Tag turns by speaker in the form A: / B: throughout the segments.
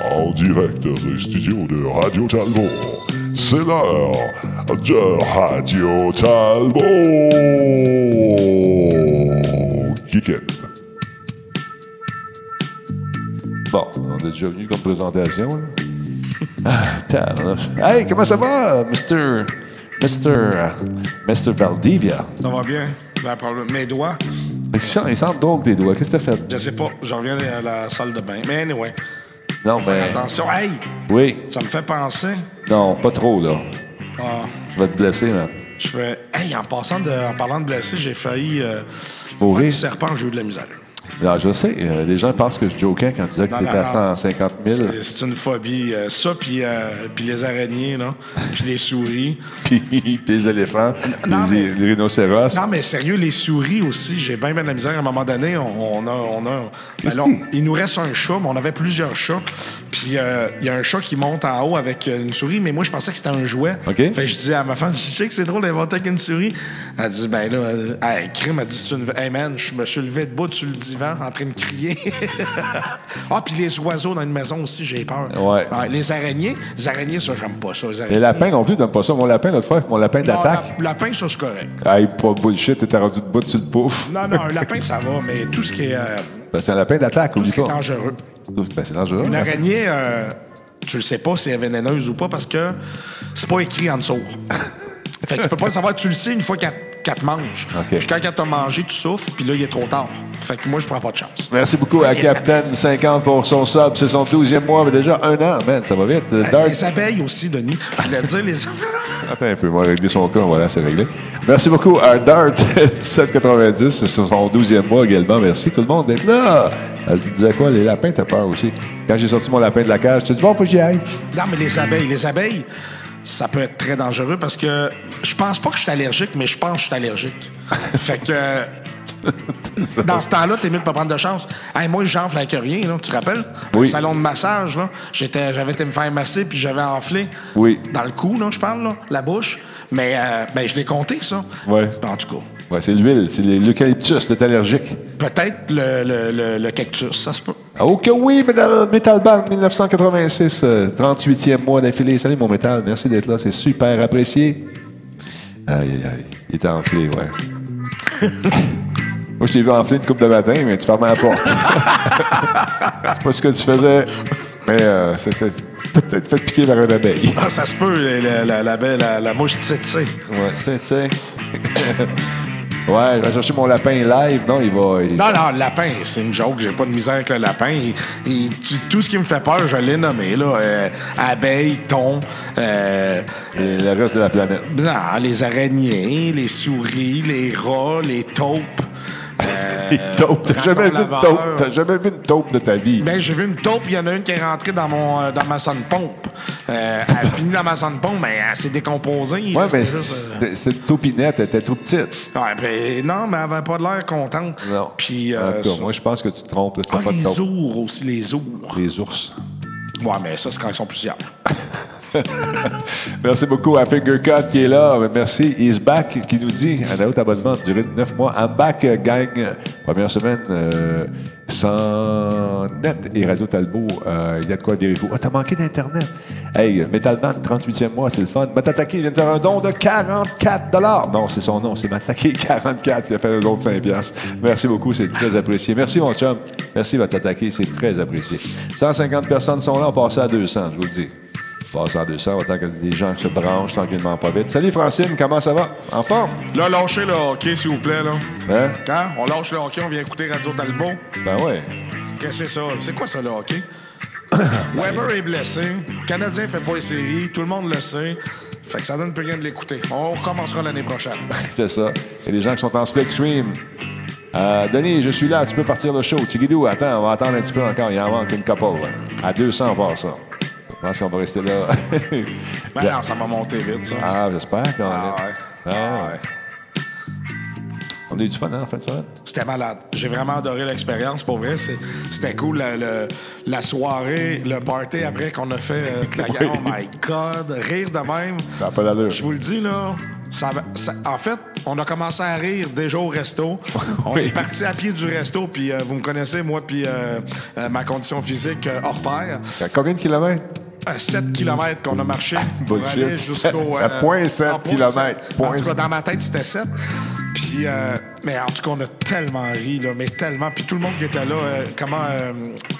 A: en direct des studios de Radio Talbot. C'est l'heure de Radio Talbot. Kikette.
B: Bon, on est déjà venu comme présentation. Là. Ah, tabarnouche. hey, comment ça va, Mr. Mr. Mr. Valdivia?
C: Ça va bien. Ben, probablement. Mes doigts,
B: Il sent, il sent donc des doigts. Qu'est-ce que t'as fait?
C: je sais pas, je reviens à la salle de bain. Mais anyway,
B: Non, mais.
C: attention. Hey,
B: Oui.
C: ça me fait penser.
B: Non, pas trop, là.
C: Ah,
B: Tu vas te blesser, man.
C: je fais. Hey, en passant de, en parlant de blessé, j'ai failli. Euh,
B: Mourir.
C: faire du serpent, j'ai eu de la misère.
B: Non, je sais. euh, les gens pensent que je jokais quand tu disais que
C: Non,
B: tu
C: non,
B: étais à
C: non.
B: 150 000.
C: C'est- C'est une phobie. euh, ça, puis euh, puis les araignées, là, puis les souris.
B: Puis des éléphants,
C: Non,
B: des,
C: mais-
B: des rhinocéros.
C: Non, mais sérieux, les souris aussi, j'ai bien bien de la misère. À un moment donné, on, on a. On a ben là,
B: Christy.
C: il nous reste un chat, mais on avait plusieurs chats. Puis euh, il y a un chat qui monte en haut avec euh, une souris, mais moi, je pensais que c'était un jouet.
B: OK.
C: Fait que je dis à ma femme, je sais que c'est drôle d'inventer avec une souris. Elle dit, ben là, euh, hey, crime, elle dit, c'est une. Hey man, je me suis levé debout sur le divan en train de crier. ah, puis les oiseaux dans une maison aussi, j'ai peur.
B: Ouais.
C: les araignées, les araignées, ça, j'aime pas ça. Les
B: Les
C: araignées.
B: lapins non plus, t'aimes pas ça. Mon lapin, l'autre fois, mon lapin
C: Non,
B: d'attaque.
C: la- Lapin, ça, c'est correct.
B: Hey, pas bullshit, t'étais rendu debout, tu le pouf.
C: Non, non, un lapin, ça va, mais tout ce qui est, euh,
B: Ben, c'est un lapin d'attaque,
C: tout
B: oublie
C: ce qui est
B: pas.
C: dangereux.
B: Ben, c'est dangereux.
C: Une
B: hein.
C: araignée, euh, tu le sais pas si elle est vénéneuse ou pas parce que c'est pas écrit en dessous. fait que tu peux pas le savoir, tu le sais une fois qu'elle qu'elle te mange.
B: OK.
C: Puis quand elle t'a mangé, tu souffres, puis là, il est trop tard. Fait que moi, je prends pas de chance.
B: Merci beaucoup à Captain 50 pour son sub. C'est son 12e mois, mais déjà un an, man, ça va vite. Euh, Dark.
C: Les abeilles aussi, Denis. Je voulais te dire, les abeilles.
B: Attends un peu, moi, régler son cas, voilà, c'est réglé. Merci beaucoup à Dart 1790, c'est son 12e mois également. Merci tout le monde d'être là. Elle se disait quoi, les lapins, t'as peur aussi. Quand j'ai sorti mon lapin de la cage, tu dit, bon, faut que j'y aille.
C: Non, mais les abeilles, les abeilles, ça peut être très dangereux parce que je pense pas que je suis allergique, mais je pense que je suis allergique. fait que euh, dans ce temps-là, t'es mieux de pas prendre de chance. Hey, moi, j'enfle avec rien, là, tu te rappelles?
B: Oui.
C: Au salon de massage, là, j'étais, j'avais été me faire masser puis j'avais enflé.
B: Oui.
C: Dans le cou, là, je parle, là, la bouche. Mais euh, ben, je l'ai compté, ça.
B: Ouais.
C: En tout cas.
B: Ouais, c'est l'huile, c'est l'eucalyptus, t'es allergique.
C: Peut-être le, le- le- le cactus, ça se peut.
B: Oh que oui, Metal, Metal Band 1986, euh, 38e mois d'affilée. Salut mon Metal, merci d'être là, c'est super apprécié. Aïe, aïe, aïe, il était enflé, ouais. Moi, je t'ai vu enflé une coupe de matin, mais tu fermais la porte. c'est pas ce que tu faisais, mais euh, c'est- c'est- peut-être fait piquer par une abeille.
C: Ah, ça se peut, la, la, la, la, la, la mouche tsetse.
B: Ouais, tu sais, tu sais. ouais, je vais chercher mon lapin live. Non, il va... il-
C: Non, non, le lapin, c'est une joke. J'ai pas de misère avec le lapin. Il- il- tu- tout ce qui me fait peur, je l'ai nommé. Là, euh, abeilles, thon, euh,
B: et le reste de la planète.
C: non, les araignées, les souris, les rats, les taupes. euh,
B: Une taupe. T'as jamais vu une
C: raton
B: taupe.
C: laveur.
B: T'as jamais vu une taupe de ta vie.
C: Ben, j'ai vu une taupe, il y en a une qui est rentrée dans, mon, euh, dans ma sonne pompe. Euh, elle a fini dans ma sonne pompe, mais elle s'est décomposée.
B: Ouais,
C: là,
B: mais
C: c'était juste, euh,
B: c'est- cette taupinette était tout petite.
C: ouais, ben, non, mais elle avait pas de l'air contente. Puis,
B: en
C: euh,
B: tout cas, moi, je pense que tu te trompes. là,
C: ah,
B: C'était pas de
C: les
B: taupe.
C: ours aussi, les ours.
B: Les ours.
C: Ouais, mais ça, c'est quand ils sont plusieurs.
B: Merci beaucoup à Fingercut qui est là. Merci. He's back qui nous dit un autre abonnement duré de 9 mois. I'm back, euh, gang. Première semaine euh, sans net et Radio Talbot. euh, Il y a de quoi dire. Ah, t'as manqué d'Internet. Hey, Metalman, 38e mois, c'est le fun. Matataki il vient de faire un don de 44 Non, c'est son nom, c'est Mataki 44. Il a fait un don de 5 piastres. Merci beaucoup, c'est très apprécié. Merci, mon chum. Merci, Matataki, c'est très apprécié. 150 personnes sont là, on passe à 200, je vous le dis. Passe en 200, autant que les gens se branchent tranquillement pas vite. Salut Francine, comment ça va? En forme?
C: Là, lâchez le hockey, s'il vous plaît, là.
B: Hein?
C: Hein? On lâche le hockey, on vient écouter Radio Talbot.
B: Ben ouais.
C: Qu'est-ce que c'est ça? C'est quoi ça, le hockey? Weber est blessé. Le Canadien fait pas les séries. Tout le monde le sait. Fait que ça donne plus rien de l'écouter. On recommencera l'année prochaine.
B: C'est ça. Et les gens qui sont en split screen. Euh, Denis, je suis là, tu peux partir le show. Tigidou, attends, on va attendre un petit peu encore. Il en manque une couple. là. À 200, on part ça. Je pense qu'on va rester là.
C: Ben non, ça va monter vite, ça.
B: ah, j'espère qu'on
C: Ah
B: est-
C: ouais.
B: Ah ouais. On a eu du fun, hein, en fin de semaine?
C: C'était malade. J'ai vraiment adoré l'expérience. Pour vrai, c'est- c'était cool. La, le- la soirée, le party après qu'on a fait. euh, avec la gang.
B: Oui.
C: Oh my God! Rire de même.
B: Ça a Ben, pas d'allure.
C: Je vous le dis, là, Ça va- ça- en fait, on a commencé à rire déjà au resto. On
B: Oui.
C: est parti à pied du resto, puis euh, vous me connaissez, moi, puis euh, euh, ma condition physique euh, hors pair.
B: À combien de kilomètres?
C: Euh, 7 km qu'on a marché pour
B: Ah, Bullshit.
C: aller jusqu'au...
B: C'était point sept
C: en point
B: kilomètres.
C: sept.
B: Point
C: En tout cas,
B: sept.
C: dans ma tête, c'était 7. Puis, euh, mais en tout cas, on a tellement ri, là, mais tellement. Puis tout le monde qui était là, euh, comment... euh,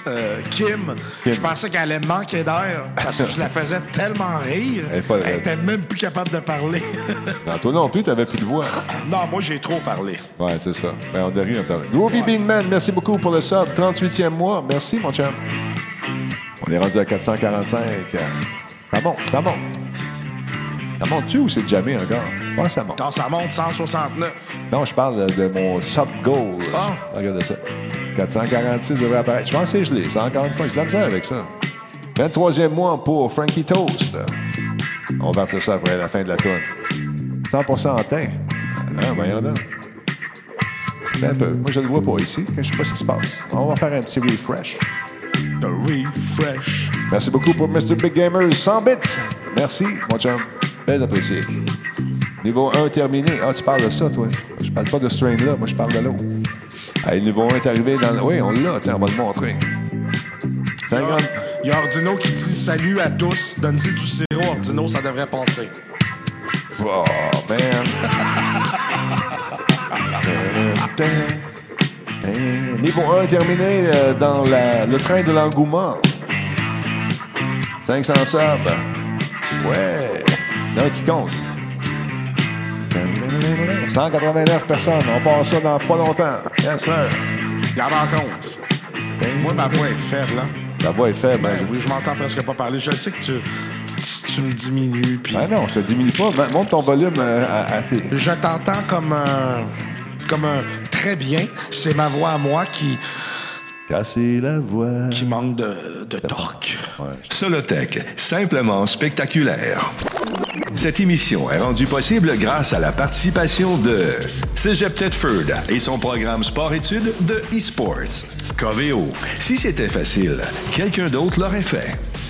C: euh, Kim,
B: Kim.
C: je pensais qu'elle allait me manquer d'air parce que je la faisais tellement rire.
B: Elle est folle,
C: Elle
B: elle.
C: était même plus capable de parler.
B: Non, Ben, toi non plus, t'avais plus de voix.
C: non, moi, j'ai trop parlé.
B: Ouais, c'est ça. Ben, on a rien entendu. Groovy Beanman, merci beaucoup pour le sub. 38e mois. Merci, mon chum. On est rendu à 445. Euh, Ça monte, ça monte. Ça monte-tu ou c'est jamais encore? Ouais, ça monte.
C: Non, ça monte 169.
B: Non, je parle de mon sub goal.
C: Ah.
B: Regardez ça. 446 devrait apparaître. Je pense que c'est gelé. C'est encore une fois, j'ai de la misère avec ça. 23e mois pour Frankie Toast. On va partir ça après la fin de la tourne. 100 en teint. Ah, Non, voyons donc. Attends Un peu. Moi, je le vois pas ici. Je sais pas ce qui se passe. On va faire un petit refresh.
C: The refresh.
B: Merci beaucoup pour Mr. Big Gamer 100 bits. Merci, mon chum. Bien apprécié. Niveau 1 terminé. Ah, tu parles de ça, toi. Je parle pas de ce train-là. Moi, je parle de l'autre. Allez, niveau 1 est arrivé dans le... Oui, on l'a. Tiens, on va le montrer. 50...
C: Il y a Ordino qui dit salut à tous. Donne-y du sirop, Ordino, ça devrait passer.
B: Oh, man. Niveau 1 terminé euh, dans la- le train de l'engouement. 500 subs. Ouais. Il y en a un qui compte. 189 personnes. On passe ça dans pas longtemps. Yes, sir.
C: Il y en a encore 11. Ben, Moi, ma voix est faible, hein.
B: La voix est faible. hein?
C: Oui, je m'entends presque pas parler. Je sais que tu, tu, tu me diminues, puis
B: Ah non, je te diminue pas. Va- Monte ton volume euh, à, à tes...
C: je t'entends comme un... Comme un... Très bien. C'est ma voix à moi qui,
B: Casser la voix.
C: qui manque de, de torque.
D: Solotech, simplement spectaculaire. Cette émission est rendue possible grâce à la participation de Cégep Thetford et son programme sport-études de e-sports. Coveo, si c'était facile, quelqu'un d'autre l'aurait fait.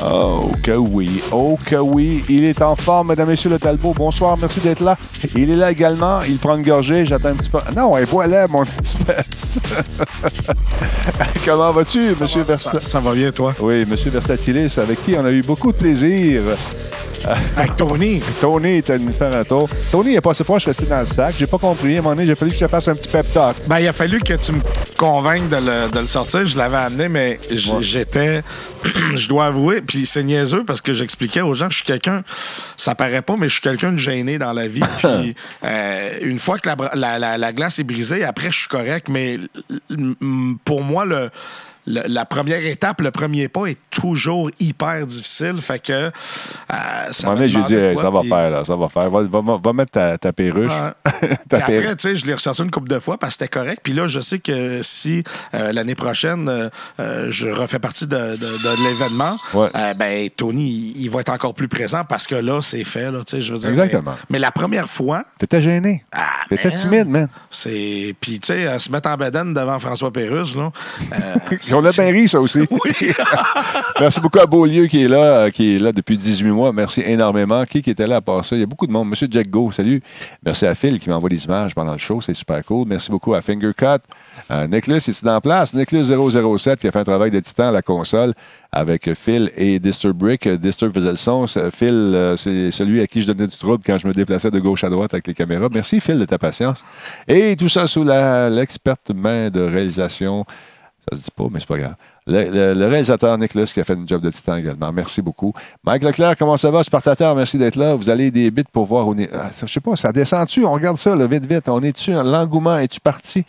B: Oh que oui, oh que oui. Il est en forme, mesdames et messieurs le Talbot. Bonsoir, merci d'être là. Il est là également. Il prend une gorgée, j'attends un petit peu. Non, et voilà, mon espèce. Comment vas-tu, monsieur Versa...
C: Ça, ça va bien, toi?
B: Oui, monsieur Versatilis, avec qui on a eu beaucoup de plaisir.
C: Avec Tony.
B: Tony était venu faire un tour. Tony est passé proche, resté dans le sac. J'ai pas compris. À un moment donné, j'ai fallu que je te fasse un petit pep talk.
C: Ben, il a fallu que tu me convainques de le, de le sortir. Je l'avais amené, mais j-
B: Ouais.
C: j'étais. je dois avouer, puis c'est niaiseux parce que j'expliquais aux gens que je suis quelqu'un. Ça paraît pas, mais je suis quelqu'un de gêné dans la vie. Puis euh, une fois que la, bra- la- la- la glace est brisée, après, je suis correct. Mais l- l- m- pour moi, le. le- La première étape, le premier pas est toujours hyper difficile. Fait que. euh, ça
B: À un moment
C: m'a
B: donné, j'ai dit,
C: demandé
B: Hey,
C: quoi,
B: ça va
C: puis-
B: faire, là, ça va faire. Va, va- va mettre ta, ta perruche.
C: Ouais.
B: ta
C: Puis après, tu sais, je l'ai ressorti une couple de fois parce que c'était correct. Puis là, je sais que si euh, l'année prochaine, euh, euh, je refais partie de, de- de- de l'événement,
B: Ouais.
C: euh, ben Tony, il, il va être encore plus présent parce que là, c'est fait. Là, tu sais, je veux dire,
B: Exactement.
C: Mais, mais la première fois,
B: T'étais gêné.
C: Ah,
B: T'étais
C: man.
B: timide, man.
C: c'est. Puis, tu sais, euh, se mettre en bedaine devant François Pérusse, là. euh,
B: On a bien ri, ça aussi.
C: oui.
B: Merci beaucoup à Beaulieu qui est là, euh, qui est là depuis 18 mois. Merci énormément. Qui, qui était là à part ça? Il y a beaucoup de monde. Monsieur Jack Go, salut. Merci à Phil qui m'envoie des images pendant le show. C'est super cool. Merci beaucoup à Fingercut. Euh, Necklace, est-il en place? Necklace 007 qui a fait un travail de titan à la console avec Phil et Disturbrick. Euh, Disturb faisait le son. Ce- Phil, euh, c'est celui à qui je donnais du trouble quand je me déplaçais de gauche à droite avec les caméras. Merci Phil de ta patience. Et tout ça sous la- l'experte main de réalisation. Ça se dit pas, mais c'est pas grave. Le, le- le réalisateur Nicolas qui a fait une job de titan également. Merci beaucoup. Mike Leclerc, comment ça va, Spartateur? Merci d'être là. Vous allez des bits pour voir. Où on est... Ah, ça, je sais pas, ça descend-tu? On regarde ça, là, vite, vite. On est-tu? L'engouement, es-tu parti?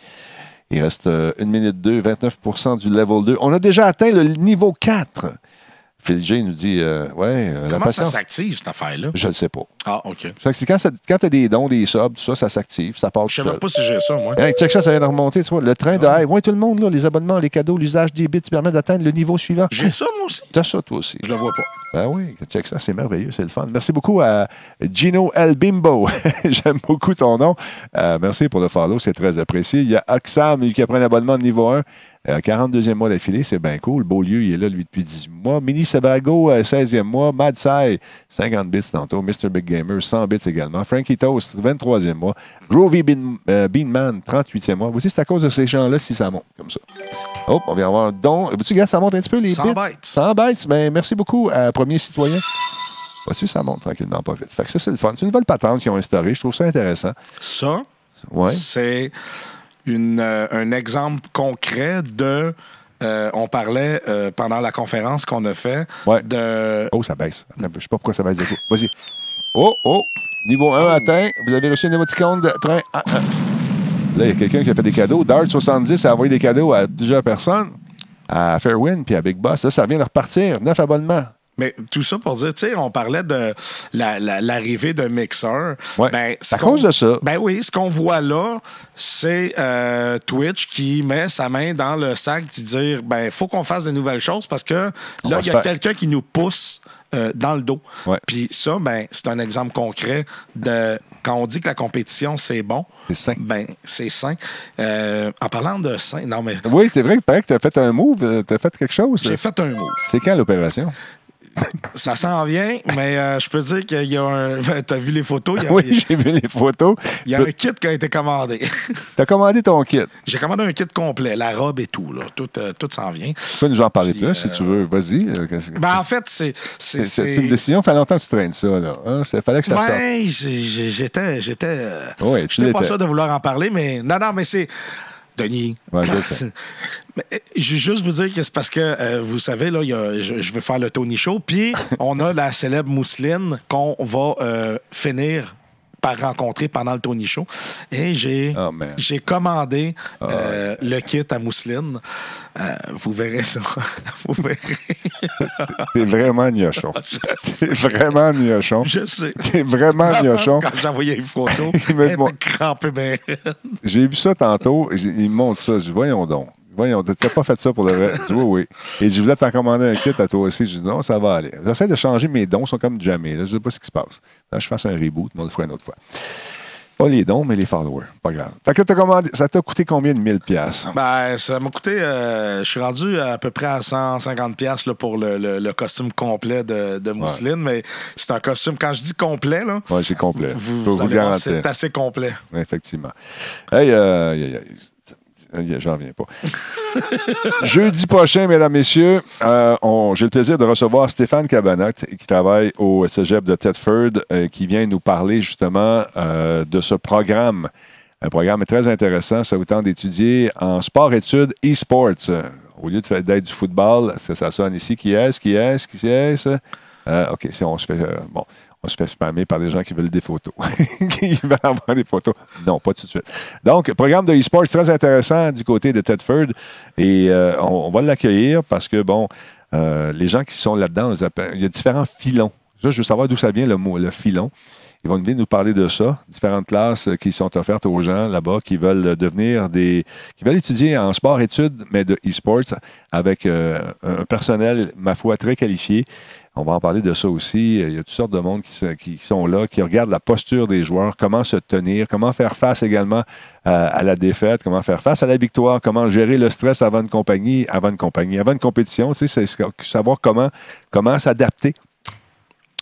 B: Il euh, reste 1 minute 2, 29 du level 2. On a déjà atteint le niveau 4. Phil J nous dit euh, Ouais, euh, la
C: Comment
B: passion.
C: ça s'active, cette affaire-là?
B: je ne sais pas.
C: Ah, OK.
B: Je sais que c'est Quand, ça- quand tu as des dons, des subs, tout ça, ça s'active, ça part tout
C: Je sais même
B: seul.
C: pas si j'ai ça, moi.
B: Hey, check ça, ça vient de remonter, tu vois. Le train de Hive. Oui, tout le monde, là, les abonnements, les cadeaux, l'usage des bits permet d'atteindre le niveau suivant.
C: J'ai ça, moi aussi.
B: T'as ça, toi aussi.
C: Je le vois pas.
B: Ben oui, check ça, c'est merveilleux, c'est le fun. Merci beaucoup à Gino El Bimbo. J'aime beaucoup ton nom. Euh, merci pour le follow, c'est très apprécié. Il y a Oxam lui, qui a pris un abonnement de niveau 1. euh, 42e mois d'affilée, c'est bien cool. Beaulieu, il est là, lui, depuis 18 mois. Mini Sabago, euh, 16e mois. Mad Sai, 50 bits tantôt. Mr. Big Gamer, 100 bits également. Frankie Toast, 23e mois. Groovy Bean- euh, Beanman, 38e mois. Vous savez, c'est à cause de ces gens-là si ça monte comme ça. Hop, on vient avoir un don. Vous-tu, gars, ça monte un petit peu les
C: 100
B: bits?
C: bytes.
B: 100 bytes. Ben, merci beaucoup à Premier Citoyen. Vois-tu, ça monte tranquillement, pas vite. Fait que ça, c'est le fun. C'est une bonne patente qu'ils ont instaurée. Je trouve ça intéressant.
C: Ça,
B: Ouais.
C: c'est une, euh, un exemple concret de. euh, on parlait euh, pendant la conférence qu'on a fait
B: Ouais.
C: de.
B: Oh, ça baisse. Attends un peu, Je sais pas pourquoi ça baisse de coup. Vas-y. Oh, oh. Niveau 1 atteint. Vous avez reçu une émoticône de train. Ah, ah. Là, il y a quelqu'un qui a fait des cadeaux. Dart70 a envoyé des cadeaux à plusieurs personnes. À Fairwind puis à Big Boss. Là, ça vient de repartir. Neuf abonnements.
C: Mais tout ça pour dire, tu sais, on parlait de la- la- l'arrivée d'un mixeur.
B: Ouais.
C: ce
B: À
C: qu'on-
B: cause de ça.
C: Ben oui, ce qu'on voit là, c'est euh, Twitch qui met sa main dans le sac qui dit ben faut qu'on fasse des nouvelles choses parce que là,
B: va
C: il
B: se
C: y a
B: faire.
C: quelqu'un qui nous pousse euh, dans le dos.
B: Ouais.
C: Puis ça, ben, c'est un exemple concret de quand on dit que la compétition, c'est bon.
B: C'est sain.
C: Ben, c'est sain. Euh, en parlant de sain, non, mais
B: Oui, c'est vrai que paraît que tu as fait un move. euh, T'as fait quelque chose.
C: j'ai fait un mot.
B: C'est quand l'opération?
C: Ça s'en vient, mais euh, je peux dire qu'il y a un. ben, T'as vu les photos? Il y a,
B: Oui, j'ai vu les photos.
C: il y a un kit qui a été commandé.
B: T'as commandé ton kit.
C: J'ai commandé un kit complet, la robe et tout. Là. Tout, euh, tout s'en vient.
B: Tu peux nous en parler
C: Puis,
B: plus si
C: euh,
B: tu veux. Vas-y. euh, qu'est-ce que-
C: Ben, en fait, c'est.
B: C'est- C'est une décision. Fait longtemps que tu traînes ça. Là. Hein? Ça fallait que ça sorte.
C: Ouais, j'ai- j'ai- j'étais. J'étais euh,
B: Ouais, tu
C: j'étais pas
B: l'étais.
C: sûr de vouloir en parler, mais. Non, non, mais c'est. Denis.
B: Ouais, je sais.
C: Mais, euh, je vais juste vous dire que c'est parce que, euh, vous savez, là, il y a- je, je veux faire le Tony Show, puis on a la célèbre mousseline qu'on va euh, finir par rencontrer pendant le Tony Show. Et j'ai
B: Oh, man. Oh,
C: j'ai commandé euh, le kit à mousseline. Euh, vous verrez ça. vous verrez.
B: T'es vraiment gnochon. T'es vraiment gnochon.
C: Je sais.
B: T'es vraiment gnochon.
C: Quand j'envoyais une photo,
B: Il me
C: elle
B: mon-
C: était crampée, ben,
B: J'ai vu ça tantôt. j'ai- Il me montre ça. Je dis, voyons donc. Voyons, t'as pas fait ça pour le vrai. Je dis, oui, oui. Et je voulais t'en commander un kit à toi aussi. Je dis, non, ça va aller. J'essaie de changer mes dons. Ils sont comme jamais. Là. Je sais pas ce qui se passe. Là, je fasse un reboot, mais on le fera une autre fois. Pas les dons, mais les followers. Pas grave. Fait que t'as commandé. Ça t'a coûté combien de 1000 pièces
C: Ben, ça m'a coûté. euh, je suis rendu à peu près à 150 pièces pour le, le- le costume complet de, de mousseline, mais c'est un costume. Quand je dis complet, là,
B: Ouais, j'ai complet.
C: vous,
B: Je peux
C: vous
B: vous
C: allez voir,
B: garantir.
C: c'est assez complet.
B: Ouais, Effectivement. Hey, euh, aïe, aïe, aïe. Aïe, J'en reviens pas. Jeudi prochain, mesdames, messieurs, euh, on- j'ai le plaisir de recevoir Stéphane Cabanac, qui travaille au cégep de Thetford, euh, qui vient nous parler justement euh, de ce programme. Un programme très intéressant. Ça vous tente d'étudier en sport-études e-sports. Euh, Au lieu de faire- d'être du football, ça, ça sonne ici. Qui est-ce? Qui est-ce? Qui est-ce? Euh, OK, si on se fait. euh, bon. On se fait spammer par des gens qui veulent des photos. qui veulent avoir des photos. Non, pas tout de suite. Donc, programme de e-sports très intéressant du côté de Tedford. Et euh, on, on va l'accueillir parce que, bon, euh, les gens qui sont là-dedans, on les appelle- il y a différents filons. Ça, je veux savoir d'où ça vient le mot, le filon. Ils vont venir nous parler de ça, différentes classes euh, qui sont offertes aux gens là-bas qui veulent euh, devenir des. qui veulent étudier en sport-études, mais de e-sports, avec euh, un personnel, ma foi, très qualifié. On va en parler de ça aussi. Euh, Il y a toutes sortes de monde qui, se- qui sont là, qui regardent la posture des joueurs, comment se tenir, comment faire face également euh, à la défaite, comment faire face à la victoire, comment gérer le stress avant une compagnie, avant une compagnie, avant une compétition, tu sais, c'est savoir comment, comment s'adapter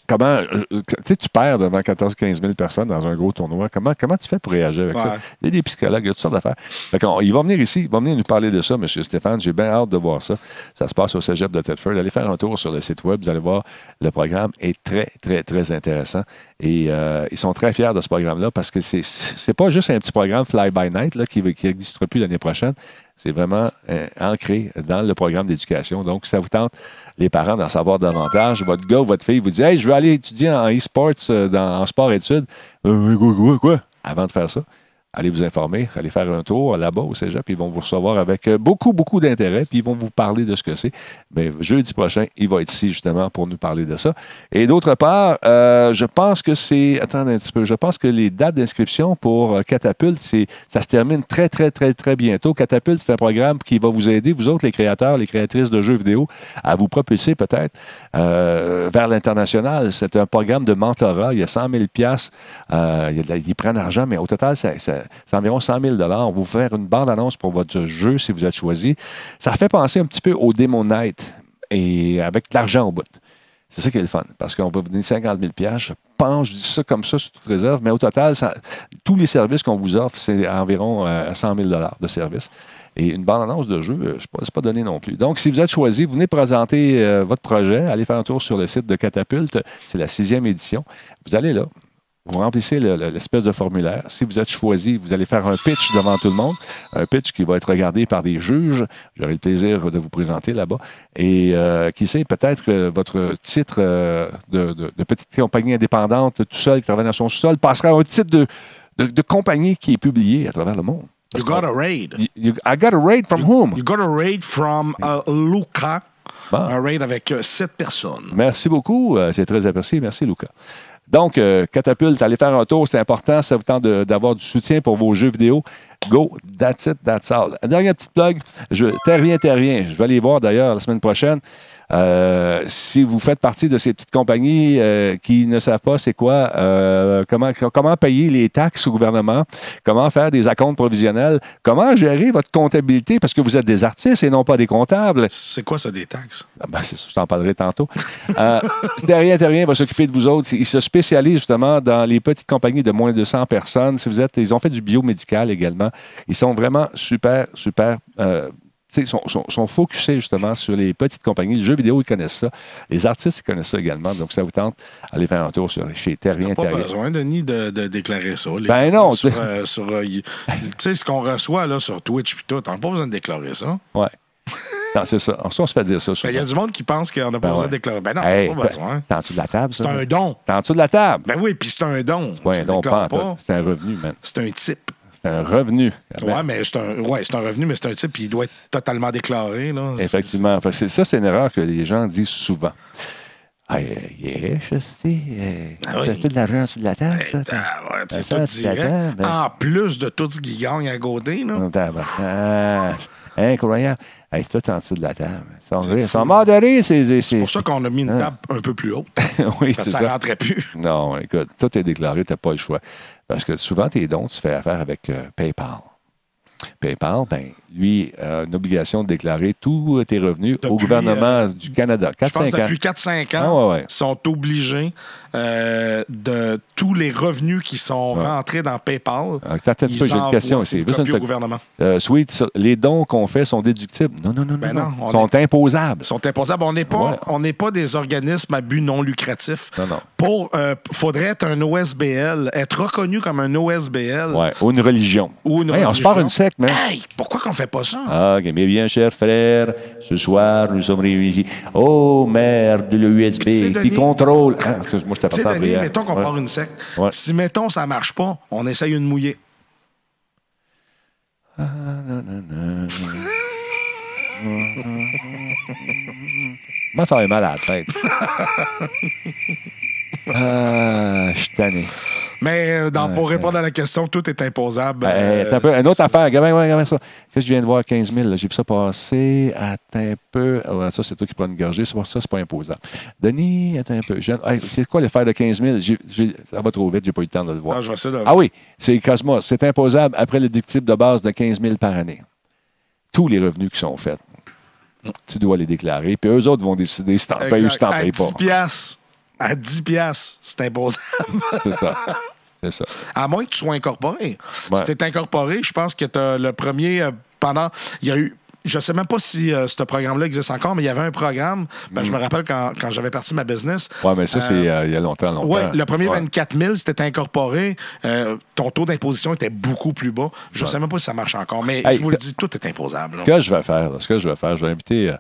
B: Comment, euh, euh, tu sais, tu perds devant 14-15 000 personnes dans un gros tournoi. Comment, comment tu fais pour réagir avec ça?
C: Ouais.
B: Il y a des psychologues, il y a toutes sortes d'affaires. Fait qu'on- il va venir ici, il va venir nous parler de ça, M. Stéphane. J'ai bien hâte de voir ça. Ça se passe au cégep de Thetford. Allez faire un tour sur le site web, vous allez voir, le programme est très, très, très intéressant. Et euh, ils sont très fiers de ce programme-là parce que c'est- c'est pas juste un petit programme fly-by-night là, qui n'existera plus l'année prochaine. C'est vraiment euh, ancré dans le programme d'éducation. Donc, ça vous tente, les parents, d'en savoir davantage. Votre gars ou votre fille vous dit Hey, je veux aller étudier en e-sports, euh, dans- en sport-études. Euh, quoi, quoi, quoi? Avant de faire ça, allez vous informer, allez faire un tour là-bas au Cégep. Ils vont vous recevoir avec euh, beaucoup, beaucoup d'intérêt, puis ils vont vous parler de ce que c'est. Mais jeudi prochain, il va être ici justement pour nous parler de ça. Et d'autre part, euh, je pense que c'est. Attendez un petit peu. Je pense que les dates d'inscription pour euh, Catapulte, c'est, ça se termine très, très, très, très bientôt. Catapulte, c'est un programme qui va vous aider, vous autres, les créateurs, les créatrices de jeux vidéo, à vous propulser peut-être euh, vers l'international. C'est un programme de mentorat. Il y a 100 000 piastres. Euh, il y a de la- ils prennent l'argent, mais au total, ça- ça- c'est environ 100 000 On va vous faire une bande-annonce pour votre jeu si vous êtes choisi. Ça fait penser un petit peu au Demo Night et avec de l'argent au bout. C'est ça qui est le fun, parce qu'on va vous donner 50 000 Je pense, je dis ça comme ça, sous toute réserve, mais au total, ça- tous les services qu'on vous offre, c'est environ euh, 100 000 de services. Et une bande-annonce de jeu, euh, c'est pas, c'est pas donné non plus. Donc, si vous êtes choisi, vous venez présenter euh, votre projet, allez faire un tour sur le site de Catapulte, c'est la sixième édition. Vous allez là, vous remplissez le- le- l'espèce de formulaire. Si vous êtes choisi, vous allez faire un pitch devant tout le monde, un pitch qui va être regardé par des juges. J'aurai le plaisir de vous présenter là-bas. Et euh, qui sait, peut-être que votre titre euh, de, de- de petite compagnie indépendante, tout seul, qui travaille dans son sol, passera à un titre de, de- de compagnie qui est publié à travers le monde.
C: You got a raid.
B: You- you- I got a raid from whom?
C: You got a raid from uh, Luca.
B: Bon.
C: Un raid avec euh, sept personnes.
B: Merci beaucoup. euh, c'est très apprécié. Merci, Lucas. Donc, euh, Catapulte, allez faire un tour. C'est important. Ça vous tente de- d'avoir du soutien pour vos jeux vidéo. Go, that's it, that's all. Dernière petite plug. Je, terrien, terrien. Je vais aller voir d'ailleurs la semaine prochaine. Euh, si vous faites partie de ces petites compagnies euh, qui ne savent pas c'est quoi, euh, comment, comment payer les taxes au gouvernement, comment faire des acomptes provisionnels, comment gérer votre comptabilité parce que vous êtes des artistes et non pas des comptables.
C: C'est quoi ça des taxes?
B: Ah ben, c'est ça, je t'en parlerai tantôt. Euh, Terrien Terrien va s'occuper de vous autres. Ils se spécialisent justement dans les petites compagnies de moins de 100 personnes. Si vous êtes, ils ont fait du biomédical également. Ils sont vraiment super, super. euh, tu sais, sont, sont, sont focusés justement sur les petites compagnies. Les jeux vidéo, ils connaissent ça. Les artistes, ils connaissent ça également. Donc, ça vous tente, allez faire un tour sur, chez Terrien
C: Pas
B: Terrien.
C: besoin, Denis, de, de déclarer ça. Les-
B: Ben non,
C: Sur,
B: tu-
C: euh, sur, euh, y- tu sais, ce qu'on reçoit là, sur Twitch pis tout, on n'a pas besoin de déclarer ça.
B: Ouais. Non, c'est ça. On, se fait dire ça.
C: Ben, Il y a
B: souvent.
C: du monde qui pense qu'on n'a pas
B: Ben
C: besoin
B: ouais.
C: de déclarer. Ben non,
B: Hey,
C: pas besoin.
B: T'es en dessous de la table, ça?
C: C'est un don.
B: T'es en dessous de la table.
C: Ben oui, puis c'est un don.
B: Ouais,
C: Tu le
B: non, pas en
C: déclares
B: tout.
C: pas.
B: C'est un revenu, man.
C: C'est un type.
B: C'est un revenu.
C: Ouais, mais c'est un, ouais, c'est un revenu, mais c'est un type, puis il doit être totalement déclaré. Là. C'est-
B: Effectivement. Fait que c'est- ça, c'est une erreur que les gens disent souvent. Ah, il est- il est riche, aussi.
C: Ah oui.
B: T'as tout Euh, de l'argent sur la table, ça.
C: Ah, ouais,
B: Ben,
C: c'est
B: ça,
C: tout
B: tu
C: direct.
B: t'attends, ben.
C: En plus de tout ce qui gagne à côté, là.
B: Non, tabarnak. Oh, Incroyable. Hey, c'est tout en dessous de la table. Ils sont, riches. Ils sont morts de rire, ces... ces-
C: C'est pour ça qu'on a mis une table un peu plus haute.
B: oui,
C: Ça
B: c'est
C: ne
B: ça.
C: rentrait plus.
B: Non, écoute, tout est déclaré, tu n'as pas le choix. Parce que souvent, tes dons, tu fais affaire avec euh, PayPal. PayPal, ben, lui, a une obligation de déclarer tous euh, tes revenus au
C: Depuis, euh,
B: gouvernement du Canada.
C: Je pense
B: 4-5
C: que
B: ans.
C: depuis 4-5 ans,
B: Ah ouais, ouais.
C: ils sont obligés euh, de tous les revenus qui sont rentrés dans PayPal.
B: Ah, Attends, attends un
C: ils
B: peu, j'ai une
C: envoient
B: question ici. Juste une
C: copie au
B: seconde.
C: gouvernement.
B: Euh, Sweet, ça, les dons qu'on fait sont déductibles. Non, non, non,
C: Ben
B: non.
C: non,
B: non.
C: on
B: sont imposables.
C: Ils sont imposables. On n'est pas,
B: Ouais.
C: on n'est pas des organismes à but non lucratif.
B: Non, non.
C: Pour, euh, faudrait être un OSBL, être reconnu comme un OSBL.
B: Ouais, ou une religion.
C: Ou une
B: Ouais, On se
C: religion.
B: part une secte, man.
C: Hey, pourquoi qu'on fait pas ça?
B: Ah, mais bien, cher frère, ce soir, nous sommes réunis. Oh, mère de
C: Tu sais,
B: l'USB, qui
C: Denis-
B: contrôle. Ah, excuse- moi, je t'ai
C: Tu sais,
B: passé en
C: Denis,
B: brillant.
C: mettons qu'on
B: Ouais.
C: part une secte.
B: Ouais.
C: Si, mettons, ça marche pas, on essaye une mouillée.
B: Moi, ça va mal à la tête. Ah, je suis tanné.
C: Mais euh, dans- pour répondre à la question, tout est imposable.
B: Hey,
C: Euh,
B: attends Ben, un peu, une autre
C: c'est-
B: affaire. Regarde, regarde, regarde ça. Qu'est-ce que je viens de voir? 15 000. là, J'ai vu ça passer. Attends un peu. Ah ouais, ça, c'est toi qui prends une gorgée. C'est pour ça, c'est pas imposable. Denis, attends un peu. Je- hey, c'est quoi l'affaire de 15 000? J'ai- j'ai- ça va trop vite. J'ai pas eu le temps de le voir.
C: Non, je vais essayer de-
B: Ah oui, c'est Cosmos. C'est imposable après le dictif de base de 15 000 par année. Tous les revenus qui sont faits, tu dois les déclarer. Puis eux autres vont décider si t'en payes ou si
C: Exact.
B: ben, t'en
C: à
B: payes pas.
C: 10 piastres. À 10 piastres, c'est imposable.
B: C'est ça. C'est ça.
C: À moins que tu sois incorporé.
B: Ouais.
C: Si t'es incorporé, je pense que t'as le premier euh, pendant. Il y a eu. Je sais même pas si euh, ce programme-là existe encore, mais il y avait un programme. Ben, Je me rappelle quand, quand j'avais parti ma business.
B: Mm. Ouais, mais ça, c'est
C: Euh,
B: euh, il y a longtemps, longtemps.
C: Oui, le premier
B: Ouais.
C: 24 000, c'était incorporé. Euh, ton taux d'imposition était beaucoup plus bas. Je ne sais même pas si ça marche encore, mais
B: Hey,
C: je vous le
B: que-
C: dis, tout est imposable. là.
B: Ce que je vais faire, là, ce que je vais faire, je vais inviter euh,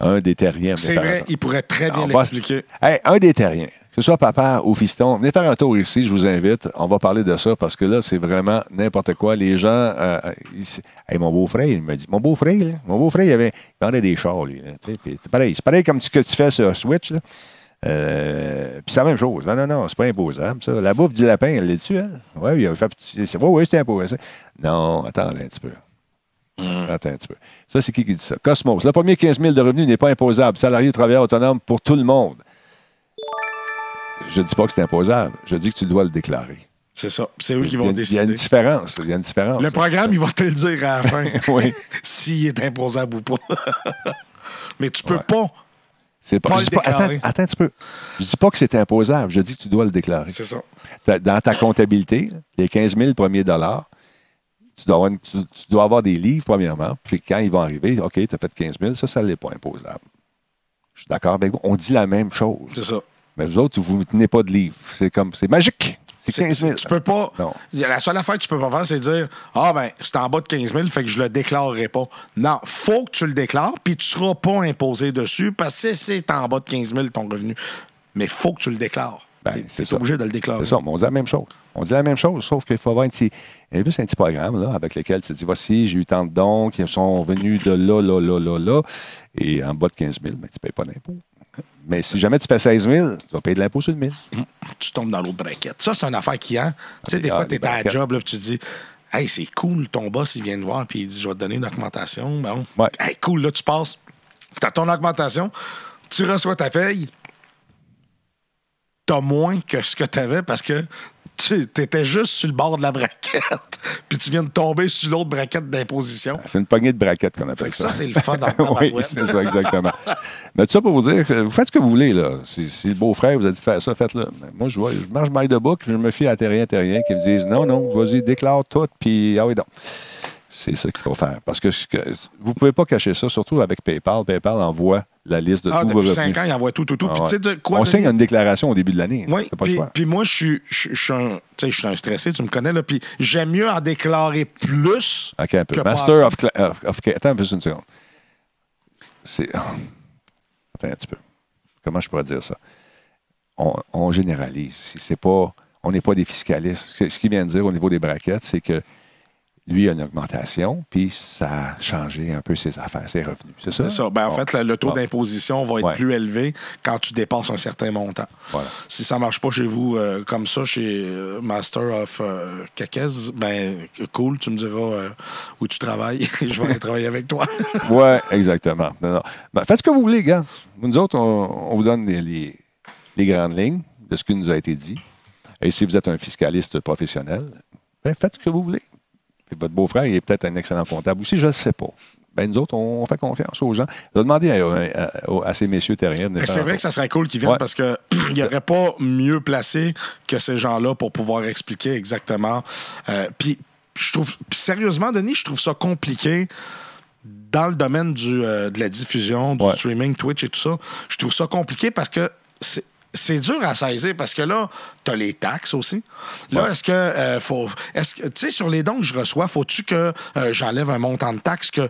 B: un des terriens. venez
C: C'est
B: faire un
C: vrai,
B: tour.
C: il pourrait très bien
B: On va-
C: l'expliquer.
B: Hey, un des terriens, que ce soit papa ou fiston, venez faire un tour ici, je vous invite. On va parler de ça parce que là, c'est vraiment n'importe quoi. Les gens. euh, ils- hey, mon beau-frère, il me dit. Mon beau-frère, là, mon beau-frère, il, avait... il vendait des chars, lui. là, tu sais, puis c'est pareil, c'est pareil comme ce que tu fais sur Switch. là. Euh, puis c'est la même chose. Non, non, non, c'est pas imposable, ça. La bouffe du lapin, elle l'est-tu, elle? Oui, il a fait petit- c'est- ouais, ouais, c'est imposable. Non, attends là, un petit peu. Attends un petit peu. Ça, c'est qui qui dit ça? Cosmos. Le premier 15 000 de revenus n'est pas imposable. Salarié ou travailleur autonome pour tout le monde. Je ne dis pas que c'est imposable. Je dis que tu dois le déclarer.
C: C'est ça. C'est eux qui
B: il, y a,
C: vont
B: une- il y a une
C: décider.
B: différence. Il y a une différence.
C: Le programme, ils vont te le dire à la fin.
B: Oui.
C: S'il est imposable ou pas. Mais tu peux pas.
B: C'est pas,
C: pas
B: je dis
C: le
B: pas- attends,
C: déclarer.
B: attends un petit peu. Je dis pas que c'est imposable. Je dis que tu dois le déclarer.
C: C'est ça.
B: Ta- Dans ta comptabilité, les 15 000 premiers dollars, tu dois, avoir une- tu- tu dois avoir des livres, premièrement. Puis quand ils vont arriver, OK, tu as fait 15 000, ça, ça ne l'est pas imposable. Je suis d'accord avec vous. On dit la même chose.
C: C'est ça.
B: Mais vous autres, vous ne tenez pas de livre. C'est comme, c'est magique. C'est
C: C'est-
B: 15 000.
C: Tu peux pas.
B: Non.
C: La seule affaire que tu peux pas faire, c'est dire Ah, ben, c'est en bas de 15 000, fait que je le déclarerai pas. Non, faut que tu le déclares, puis tu seras pas imposé dessus, parce que c'est en bas de 15 000 ton revenu. Mais faut que tu le déclares.
B: Ben,
C: T'es-
B: c'est
C: t'es
B: ça.
C: obligé de le déclarer.
B: C'est ça, mais on dit la même chose. On dit la même chose, sauf qu'il faut avoir un petit, un peu, c'est un petit programme là, avec lequel tu dis voici, j'ai eu tant de dons qui sont venus de là, là, là, là, là, et en bas de 15 000, ben, tu ne payes pas d'impôt. Mais si jamais tu fais 16 000, tu vas payer de l'impôt sur le 1000.
C: Tu tombes dans l'autre braquette. Ça, c'est une affaire qui, hein? Tu sais, des
B: Ah,
C: fois,
B: les
C: t'es à la
B: braquettes.
C: job, là, puis tu te dis Hey, c'est cool, ton boss, il vient te voir, puis il dit Je vais te donner une augmentation. Bon.
B: Ouais.
C: Hey, cool, là, tu passes. T'as ton augmentation, tu reçois ta paye. t'as moins que ce que t'avais parce que tu étais juste sur le bord de la braquette, puis tu viens de tomber sur l'autre braquette d'imposition.
B: Ah, C'est une poignée de braquettes qu'on appelle
C: Fait que
B: ça.
C: ça, c'est le fun en
B: oui,
C: tabarouette.
B: c'est ça, exactement. Mais tout ça pour vous dire, que vous faites ce que vous voulez. Là. Si, si le beau-frère vous a dit de faire ça, faites-le. Mais Moi, je, vois, je marche maille de bouc, je me fie à terrien, terrien, qui me disent non, non, vas-y, déclare tout, puis ah oui, donc. C'est ça qu'il faut faire. Parce que, ce que- vous ne pouvez pas cacher ça, surtout avec PayPal. PayPal envoie la liste de
C: Ah,
B: tous vos
C: depuis
B: revenus.
C: 5 ans, il envoie tout, tout, tout.
B: Ah
C: Puis tu sais,
B: ouais.
C: de quoi
B: On
C: de-
B: signe une déclaration au début de l'année.
C: Oui,
B: T'as pas le
C: puis-
B: choix.
C: puis moi, je suis- je je- je suis un, tu sais, je suis un stressé, tu me connais, là, puis j'aime mieux en déclarer plus
B: OK, un
C: que
B: peu.
C: passer.
B: Master of, cla- of- of- Attends un peu, une seconde. C'est... oh, Attends un petit peu. Comment je pourrais dire ça? On, on généralise. C'est- C'est pas... On n'est pas des fiscalistes. C'est- Ce qu'il vient de dire au niveau des braquettes, c'est que lui il a une augmentation, puis ça a changé un peu ses affaires, ses revenus. C'est ça?
C: C'est ça. Ben, en
B: Bon.
C: fait, le, le taux
B: Bon.
C: d'imposition va être
B: Ouais.
C: plus élevé quand tu dépasses un certain montant.
B: Voilà.
C: Si ça ne marche pas chez vous euh, comme ça, chez euh, Master of euh, Cacaz, ben cool, tu me diras euh, où tu travailles. Je vais aller travailler avec toi.
B: Ouais, exactement. Non, non. Ben, faites ce que vous voulez, gars. Nous autres, on, on vous donne les, les- les grandes lignes de ce qui nous a été dit. Et si vous êtes un fiscaliste professionnel, ben, faites ce que vous voulez. Puis votre beau-frère, il est peut-être un excellent comptable aussi, je ne sais pas. Ben, nous autres, on, on fait confiance aux gens. Je vais demander à, à- à ces messieurs terriens. de venir
C: Ben, C'est
B: faire un
C: vrai que ça serait cool qu'ils viennent
B: Ouais.
C: parce qu'il n'y aurait pas mieux placé que ces gens-là pour pouvoir expliquer exactement. Euh, Puis, je trouve, puis sérieusement, Denis, je trouve ça compliqué dans le domaine du, euh, de la diffusion, du
B: Ouais.
C: streaming, Twitch et tout ça. Je trouve ça compliqué parce que c'est. c'est dur à saisir parce que là, tu as les taxes aussi. Là,
B: Ouais.
C: est-ce que euh, faut. Est-ce que. Tu sais, sur les dons que je reçois, faut-tu que euh, j'enlève un montant de taxes que.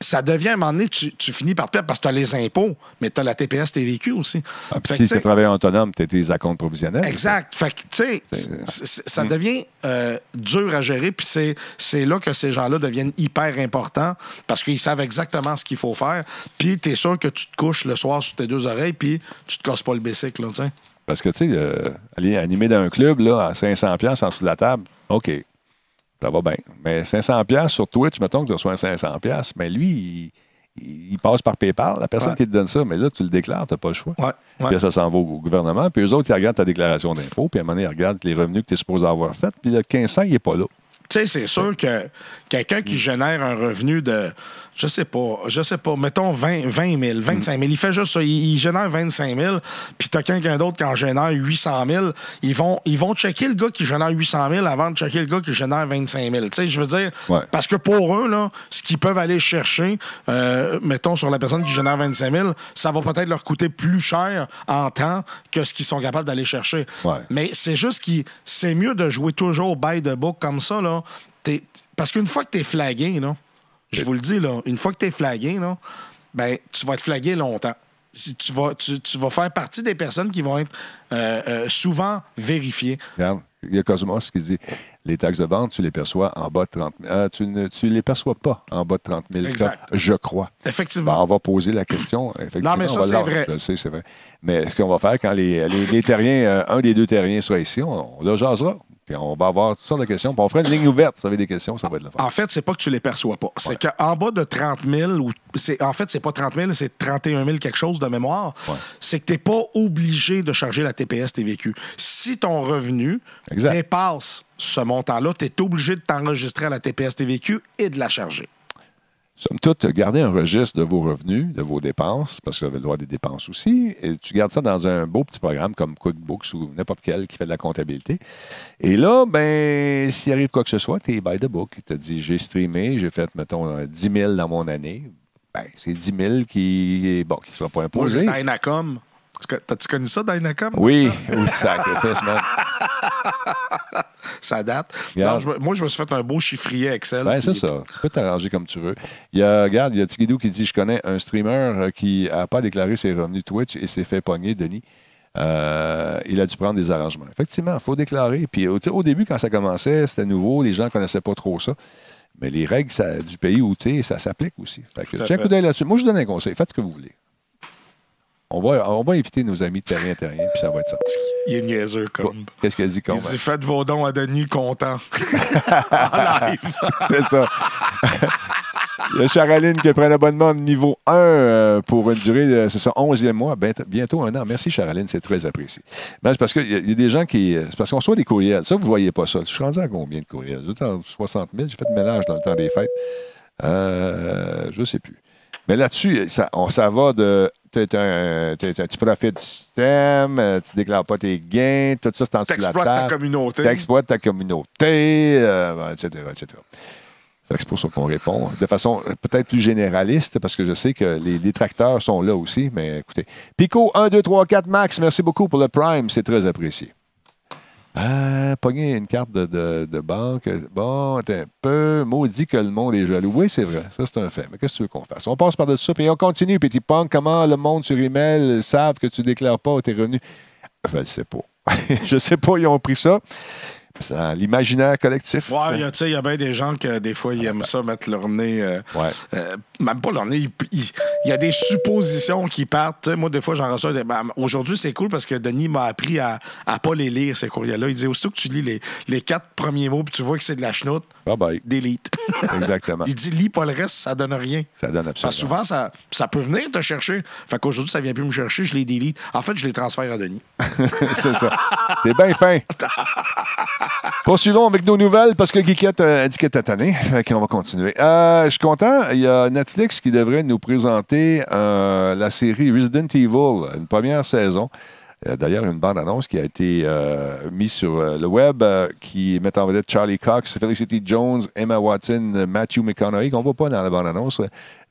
C: Ça devient à un moment donné, tu, tu finis par perdre parce que tu as les impôts, mais tu as la TPS, TVQ aussi.
B: Ah, puis
C: Fait que,
B: si
C: tu
B: tu
C: sais,
B: travailles autonome, tu as tes acomptes provisionnels.
C: Exact. Fait que, tu sais, c'est- c'est- ça devient euh, dur à gérer, puis c'est, c'est là que ces gens-là deviennent hyper importants parce qu'ils savent exactement ce qu'il faut faire, puis t'es sûr que tu te couches le soir sur tes deux oreilles, puis tu te casses pas le bicycle, là, tu sais.
B: Parce que, tu sais, euh, aller animer dans un club, là, à 500 pièces en dessous de la table, OK, ça va bien. Mais 500 pièces sur Twitch, mettons que tu reçois un 500 pièces, mais lui, il, il passe par PayPal, la personne
C: Ouais.
B: qui te donne ça, mais là, tu le déclares, tu n'as pas le choix.
C: Ouais, ouais.
B: Puis là, ça s'en va au gouvernement, puis eux autres, ils regardent ta déclaration d'impôt, puis à un moment donné, ils regardent les revenus que tu es supposé avoir fait, puis le 1500, il n'est pas là.
C: Tu sais, c'est sûr que quelqu'un qui génère un revenu de, je sais pas, je sais pas, mettons 20, 20 000, 25 000, il fait juste ça, il, il génère 25 000, puis t'as quelqu'un d'autre qui en génère 800 000, ils vont, ils vont checker le gars qui génère 800 000 avant de checker le gars qui génère 25 000. Tu sais, je veux dire,
B: Ouais.
C: parce que pour eux, là, ce qu'ils peuvent aller chercher, euh, mettons, sur la personne qui génère 25 000, ça va peut-être leur coûter plus cher en temps que ce qu'ils sont capables d'aller chercher.
B: Ouais.
C: Mais c'est juste que c'est mieux de jouer toujours by the book comme ça, là. T'es- parce qu'une fois que t'es flagué, là, je vous le dis, là, une fois que t'es flagué, là, ben, tu vas être flagué longtemps. Si tu, vas, tu, tu vas faire partie des personnes qui vont être euh, euh, souvent vérifiées.
B: Regarde, il y a Cosmos qui dit les taxes de vente, tu les perçois en bas de 30 000. Ah, tu ne tu les perçois pas en bas de 30 000
C: Exact.
B: comme je crois.
C: Effectivement.
B: Ben, on va poser la question. Effectivement,
C: Non, mais ça,
B: on va
C: c'est
B: l'en-
C: vrai.
B: Je le sais, c'est vrai. Mais ce qu'on va faire quand les, les, les terriens, euh, un des deux terriens sera ici, on, on le jasera. Puis on va avoir toutes sortes de questions. Puis on fera une ligne ouverte. Si vous avez des questions, ça va être le fun.
C: En fait, c'est pas que tu les perçois pas. C'est qu'en bas de 30 000, ou c'est, en fait, c'est pas 30 000, c'est 31 000 quelque chose de mémoire, c'est que tu n'es pas obligé de charger la TPS TVQ. Si ton revenu
B: Exact.
C: dépasse ce montant-là, tu es obligé de t'enregistrer à la TPS TVQ et de la charger.
B: Somme toute, gardez un registre de vos revenus, de vos dépenses, parce que vous avez le droit à des dépenses aussi. Et tu gardes ça dans un beau petit programme comme QuickBooks ou n'importe quel qui fait de la comptabilité. Et là, ben, s'il arrive quoi que ce soit, tu es by the book. Tu as dit, j'ai streamé, j'ai fait, mettons, 10 000 dans mon année. Ben, c'est 10 000 qui ne bon, qui sera pas
C: Moi, j'ai
B: imposé.
C: Dynacom. Tu co- T'as-tu connu ça, Dynacom?
B: Oui, ou sacrifice, man.
C: Ça date.
B: Regarde.
C: Non, je me- moi, je me suis fait un beau chiffrier Excel.
B: Ben, c'est
C: puis-
B: ça. Tu peux t'arranger comme tu veux. Il y a, regarde, il y a Tigidou qui dit Je connais un streamer euh, qui n'a pas déclaré ses revenus Twitch et s'est fait pogner, Denis. Euh, il a dû prendre des arrangements. Effectivement, il faut déclarer. Puis au, au début, quand ça commençait, c'était nouveau, les gens ne connaissaient pas trop ça. Mais les règles ça- du pays où tu es, ça s'applique aussi. Fait que,
C: à
B: check
C: fait.
B: coup d'œil là-dessus. Moi, je vous donne un conseil. Faites ce que vous voulez. On va, on va inviter nos amis de Terrien Terrien, puis ça va être ça.
C: Il est niaiseux comme.
B: Qu'est-ce qu'elle dit, con?
C: Il dit Faites vos dons à Denis content. en live.
B: C'est ça. Il y a Charaline qui prend un abonnement de niveau 1 euh, pour une durée de, c'est son 11e mois, bient- bientôt un an. Merci, Charaline, c'est très apprécié. Mais c'est parce qu'il y, a- il y a des gens qui. euh, C'est parce qu'on reçoit des courriels. Ça, vous ne voyez pas ça. Je suis rendu à combien de courriels? J'étais 60 000. J'ai fait le ménage dans le temps des fêtes. Euh, je ne sais plus. Mais là-dessus, euh, ça, on, ça va de. t'es un- t'es un- tu profites du système, euh, tu déclares pas tes gains, tout ça, c'est en dessous de la
C: T'exploites ta
B: table.
C: communauté.
B: T'exploites ta communauté, euh, etc., etc. Fait que c'est pour ça qu'on répond de façon peut-être plus généraliste, parce que je sais que les détracteurs sont là aussi, mais écoutez. Pico 1, 2, 3, 4, Max, merci beaucoup pour le Prime, c'est très apprécié. Ah, pogner une carte de, de- de banque. Bon, attends un peu. Maudit que le monde est jaloux. Oui, c'est vrai. Ça, c'est un fait. Mais qu'est-ce que tu veux qu'on fasse? On passe par-dessus ça, puis on continue, petit punk. Comment le monde sur email savent que tu déclares pas tes revenus? Je ne sais pas. je sais pas, ils ont pris ça. C'est dans l'imaginaire collectif.
C: Ouais, il y a- tu sais, il y a bien des gens que des fois, ils aiment ça mettre leur nez. euh,
B: Ouais.
C: euh, même pas leur nez. ils- ils- Il y a des suppositions qui partent. Tu sais, moi, des fois, j'en reçois. des- ben, Aujourd'hui, c'est cool parce que Denis m'a appris à, à pas les lire, ces courriels-là. Il dit aussitôt que tu lis les, les quatre premiers mots puis tu vois que c'est de la chenoute,
B: Bye bye.
C: délite.
B: Exactement.
C: il dit lis pas le reste, ça donne rien.
B: Ça donne absolument.
C: Parce que souvent, ça, ça peut venir te chercher. Fait qu'aujourd'hui, ça vient plus me chercher, je les délite. En fait, je les transfère à Denis.
B: c'est ça. T'es bien fin. Poursuivons avec nos nouvelles parce que Geekette euh, a dit qu'elle était tannée. Fait qu'on va continuer. Euh, je suis content. Il y a Netflix qui devrait nous présenter euh, la série Resident Evil, une première saison. Euh, D'ailleurs, une bande-annonce qui a été euh, mise sur euh, le web euh, qui met en vedette Charlie Cox, Felicity Jones, Emma Watson, euh, Matthew McConaughey, qu'on ne voit pas dans la bande-annonce, euh,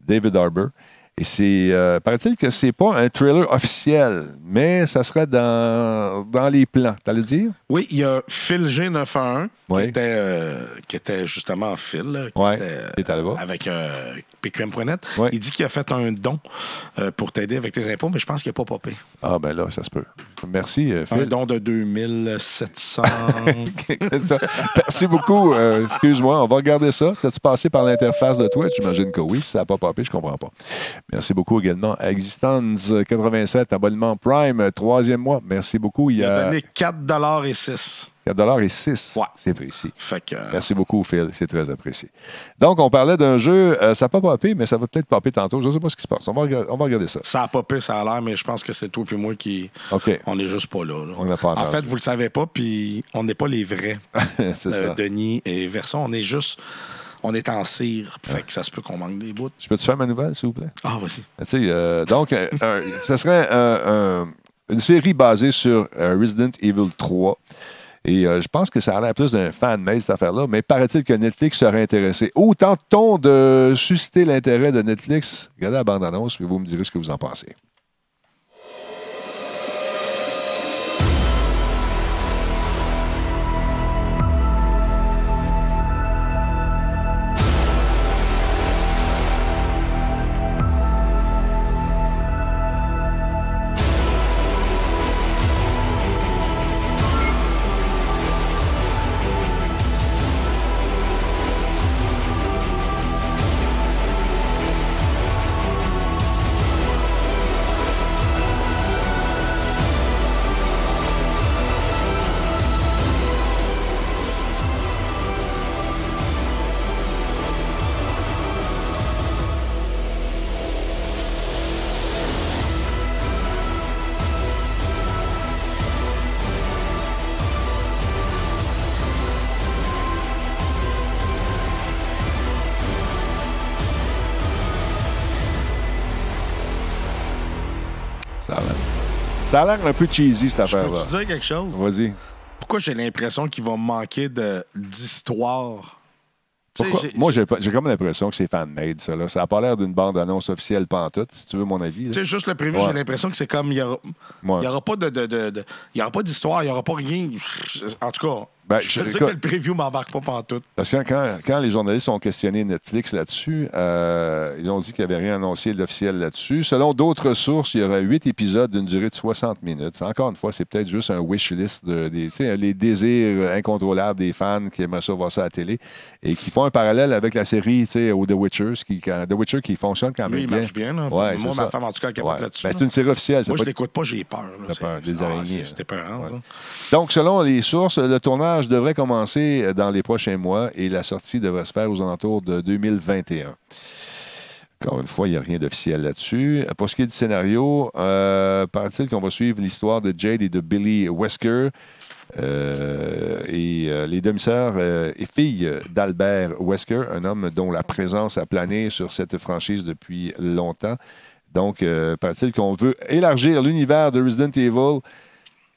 B: David Harbour. Et c'est, euh, paraît-il que c'est pas un trailer officiel, mais ça sera dans, dans les plans. T'allais dire?
C: Oui, il y a Phil G911
B: Oui.
C: qui, était, euh, qui était justement Phil, là, qui
B: Ouais,
C: était, euh,
B: qui est allé voir.
C: avec euh, PQM.net.
B: Oui.
C: Il dit qu'il a fait un don euh, pour t'aider avec tes impôts, mais je pense qu'il n'a pas popé.
B: Ah, ben là, ça se peut. Merci, euh,
C: Un
B: Phil.
C: don de 2700.
B: C'est ça. Merci beaucoup. Euh, Excuse-moi, on va regarder ça. T'as-tu passé par l'interface de Twitch? J'imagine que oui. Si ça n'a pas popé, je comprends pas. Merci beaucoup également à Existence87, abonnement Prime, euh, troisième mois. Merci beaucoup. Il y
C: il a
B: a
C: donné 4 et 6.
B: 4 et 6.
C: Ouais.
B: C'est précis.
C: Fait que, euh,
B: Merci beaucoup, Phil. C'est très apprécié. Donc, on parlait d'un jeu. euh, ça n'a pas popé, mais ça va peut-être popper tantôt. Je ne sais pas ce qui se passe. On va, rega- on va regarder ça.
C: Ça a popé, ça a l'air, mais je pense que c'est toi puis moi qui.
B: OK.
C: On n'est juste pas là. là.
B: On n'a pas
C: en
B: entendu.
C: fait, vous le savez pas, puis on n'est pas les vrais.
B: C'est
C: euh,
B: ça.
C: Denis et Verson, on est juste. On est en cire. Fait que ça se peut qu'on manque des bouts.
B: Je peux-tu faire ma nouvelle, s'il vous plaît?
C: Ah, vas-y.
B: Tu sais, euh, donc, euh, un- ça serait euh, un- une série basée sur euh, Resident Evil 3. Et euh, je pense que ça a l'air plus d'un fan-made, cette affaire-là, mais paraît-il que Netflix serait intéressé. Ou tentons de susciter l'intérêt de Netflix. Regardez la bande-annonce, puis vous me direz ce que vous en pensez. Ça a l'air- ça a l'air un peu cheesy, cette
C: Je peux
B: affaire-là.
C: te dire quelque chose?
B: Vas-y.
C: Pourquoi j'ai l'impression qu'il va manquer de- d'histoire? Tu sais,
B: Pourquoi-
C: j'ai-
B: Moi, j'ai pas- j'ai comme l'impression que c'est fan-made, ça. Là. Ça n'a pas l'air d'une bande-annonce officielle pantoute, si tu veux mon avis. là.
C: Tu sais, juste le prévu,
B: Ouais.
C: j'ai l'impression que c'est comme. Il n'y aura,
B: Ouais.
C: il y aura pas de. de- de- de- il y aura pas d'histoire, il n'y aura pas rien. En tout cas,
B: Ben,
C: je peux
B: je-
C: te dire
B: écoute-
C: que le preview m'embarque pas pantoute.
B: Parce que quand, quand les journalistes ont questionné Netflix là-dessus, euh, ils ont dit qu'il n'y avait rien annoncé d'officiel là-dessus. Selon d'autres sources, il y aurait huit épisodes d'une durée de 60 minutes. Encore une fois, c'est peut-être juste un wish list de, des, tu sais, les désirs incontrôlables des fans qui aimeraient ça voir ça à la télé et qui font un parallèle avec la série tu sais, ou The Witcher, ce qui, quand- The Witcher qui fonctionne quand même
C: Lui, il
B: Ah, bien.
C: marche bien, là.
B: Ouais,
C: Moi,
B: c'est
C: ma
B: ça.
C: femme, en tout cas, elle capote
B: Ouais.
C: là-dessus,
B: Ben,
C: là.
B: c'est une série officielle. c'est
C: Moi,
B: pas-
C: je l'écoute pas, j'ai peur. là.
B: T'as
C: C'est-
B: peur des
C: c'est- ah,
B: araignées, hein.
C: c'est- C'était peur.
B: Ouais. Donc, selon les sources, le tournage devrait commencer dans les prochains mois et la sortie devrait se faire aux alentours de 2021. Encore une fois, il n'y a rien d'officiel là-dessus. Pour ce qui est du scénario, euh, paraît-il qu'on va suivre l'histoire de Jade et de Billy Wesker, euh, et euh, les demi-sœurs euh, et filles d'Albert Wesker, un homme dont la présence a plané sur cette franchise depuis longtemps. Donc, euh, paraît-il qu'on veut élargir l'univers de Resident Evil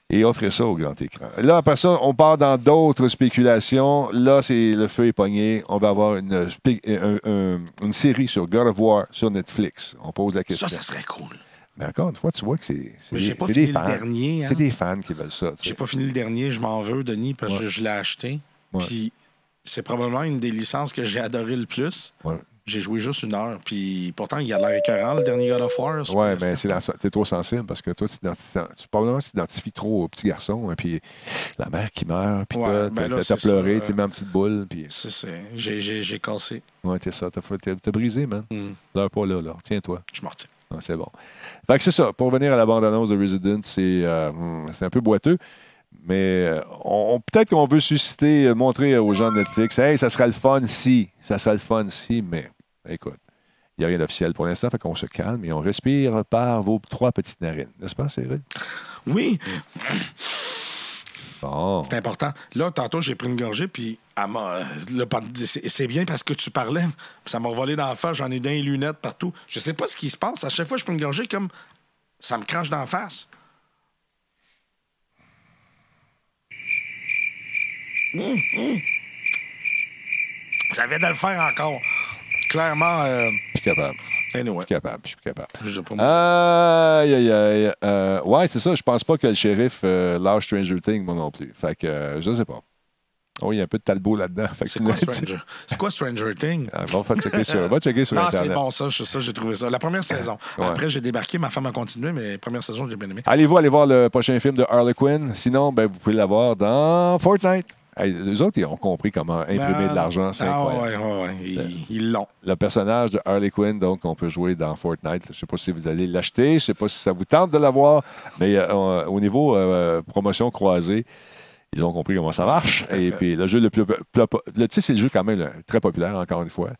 B: et offrir ça au grand écran. Là, après ça, on part dans d'autres spéculations. Là, c'est le feu est pogné. On va avoir une, spé- euh, euh, une série sur God of War sur Netflix. On pose la question.
C: Ça, ça serait cool.
B: Mais encore une fois, tu vois que c'est c'est
C: Mais j'ai
B: des,
C: pas
B: c'est des
C: fini le
B: fans.
C: dernier, hein.
B: C'est des fans qui veulent ça. tu sais.
C: J'ai pas fini le dernier, je m'en veux, Denis, parce que je l'ai acheté.
B: Ouais.
C: Puis c'est probablement une des licences que j'ai adoré le plus.
B: Ouais.
C: J'ai joué juste une heure. Puis pourtant, il y a de l'air écœurant, le dernier God of War. sur
B: Ouais,
C: PS4.
B: mais c'est dans- t'es trop sensible parce que toi, tu t'identifies- tu- probablement tu t'identifies trop au petit garçon, hein, puis la mère qui meurt, puis
C: Ouais,
B: toi,
C: ben
B: t'as-
C: là,
B: t'as
C: c'est
B: pleuré,
C: ça,
B: tu
C: euh,
B: mets en petite boule, puis
C: C'est ça. J'ai- J'ai j'ai cassé.
B: ouais, t'es ça, t'as t'as- t'as brisé, man.
C: Mm.
B: Pleure pas là, là, tiens-toi.
C: Je m'en retiens.
B: Non, Ah, c'est bon. Fait que c'est ça. Pour revenir à la bande-annonce de Resident, c'est euh, hmm, c'est un peu boiteux. Mais euh, on, on- peut-être qu'on veut susciter, euh, montrer aux gens de Netflix, hey, ça sera le fun si, ça sera le fun si, mais écoute, il n'y a rien d'officiel pour l'instant, fait qu'on se calme et on respire par vos trois petites narines. N'est-ce pas, Cyril?
C: Oui,
B: Bon.
C: c'est important. Là, tantôt, j'ai pris une gorgée, puis elle m'a- euh, là, pendant- c'est c'est bien parce que tu parlais. Ça m'a volé dans la face, j'en ai dans les lunettes partout. Je sais pas ce qui se passe. À chaque fois que je prends une gorgée, comme ça me crache dans la face. Hum, hum. Ça vient de le faire encore. Clairement, euh,
B: Je suis capable.
C: anyway.
B: Je suis capable. Je suis plus capable.
C: Je sais pas.
B: Aïe, aïe, aïe. Euh, ouais, c'est ça. Je pense pas que le shérif euh, lâche Stranger Things, moi non plus. Fait que euh, je sais pas. Oh, il y a un peu de Talbot là-dedans. Fait que
C: C'est
B: tu-
C: quoi
B: tu-
C: Stranger? C'est quoi Stranger Thing?
B: Ah, va faire checker sur, va checker sur
C: Ah, c'est
B: Internet. Ah,
C: bon, ça, je- ça, j'ai trouvé ça. La première saison.
B: Ouais. Ah,
C: Après, j'ai débarqué, ma femme a continué, mais la première saison, j'ai bien aimé.
B: Allez-vous aller voir le prochain film de Harley Quinn? Sinon, ben, vous pouvez l'avoir dans Fortnite. Les eux autres, ils ont compris comment imprimer de l'argent. C'est
C: Ah,
B: incroyable.
C: ouais, ouais, ouais. Ils- Ils l'ont.
B: Le personnage de Harley Quinn, donc, on peut jouer dans Fortnite. Je ne sais pas si vous allez l'acheter. Je ne sais pas si ça vous tente de l'avoir. Mais euh, on- au niveau euh, promotion croisée, ils ont compris comment ça marche. Et puis, le jeu le plus. plus- le- Tu sais, c'est le jeu quand même là, très populaire, encore une fois.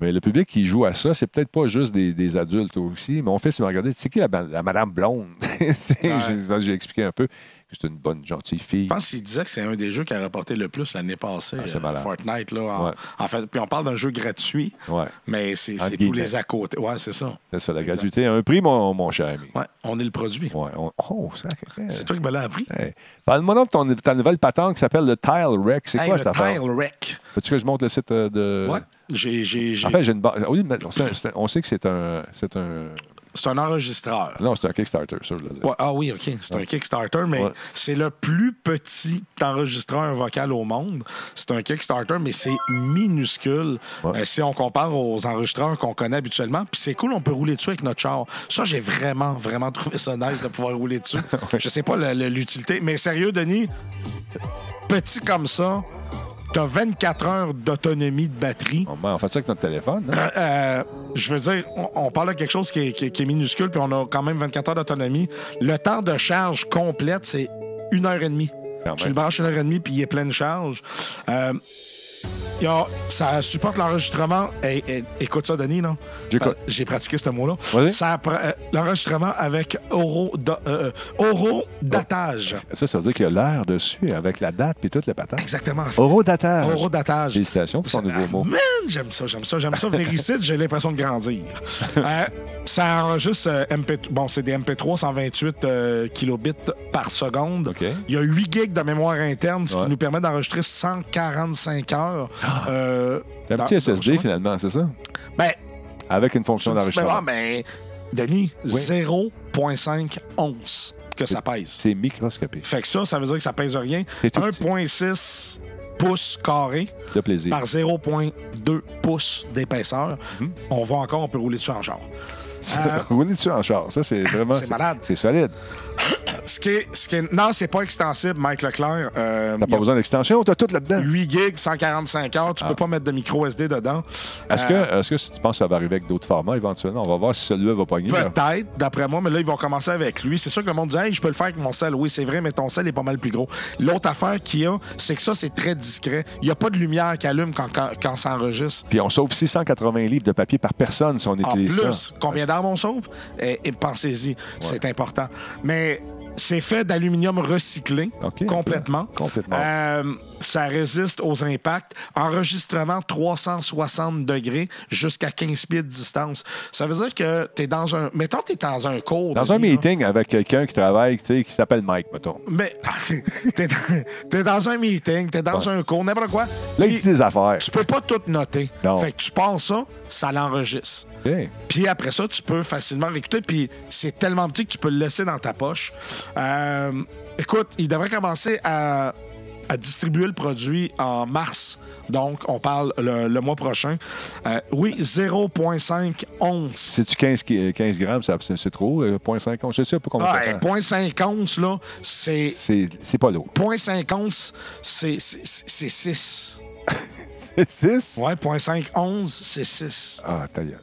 B: Mais le public qui joue à ça, c'est peut-être pas juste des, des adultes aussi. Mon fils il m'a regardé, c'est qui la, ma- la madame blonde? Tu sais, j'ai- J'ai expliqué un peu que c'est une bonne, gentille fille.
C: Je pense qu'il disait que c'est un des jeux qui a rapporté le plus l'année passée.
B: Ah, c'est
C: euh,
B: malade.
C: Fortnite, là. En,
B: Ouais.
C: en fait, puis on parle d'un jeu gratuit,
B: Ouais.
C: mais c'est
B: Entre
C: c'est tous
B: guillemets.
C: les à côté. Ouais, c'est ça.
B: C'est ça, la gratuité a un prix, mon, mon cher ami.
C: Ouais, on est le produit.
B: Ouais, on- oh, ça.
C: C'est toi qui me l'as appris.
B: Hey. Ben, Parle-moi donc de ton, ta nouvelle patente qui s'appelle le Tile Rec. C'est
C: Hey,
B: quoi
C: le
B: cette affaire?
C: Tile Wreck.
B: Veux-tu que je monte le site euh, de.
C: Ouais. J'ai- j'ai- j'ai-
B: En fait, j'ai une ba- oui, mais on sait- c'est un- on sait que c'est un, c'est un.
C: C'est un enregistreur.
B: Non, c'est un Kickstarter, ça, je veux dire.
C: Ouais, ah oui, OK. C'est un Kickstarter, mais
B: Ouais.
C: c'est le plus petit enregistreur vocal au monde. C'est un Kickstarter, mais c'est minuscule
B: Ouais.
C: euh, si on compare aux enregistreurs qu'on connaît habituellement. Puis c'est cool, on peut rouler dessus avec notre char. Ça, j'ai vraiment, vraiment trouvé ça nice de pouvoir rouler dessus. Je sais pas le- le- l'utilité, mais sérieux, Denis, petit comme ça, t'as 24 heures d'autonomie de batterie.
B: On, on fait ça avec notre téléphone, hein. non?
C: Euh, je veux dire, on, on parle de quelque chose qui est, qui est- qui est minuscule, puis on a quand même 24 heures d'autonomie. Le temps de charge complète, c'est une heure et demie.
B: Quand
C: Tu
B: même.
C: le branches une heure et demie, puis il est plein de charge. Euh, Yo, ça supporte l'enregistrement. Hey, hey, écoute ça, Denis, là.
B: J'écoute.
C: Euh, J'ai pratiqué ce mot-là.
B: Vas-y.
C: Ça appre- euh, l'enregistrement avec oro, da- euh, oro datage.
B: Ça, ça veut dire qu'il y a l'air dessus avec la date puis toute la patate.
C: Exactement.
B: Orodatage.
C: Oro datage.
B: Félicitations pour son nouveau mot.
C: Ah, Man, j'aime ça, j'aime ça, j'aime ça. Venir ici, j'ai l'impression de grandir. Euh, ça enregistre euh, MP... Bon, c'est des MP3 128 euh, kilobits par seconde.
B: OK.
C: Il y a 8 gigs de mémoire interne, ce
B: Ouais.
C: qui nous permet d'enregistrer 145 heures. euh,
B: C'est un
C: dans-
B: petit
C: dans-
B: SSD, finalement, c'est ça?
C: Ben,
B: Avec une fonction
C: tu
B: d'enregistrement.
C: mais ben, Denis, 0,5 onces que ça pèse.
B: C'est microscopique.
C: Fait que ça, ça veut dire que ça pèse rien.
B: C'est tout petit.
C: 1,6 pouces carrés
B: De plaisir.
C: par 0,2 pouces d'épaisseur. On va encore, on peut rouler dessus en genre.
B: Ça, Roulez dessus en char. Ça, c'est vraiment.
C: C'est malade.
B: C'est solide.
C: Ce qui est, ce qui est- non, c'est pas extensible, Mike Leclerc. Euh,
B: T'as
C: il y
B: pas
C: a
B: besoin d'extension, t'as tout là-dedans.
C: 8 gigs, 145 heures, tu peux pas mettre de micro SD dedans.
B: Est-ce
C: Ah.
B: que, est-ce que si tu penses que ça va arriver avec d'autres formats éventuellement? On va voir si celui-là va pogner. là.
C: Peut-être, d'après moi, mais là, ils vont commencer avec lui. C'est sûr que le monde dit, Hey, je peux le faire avec mon sel. Oui, c'est vrai, mais ton sel est pas mal plus gros. L'autre affaire qu'il y a, c'est que ça, c'est très discret. Il n'y a pas de lumière qui allume quand, quand, quand ça enregistre.
B: Puis on sauve 680 livres de papier par personne si on
C: En
B: utilise
C: plus,
B: ça.
C: combien d'armes on sauve? Et, pensez-y, c'est important. Mais c'est fait d'aluminium recyclé
B: OK,
C: complètement.
B: OK. Complètement.
C: Euh, ça résiste aux impacts. Enregistrement 360 degrés jusqu'à 15 pieds de distance. Ça veut dire que tu es dans un... Mettons, tu es dans un cours.
B: Dans
C: de
B: un
C: vie, là.
B: meeting avec quelqu'un qui travaille, tu sais, qui s'appelle Mike, mettons.
C: Mais ah, t'es- t'es dans- t'es dans un meeting, t'es dans un cours, n'importe quoi.
B: Là, il
C: Puis,
B: dit des affaires.
C: Tu peux pas tout noter.
B: Non.
C: Fait que tu penses ça, ça l'enregistre.
B: Bien.
C: Puis après ça, tu peux facilement réécouter. Puis c'est tellement petit que tu peux le laisser dans ta poche. Euh, écoute, il devrait commencer à, à distribuer le produit en mars. Donc, on parle le, le mois prochain. Euh, oui, 0,5 once.
B: C'est-tu 15, qui- 15 grammes, ça, c'est c'est trop? euh, 0.50, je sais pas combien ça
C: Ouais,
B: prend.
C: 0,5 once, là, c'est
B: C'est c'est pas lourd.
C: 0.50, c'est 6.
B: C'est 6?
C: Ouais, 0.5, 11, c'est 6.
B: Ah, ta gueule.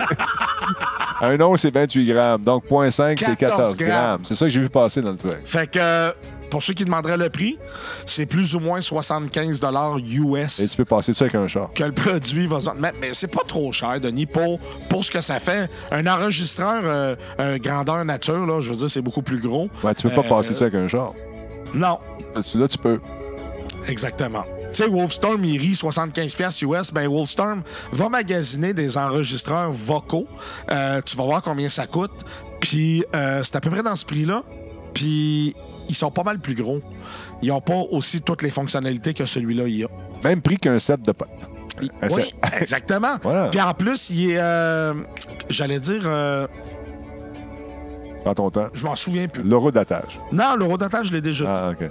B: Un once, c'est 28 grammes. Donc, 0.5, c'est 14
C: 14
B: grammes.
C: grammes.
B: C'est ça que j'ai vu passer dans le truc.
C: Fait que, euh, pour ceux qui demanderaient le prix, c'est plus ou moins 75
B: Et
C: US
B: tu peux passer ça avec un char.
C: que le produit va se vendre. Mais, mais c'est pas trop cher, Denis, pour, pour ce que ça fait. Un enregistreur euh, euh, grandeur nature, là, je veux dire, c'est beaucoup plus gros.
B: Ouais, tu peux pas
C: Euh,
B: passer ça avec un char.
C: Non,
B: Parce que Là, tu peux.
C: Exactement. Tu sais, Wolfstorm, il rit 75$ US. Ben, Wolfstorm va magasiner des enregistreurs vocaux. Euh, tu vas voir combien ça coûte. Puis, euh, c'est à peu près dans ce prix-là. Puis, ils sont pas mal plus gros. Ils ont pas aussi toutes les fonctionnalités que celui-là, il a.
B: Même prix qu'un set de potes. Un
C: Oui,
B: set.
C: exactement.
B: Voilà.
C: Puis, en plus, il est. euh, J'allais dire. euh,
B: Prends ton temps.
C: je m'en souviens plus.
B: L'eurodatage.
C: Non, l'eurodatage, je l'ai déjà dit.
B: Ah, OK.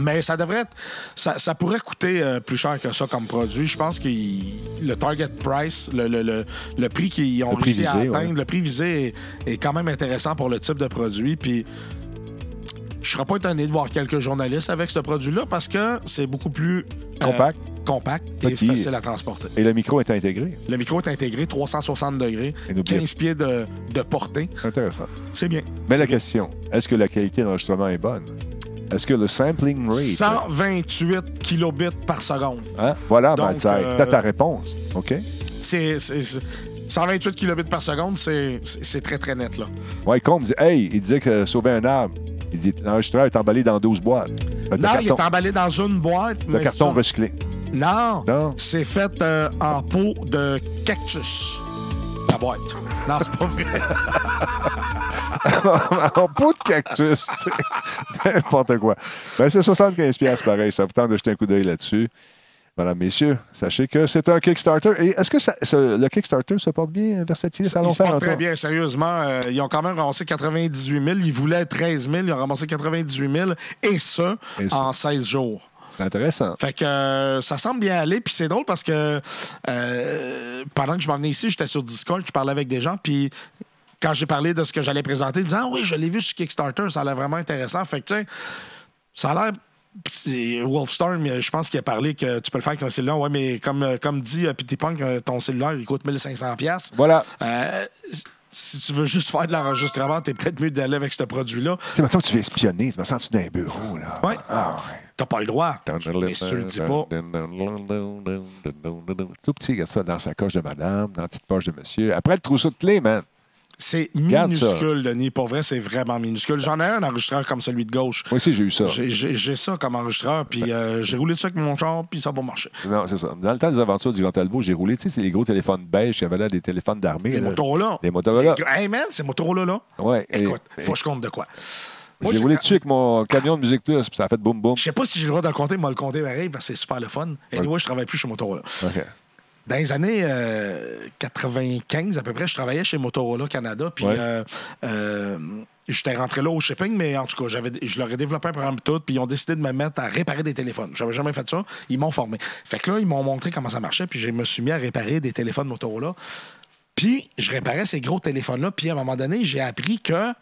C: Mais ça devrait être. Ça, ça pourrait coûter euh, plus cher que ça comme produit. Je pense que il- le target price, le, le- le- le prix qu'ils ont
B: Le prix
C: réussi à
B: visé, ouais.
C: atteindre, le prix visé est, est quand même intéressant pour le type de produit. Puis. Je serais pas étonné de voir quelques journalistes avec ce produit-là parce que c'est beaucoup plus euh,
B: Compact.
C: compact
B: Petit.
C: et facile à transporter.
B: Et le micro est intégré.
C: Le micro est intégré 360 degrés,
B: Et n'oubliez-
C: 15 pieds de, de portée.
B: Intéressant.
C: C'est bien.
B: Mais la question, est-ce que la qualité d'enregistrement est bonne? Est-ce que le sampling rate...
C: 128 kilobits par seconde.
B: Hein? Voilà,
C: Donc,
B: ben, ça-
C: euh,
B: t'as ta réponse. OK?
C: C'est c'est- c'est- 128 km par seconde, c'est c'est très, très net, là.
B: Ouais, Combe dit, hey, il disait que euh, sauver un arbre. Il dit, l'enregistreur est emballé dans 12 boîtes. Fait Ben, de
C: Non, il est
B: carton,
C: emballé dans une boîte.
B: de
C: mais
B: carton
C: c'est
B: recyclé.
C: ça- Non,
B: Non.
C: c'est fait euh, en peau de cactus, la boîte. Non, c'est pas vrai.
B: en pot de cactus, tu sais. N'importe quoi. Ben, c'est 75 pièces pareil. Ça vous tente de jeter un coup d'œil là-dessus. Madame, messieurs, sachez que c'est un Kickstarter. Et est-ce que ça- ce- le Kickstarter se porte bien, Versatile? Ça
C: Ils
B: l'en
C: se
B: fait
C: portent
B: encore?
C: très bien, sérieusement. Euh, ils ont quand même ramassé 98 000. Ils voulaient 13 000. Ils ont ramassé 98 000. Et ça,
B: Et ça.
C: en 16 jours.
B: Intéressant.
C: Fait que euh, ça semble bien aller. Puis c'est drôle parce que euh, pendant que je m'en venais ici, j'étais sur Discord, je parlais avec des gens. Puis quand j'ai parlé de ce que j'allais présenter, ils disaient Ah oui, je l'ai vu sur Kickstarter, ça a l'air vraiment intéressant. Fait que tu sais, ça a l'air. Puis, Wolfstorm, euh, je pense qu'il a parlé que tu peux le faire avec ton cellulaire. Ouais, mais comme, euh, comme dit euh, Pity Punk, euh, ton cellulaire, il coûte 1500$. piastres.
B: Voilà.
C: Euh, si tu veux juste faire de l'enregistrement, t'es peut-être mieux d'aller avec ce produit-là.
B: Tu sais, mettons que tu veux espionner, tu me sens-tu dans un bureau, là?
C: Ouais.
B: Ah, ouais.
C: T'as pas le droit. Mais si tu le dis pas.
B: Tout petit, regarde ça dans sa coche de madame, dans la petite poche de monsieur. Après le trousseau de clés, man.
C: C'est
B: Garde
C: minuscule, Denis. Pour vrai, c'est vraiment minuscule. J'en ai un enregistreur comme celui de gauche.
B: Moi aussi, j'ai eu ça. Ben.
C: J'ai- J'ai j'ai ça comme enregistreur, puis euh, j'ai roulé dessus avec mon char, puis ça va marcher.
B: Non, c'est ça. Dans le temps des aventures du Grand Talbot, j'ai roulé, tu sais, c'est les gros téléphones beige qui avaient l'air des téléphones d'armée.
C: Les
B: là.
C: Motorola.
B: Les Motorola.
C: Hey man, ces Motorola là.
B: Ouais, et-
C: Écoute,
B: et-
C: faut que je compte de quoi. Moi,
B: J'ai
C: j'ai-
B: roulé dessus avec mon camion de Musique Plus, puis ça a fait boum boum.
C: Je sais pas si j'ai le droit de le compter, mais le compter pareil parce que c'est super le fun. Et anyway, je travaille plus chez Motorola.
B: OK.
C: Dans les années euh, 95 à peu près, je travaillais chez Motorola Canada. Puis
B: Ouais.
C: euh, euh, j'étais rentré là au shipping, mais en tout cas, j'avais, je leur ai développé un programme tout. Puis ils ont décidé de me mettre à réparer des téléphones. J'avais jamais fait ça. Ils m'ont formé. Fait que là, ils m'ont montré comment ça marchait. Puis je me suis mis à réparer des téléphones Motorola. Puis je réparais ces gros téléphones-là. Puis à un moment donné, j'ai appris que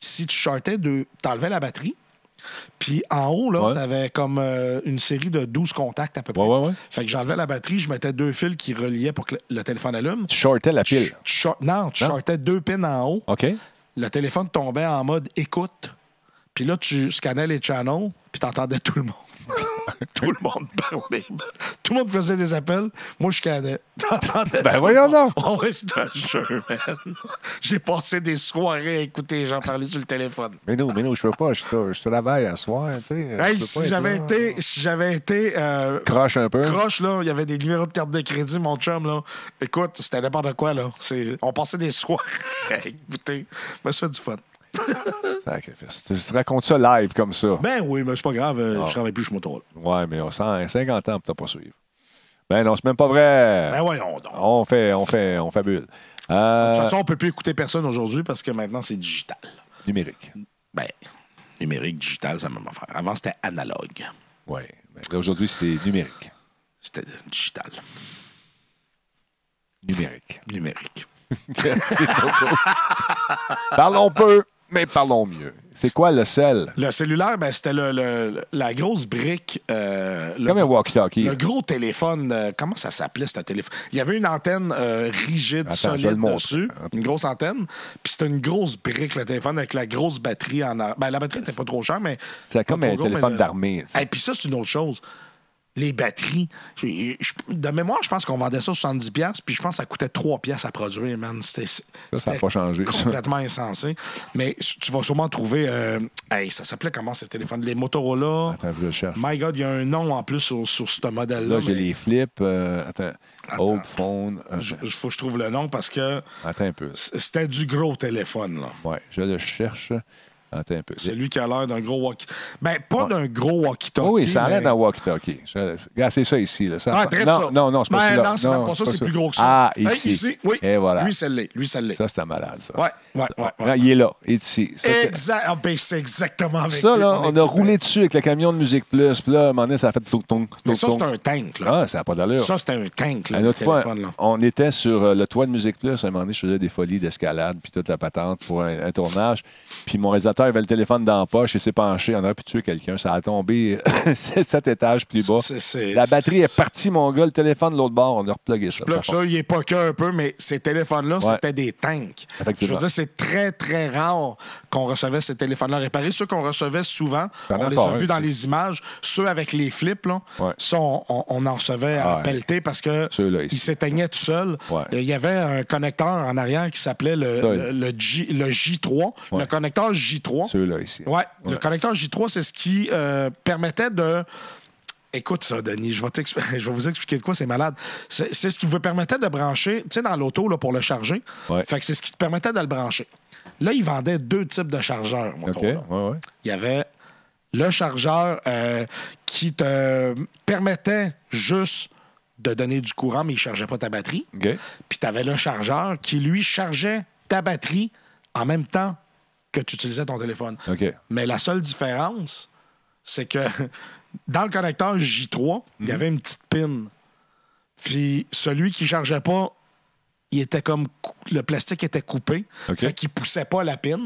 C: si tu shortais, de, t'enlevais la batterie. Puis en haut, là,
B: Ouais.
C: t'avais comme euh, une série de 12 contacts à peu près.
B: Ouais, ouais, ouais.
C: Fait que j'enlevais la batterie, je mettais deux fils qui reliaient pour que le- le téléphone allume.
B: Tu shortais la
C: Tu-
B: pile.
C: tu short- non, tu
B: Non?
C: shortais deux pins en haut.
B: OK?
C: Le téléphone tombait en mode écoute. Puis là, tu scannais les channels, puis t'entendais tout le monde. tout le monde parlait. Tout le monde faisait des appels. Moi, je scannais. T'entendais
B: Ben voyons donc!
C: Oh, ouais, je te jure, man. J'ai passé des soirées à écouter les gens parler sur le téléphone.
B: Mais non, mais non, je peux pas, je, je- je travaille à soir, tu sais. je
C: Hey,
B: peux pas
C: si
B: être
C: j'avais
B: là.
C: été, si j'avais été euh,
B: Croche un peu.
C: croche, là, il y avait des numéros de carte de crédit, mon chum, là. Écoute, c'était n'importe quoi, là. C'est- On passait des soirs. Écoutez, mais ça, du fun.
B: Sacrifice. Tu tu racontes ça live comme ça.
C: Ben oui, mais c'est pas grave, euh, je travaille plus chez Motorola.
B: Ouais, mais on sent 50 ans pour pas suivre. Ben non, c'est même pas vrai.
C: Ben voyons donc.
B: On fait, on fait, on fabule. Euh,
C: De toute façon, on peut plus écouter personne aujourd'hui parce que maintenant, c'est digital.
B: numérique.
C: Ben, numérique, digital, ça m'a même affaire. Avant, c'était analogue.
B: Oui. Ben Aujourd'hui, c'est numérique.
C: C'était digital,
B: Numérique.
C: numérique.
B: parlons peu, mais parlons mieux. C'est quoi le sel?
C: Le cellulaire, ben, c'était le, le- la grosse brique. euh, le-
B: Comme un walkie-talkie.
C: Le gros téléphone, euh, comment ça s'appelait ce téléphone? Il y avait une antenne euh, rigide,
B: Attends, je vais le
C: solide
B: montrer.
C: dessus, une grosse antenne, puis c'était une grosse brique le téléphone avec la grosse batterie en arrière. Ben, la batterie n'était pas trop chère, mais.
B: C'était
C: pas
B: comme
C: trop
B: un
C: gros, mais euh,
B: téléphone
C: le-
B: d'armée, tu sais.
C: Et puis ça, c'est une autre chose. Les batteries. J'ai- je- de mémoire, je pense qu'on vendait ça 70$, piastres, puis je pense que ça coûtait 3$ piastres à produire, man. C'était.
B: Ça, ça a
C: c'était
B: pas changé, ça.
C: Complètement insensé. Mais tu vas sûrement trouver. euh, hey, ça s'appelait comment ce téléphone? Les Motorola.
B: Attends, je le cherche.
C: My God, il y a un nom en plus sur, sur ce modèle-là.
B: Là, j'ai
C: mais-
B: les flips. euh, attends. Old phone. euh,
C: Je- je- faut que je trouve le nom parce que
B: Attends un peu.
C: c- c'était du gros téléphone. Là.
B: Ouais, je le cherche. Attends un peu.
C: C'est lui qui a l'air d'un gros walkie. Ben, pas d'un gros walkie-talkie.
B: Oh oui, ça
C: mais-
B: arrête dans walkie-talkie. Je- Regarde, c'est ça ici. Là. Ça-
C: Ah,
B: ça-
C: traite
B: non,
C: ça.
B: non, non, c'est pas
C: Ben,
B: celui-là.
C: Non, c'est même pas ça, c'est plus gros que ça.
B: Ah,
C: Hey,
B: ici.
C: oui.
B: Et voilà.
C: Lui, c'est l'est. Lui, c'est l'est.
B: ça, c'était malade, ça.
C: Ouais, ouais, ouais. ouais.
B: Non, il est là, il est ici. Ça, c'est-
C: Exact. Ah, ben, c'est exactement avec
B: ça,
C: lui
B: là,
C: qu'on
B: on
C: écoutait.
B: a roulé dessus avec le camion de Musique Plus. Puis là, à un moment donné, ça a fait tout tonk
C: Mais ça, c'est un tank. Là.
B: Ah, ça n'a pas d'allure.
C: ça, c'était un tank. Là,
B: Un
C: le
B: autre fois,
C: téléphone, là.
B: on était sur euh, le toit de Musique Plus. À un moment donné, je faisais des folies d'escalade, puis toute la patente pour un, un tournage. Puis mon réalisateur avait le téléphone dans la poche et s'est penché. On aurait pu tuer quelqu'un. Ça a tombé sept étages plus bas.
C: C'est- c'est-
B: la batterie est
C: c'est-
B: partie, mon gars. Le téléphone de l'autre bord, on a replugué ça.
C: Là, que ça, il est pas un peu, mais ces téléphones-là, c'était des tanks. Je
B: Effectivement.
C: veux dire, c'est très, très rare qu'on recevait ces téléphones-là réparés. Ceux qu'on recevait souvent,
B: T'en as
C: on les
B: encore
C: a
B: un,
C: vus dans
B: tu-
C: les images. Ceux avec les flips, là,
B: Ouais.
C: ça, on, on- on en recevait
B: Ah
C: à
B: ouais.
C: pelleter parce que
B: Ceux-là, ici.
C: ils s'éteignaient tout seuls.
B: Ouais.
C: Il y avait un connecteur en arrière qui s'appelait le,
B: Ça,
C: le, le J, le J3.
B: Ouais.
C: Le connecteur J3.
B: Ceux-là ici.
C: Ouais, le connecteur J3, c'est ce qui euh, permettait de. Écoute ça, Denis, je vais, t'expli- je vais vous expliquer de quoi c'est malade. C'est c'est ce qui vous permettait de brancher, tu sais, dans l'auto, là, pour le charger.
B: Ouais.
C: Fait que c'est ce qui te permettait de le brancher. Là, ils vendaient deux types de chargeurs, mon
B: OK,
C: tour,
B: ouais,
C: là.
B: ouais.
C: Il y avait le chargeur euh, qui te permettait juste de donner du courant, mais il ne chargeait pas ta batterie.
B: OK.
C: Puis tu avais le chargeur qui, lui, chargeait ta batterie en même temps que tu utilisais ton téléphone.
B: OK.
C: Mais la seule différence, c'est que dans le connecteur J3, il
B: Mhm.
C: y avait une petite pin. Puis celui qui chargeait pas, il était comme cou- le plastique était coupé,
B: OK.
C: fait qu'il poussait pas la pin,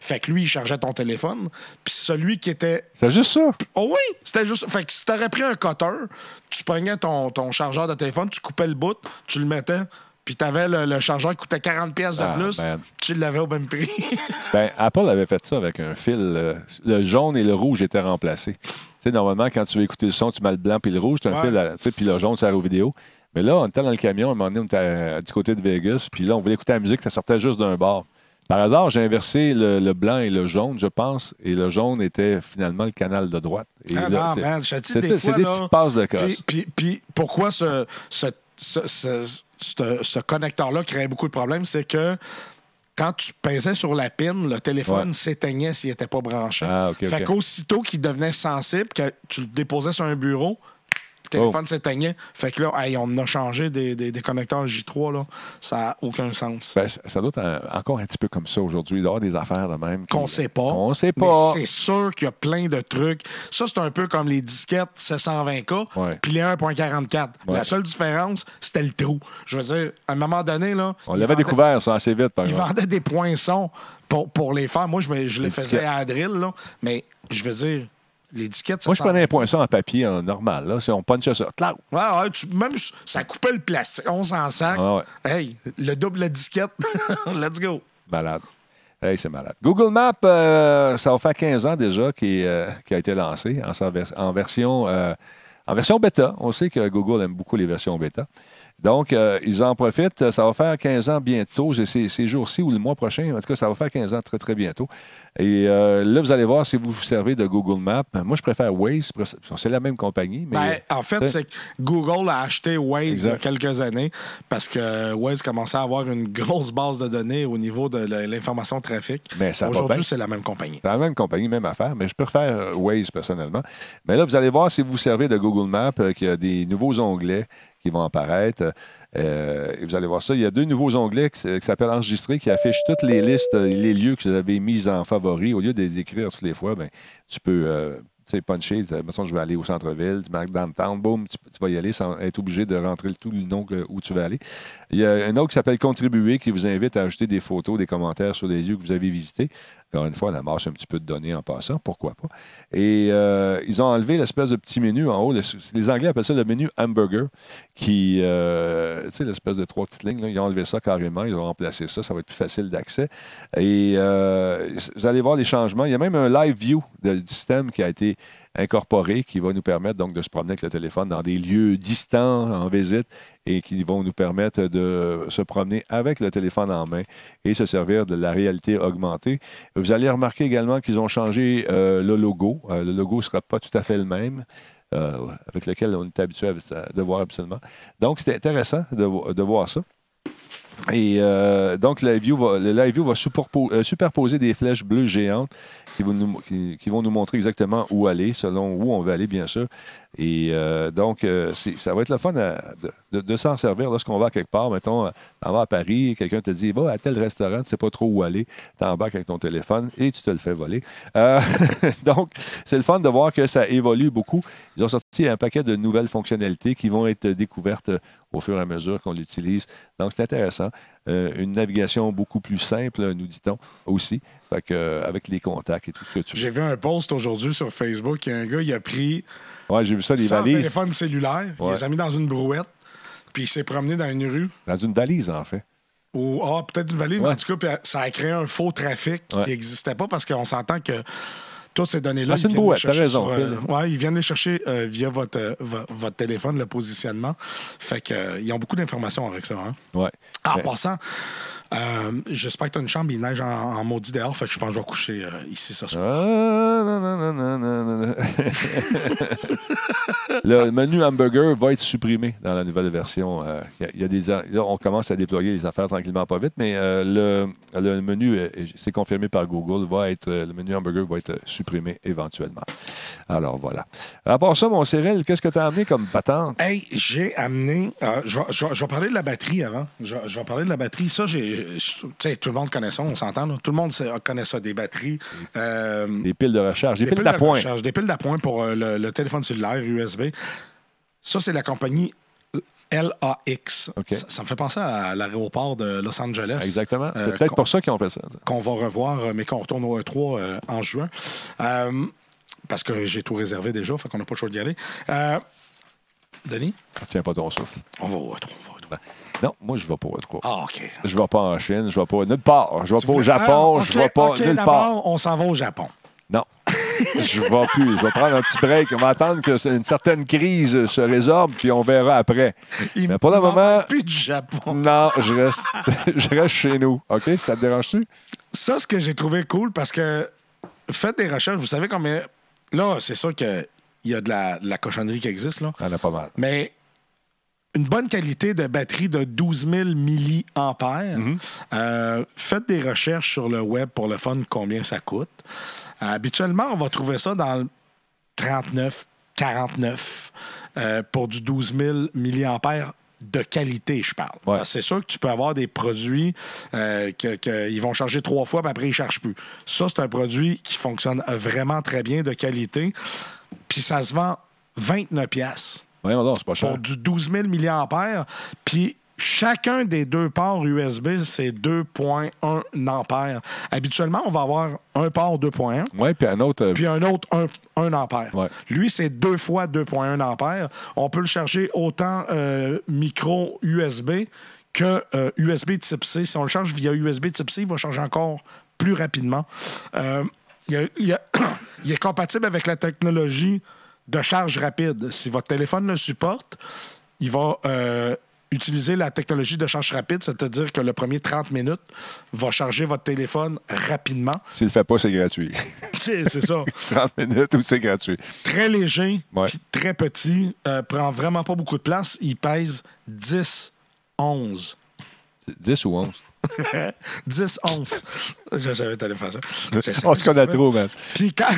C: fait que lui il chargeait ton téléphone, puis celui qui était
B: C'est juste ça.
C: Oh oui, c'était juste. Fait que si t'aurais pris un cutter, tu prenais ton, ton chargeur de téléphone, tu coupais le bout, tu le mettais, Puis t'avais le, le chargeur qui coûtait 40 pièces de
B: Ah,
C: plus,
B: man.
C: tu l'avais au même prix.
B: Ben, Apple avait fait ça avec un fil. euh, le jaune et le rouge étaient remplacés. Tu sais, normalement, quand tu veux écouter le son, tu mets le blanc puis le rouge, tu un
C: Ouais.
B: fil, à- tu sais, puis le jaune, ça sert aux vidéos. Mais là, on était dans le camion, à un moment donné, on était à- du côté de Vegas, puis là, on voulait écouter la musique, ça sortait juste d'un bar. Par hasard, j'ai inversé le, le blanc et le jaune, je pense, et le jaune était finalement le canal de droite. Et
C: Ah
B: là,
C: non,
B: c'est-
C: man, je te dis,
B: c'est-
C: des
B: c'est-
C: fois,
B: C'est des
C: là,
B: petites passes de
C: puis,
B: coche.
C: puis- puis pourquoi ce, ce, ce- ce- ce- ce connecteur-là créait beaucoup de problèmes, c'est que quand tu pesais sur la pine, le téléphone
B: Ouais.
C: s'éteignait s'il n'était pas branché.
B: Ah, ok,
C: fait
B: ok.
C: qu'aussitôt qu'il devenait sensible, que tu le déposais sur un bureau, le
B: Oh.
C: téléphone s'éteignait. Fait que là, hey, on a changé des, des- des connecteurs J3, là. ça n'a aucun sens.
B: Ben, ça ça doit être un- encore un petit peu comme ça aujourd'hui. Il doit y avoir des affaires de même. qui-
C: Qu'on sait pas.
B: Qu'on sait
C: Mais
B: pas.
C: C'est sûr qu'il y a plein de trucs. Ça, c'est un peu comme les disquettes 720K,
B: Ouais.
C: puis les 1.44.
B: Ouais.
C: La seule différence, c'était le trou. Je veux dire, à un moment donné, là.
B: On
C: ils
B: l'avait
C: vendaient-
B: découvert, ça, assez vite, par
C: Ils
B: exemple.
C: vendaient des poinçons pour, pour les faire. Moi, je, me- je les
B: Les
C: faisais
B: disquettes.
C: à la drill, là. Mais je veux dire, les disquettes,
B: Moi, je
C: 720K,
B: prenais un poinçon en papier en normal. Là, si on punchait ça. clac.
C: Ouais, ouais, tu- même s- ça coupait le plastique. On s'en sac.
B: Ah ouais.
C: Hey, le double disquette. Let's go.
B: Malade. Hey, c'est malade. Google Maps, euh, ça va faire 15 ans déjà qu'il euh, qu'il a été lancé en, sa vers- en version, euh, en version bêta. On sait que Google aime beaucoup les versions bêta. Donc, euh, ils en profitent. Ça va faire 15 ans bientôt. C'est ces, ces jours-ci ou le mois prochain. En tout cas, ça va faire 15 ans très, très bientôt. Et euh, là, vous allez voir si vous vous servez de Google Maps. Moi, je préfère Waze. C'est la même compagnie. Mais
C: Ben, en fait,
B: T'sais.
C: c'est que Google a acheté Waze
B: Exact.
C: il y a quelques années parce que Waze commençait à avoir une grosse base de données au niveau de l- l'information de trafic.
B: Mais Ben, ça va bien.
C: Aujourd'hui, c'est la même compagnie.
B: C'est la même compagnie, même affaire, mais je préfère euh, Waze personnellement. Mais là, vous allez voir si vous servez de Google Maps, euh, qu'il y a des nouveaux onglets qui vont apparaître. Euh, et vous allez voir ça. Il y a deux nouveaux onglets qui, s- qui s'appellent Enregistrer, qui affichent toutes les listes, euh, les lieux que vous avez mis en favori. Au lieu de les écrire toutes les fois, ben, tu peux euh, tu sais, puncher. Tu- Mettons, je vais aller au centre-ville, tu marques downtown, boum, tu, tu vas y aller sans être obligé de rentrer le tout le nom que- où tu vas aller. Il y a un autre qui s'appelle Contribuer qui vous invite à ajouter des photos, des commentaires sur les lieux que vous avez visités. Encore une fois, on amasse un petit peu de données en passant, pourquoi pas. Et euh, ils ont enlevé l'espèce de petit menu en haut. Le- les Anglais appellent ça le menu hamburger, qui, euh, tu sais, l'espèce de trois petites lignes, là, ils ont enlevé ça carrément, ils ont remplacé ça, ça va être plus facile d'accès. Et euh, vous allez voir les changements. Il y a même un live view de- du système qui a été incorporé, qui va nous permettre donc de se promener avec le téléphone dans des lieux distants en visite et qui vont nous permettre de se promener avec le téléphone en main et se servir de la réalité augmentée. Vous allez remarquer également qu'ils ont changé euh, le logo. Euh, le logo ne sera pas tout à fait le même. euh, avec lequel on est habitué à- à- de voir absolument. Donc, c'était intéressant de, vo- de voir ça. Et euh, donc, Live View va, le Live View va superpo- euh, superposer des flèches bleues géantes qui vont, nous, qui, qui vont nous montrer exactement où aller, selon où on veut aller, bien sûr. Et euh, donc, euh, c'est- ça va être le fun à- de, de- de s'en servir lorsqu'on va quelque part. Mettons, euh, t'en vas à Paris, quelqu'un te dit va à tel restaurant, tu ne sais pas trop où aller, t'embarques avec ton téléphone et tu te le fais voler. Euh, donc, c'est le fun de voir que ça évolue beaucoup. Ils ont sorti un paquet de nouvelles fonctionnalités qui vont être découvertes euh, au fur et à mesure qu'on l'utilise. Donc, c'est intéressant. Euh, une navigation beaucoup plus simple, nous dit-on aussi, Fait que, euh, avec les contacts et tout ce que tu
C: J'ai vu un post aujourd'hui sur Facebook. Il y a un gars, il a pris
B: Ouais, j'ai vu ça, des
C: son
B: valises.
C: téléphone cellulaire, il
B: Ouais.
C: les a mis dans une brouette, puis il s'est promené dans une rue.
B: Dans une valise, en fait.
C: Ou ah, peut-être une valise, mais
B: Ouais.
C: en tout cas, puis, euh, ça a créé un faux trafic
B: Ouais.
C: qui n'existait pas parce qu'on s'entend que toutes ces données-là.
B: Ah, c'est
C: ils
B: une
C: viennent
B: brouette,
C: les chercher
B: t'as raison,
C: sur, euh,
B: Phil.
C: ouais, ils viennent les chercher euh, via votre, euh, vo- votre téléphone, le positionnement. Fait que, euh, ils ont beaucoup d'informations avec ça. hein.
B: Ouais.
C: Ah, En
B: Mais-
C: passant, euh, j'espère que tu as une chambre, il neige en, en maudit dehors, fait que je pense que je vais coucher euh, ici ce soir.
B: Ah, non, non, non, non, non, non. le menu hamburger va être supprimé dans la nouvelle version. Euh, Il y, a- il y a des, a- là, on commence à déployer les affaires tranquillement, pas vite, mais euh, le, le menu, euh, c'est confirmé par Google, va être, euh, le menu hamburger va être supprimé éventuellement. Alors voilà. À part ça, mon Cyril, qu'est-ce que tu as amené comme patente?
C: Hey, j'ai amené. euh, je, vais, je vais- je vais parler de la batterie avant. Je, vais- je vais parler de la batterie. Ça, j'ai. je- Tu sais, tout le monde connaît ça, on s'entend. là. Tout le monde sait- connaît ça, des batteries. Euh,
B: Des piles de recharge, des,
C: des
B: piles d'appoint.
C: recharge, des piles d'appoint pour euh, le, le téléphone cellulaire USB. Ça, c'est la compagnie LAX.
B: OK.
C: Ça, ça me fait penser à l'aéroport de Los Angeles.
B: Exactement. C'est
C: Euh,
B: peut-être
C: qu'on-
B: pour ça qu'ils ont fait ça.
C: qu'on va revoir, euh, mais qu'on retourne au E3 euh, en juin. Euh, parce que j'ai tout réservé déjà, fait qu'on n'a pas le choix d'y aller. Euh, Denis,
B: Tiens pas ton souffle.
C: E
B: Ben,
C: on va au E3, on va au E3.
B: Non, moi, je ne vais pas, en tout cas.
C: Ah, OK.
B: Je ne vais pas en Chine, je ne vais pas nulle part. Je ne vais pas au Japon,
C: Ah,
B: je
C: OK,
B: ne vais pas
C: OK,
B: nulle part.
C: d'abord, on s'en va au Japon.
B: Non. Je ne vais plus. Je vais prendre un petit break. On va attendre que c'est- une certaine crise se résorbe, puis on verra après.
C: Il
B: Mais pour le
C: m'en
B: moment,
C: va Plus du Japon.
B: non, je reste, je reste chez nous. OK? Ça te dérange-tu?
C: Ça, ce que j'ai trouvé cool, parce que faites des recherches, vous savez combien. Là, c'est sûr qu'il y a de la, de la cochonnerie qui existe, là.
B: T'en as pas mal.
C: Mais une bonne qualité de batterie de 12 000 milliampères. Euh, faites des recherches sur le web pour le fun, combien ça coûte. Euh, Habituellement, on va trouver ça dans le 39, 49 euh, pour du 12 000 milliampères de qualité, je parle.
B: Ouais.
C: Parce que C'est sûr que tu peux avoir des produits euh, que- que ils vont charger trois fois, puis après, ils ne chargent plus. Ça, c'est un produit qui fonctionne vraiment très bien, de qualité. Puis ça se vend 29 piastres
B: Voyons donc, c'est pas cher.
C: pour du 12 000 milliampères. Puis chacun des deux ports USB, c'est 2,1 ampères. Habituellement, on va avoir un port 2,1
B: Oui, puis un autre. euh,
C: puis un autre 1 ampère.
B: Ouais.
C: Lui, c'est deux fois 2,1 ampères. On peut le charger autant euh, micro USB que euh, USB type C. Si on le charge via USB type C, il va charger encore plus rapidement. Euh, il, y a- il y a- il est compatible avec la technologie de charge rapide. Si votre téléphone le supporte, il va euh, utiliser la technologie de charge rapide, c'est-à-dire que le premier 30 minutes va charger votre téléphone rapidement.
B: S'il le fait pas, c'est gratuit.
C: C'est c'est ça.
B: 30 minutes ou c'est gratuit.
C: très léger,
B: Ouais.
C: puis très petit, euh, prend vraiment pas beaucoup de place. Il pèse 10, 11.
B: 10 ou 11?
C: 10, 11. Je savais que t'allais faire ça.
B: On se connaît trop, man.
C: Puis quand...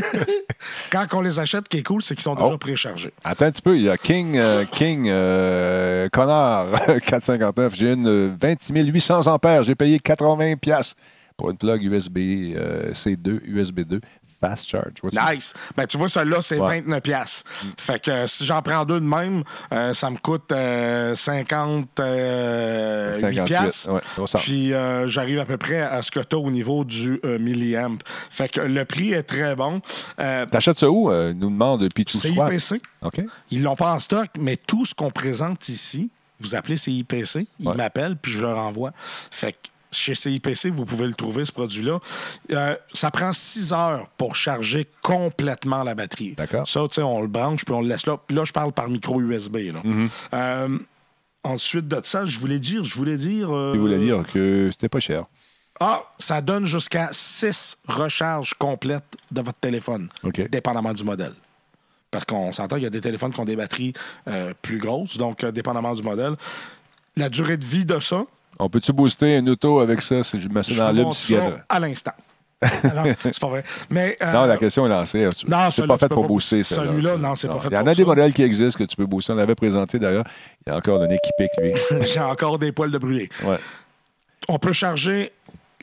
C: quand on les achète, ce qui est cool, c'est qu'ils sont déjà
B: Oh.
C: préchargés.
B: Attends un petit peu, il y a King, euh, King euh, Connor, 459. J'ai une euh, 26 800 ampères. J'ai payé 80 pièces pour une plug USB euh, C2, USB 2, fast charge. Vois-tu?
C: Nice. Ben, tu vois, celui-là, c'est
B: Ouais.
C: 29 pièces. Fait que euh, si j'en prends deux de même, euh, ça me coûte euh, 50 euh,
B: 58,
C: 8 piastres.
B: ouais, ça ressemble.
C: Puis euh, j'arrive à peu près à ce que tu au niveau du euh, milliamp. Fait que le prix est très bon. Euh,
B: T'achètes ça où? Euh, nous demande Pitou Swap.
C: CIPC.
B: OK.
C: Ils l'ont pas en stock, mais tout ce qu'on présente ici, vous appelez CIPC, ils
B: Ouais.
C: m'appellent, puis je leur envoie. Fait que chez CIPC, vous pouvez le trouver, ce produit-là. Euh, ça prend 6 heures pour charger complètement la batterie.
B: D'accord.
C: Ça, tu sais, on le branche, puis on le laisse là. Puis là, je parle par micro USB. là.
B: Mm-hmm.
C: Euh, ensuite de ça, je voulais dire, je voulais dire... euh,
B: Je voulais dire que c'était pas cher.
C: ah, ça donne jusqu'à 6 recharges complètes de votre téléphone,
B: OK.
C: dépendamment du modèle. Parce qu'on s'entend, il y a des téléphones qui ont des batteries euh, plus grosses, donc euh, dépendamment du modèle. La durée de vie de ça,
B: On peut-tu booster une auto avec ça si je mets ça
C: je
B: dans
C: vous
B: l'une
C: montre
B: cigarette?
C: ça à l'instant. non, c'est pas vrai. Mais, euh,
B: Non, la question est lancée. Tu-
C: non,
B: c'est
C: celui-là,
B: pas fait
C: tu peux
B: pour
C: pas
B: booster.
C: booster.
B: celui-là.
C: Celui-là, non, c'est pas fait
B: Il y en
C: pour
B: a des
C: ça.
B: modèles qui existent que tu peux booster. On l'avait présenté d'ailleurs. Il y a encore un équipé que lui.
C: j'ai encore des poils de brûlé.
B: Ouais.
C: on peut charger.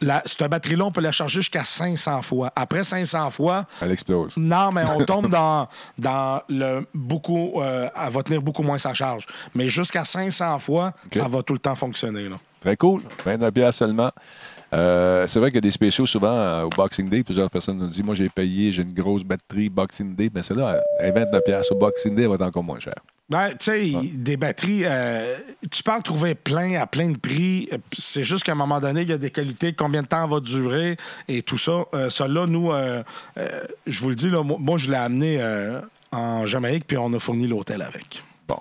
C: La, cette batterie-là, on peut la charger jusqu'à 500 fois. Après 500 fois,
B: Elle explose.
C: non, mais on tombe dans, dans le beaucoup. euh, elle va tenir beaucoup moins sa charge. Mais jusqu'à 500 fois,
B: OK.
C: elle va tout le temps fonctionner. là.
B: Très cool. 29 pièces seulement. Euh, c'est vrai qu'il y a des spéciaux souvent euh, au Boxing Day. Plusieurs personnes nous disent Moi, j'ai payé, j'ai une grosse batterie Boxing Day. Ben, Mais celle-là, elle est 29 pièces euh, Au Boxing Day, elle va être encore moins chère.
C: Ben, tu sais, il- des batteries, euh, tu peux en trouver plein à plein de prix. Euh, pis C'est juste qu'à un moment donné, il y a des qualités, combien de temps va durer et tout ça. Euh, Celui-là, nous, euh, euh, je vous le dis, là, moi, moi, je l'ai amené euh, en Jamaïque, puis on a fourni l'hôtel avec.
B: Bon.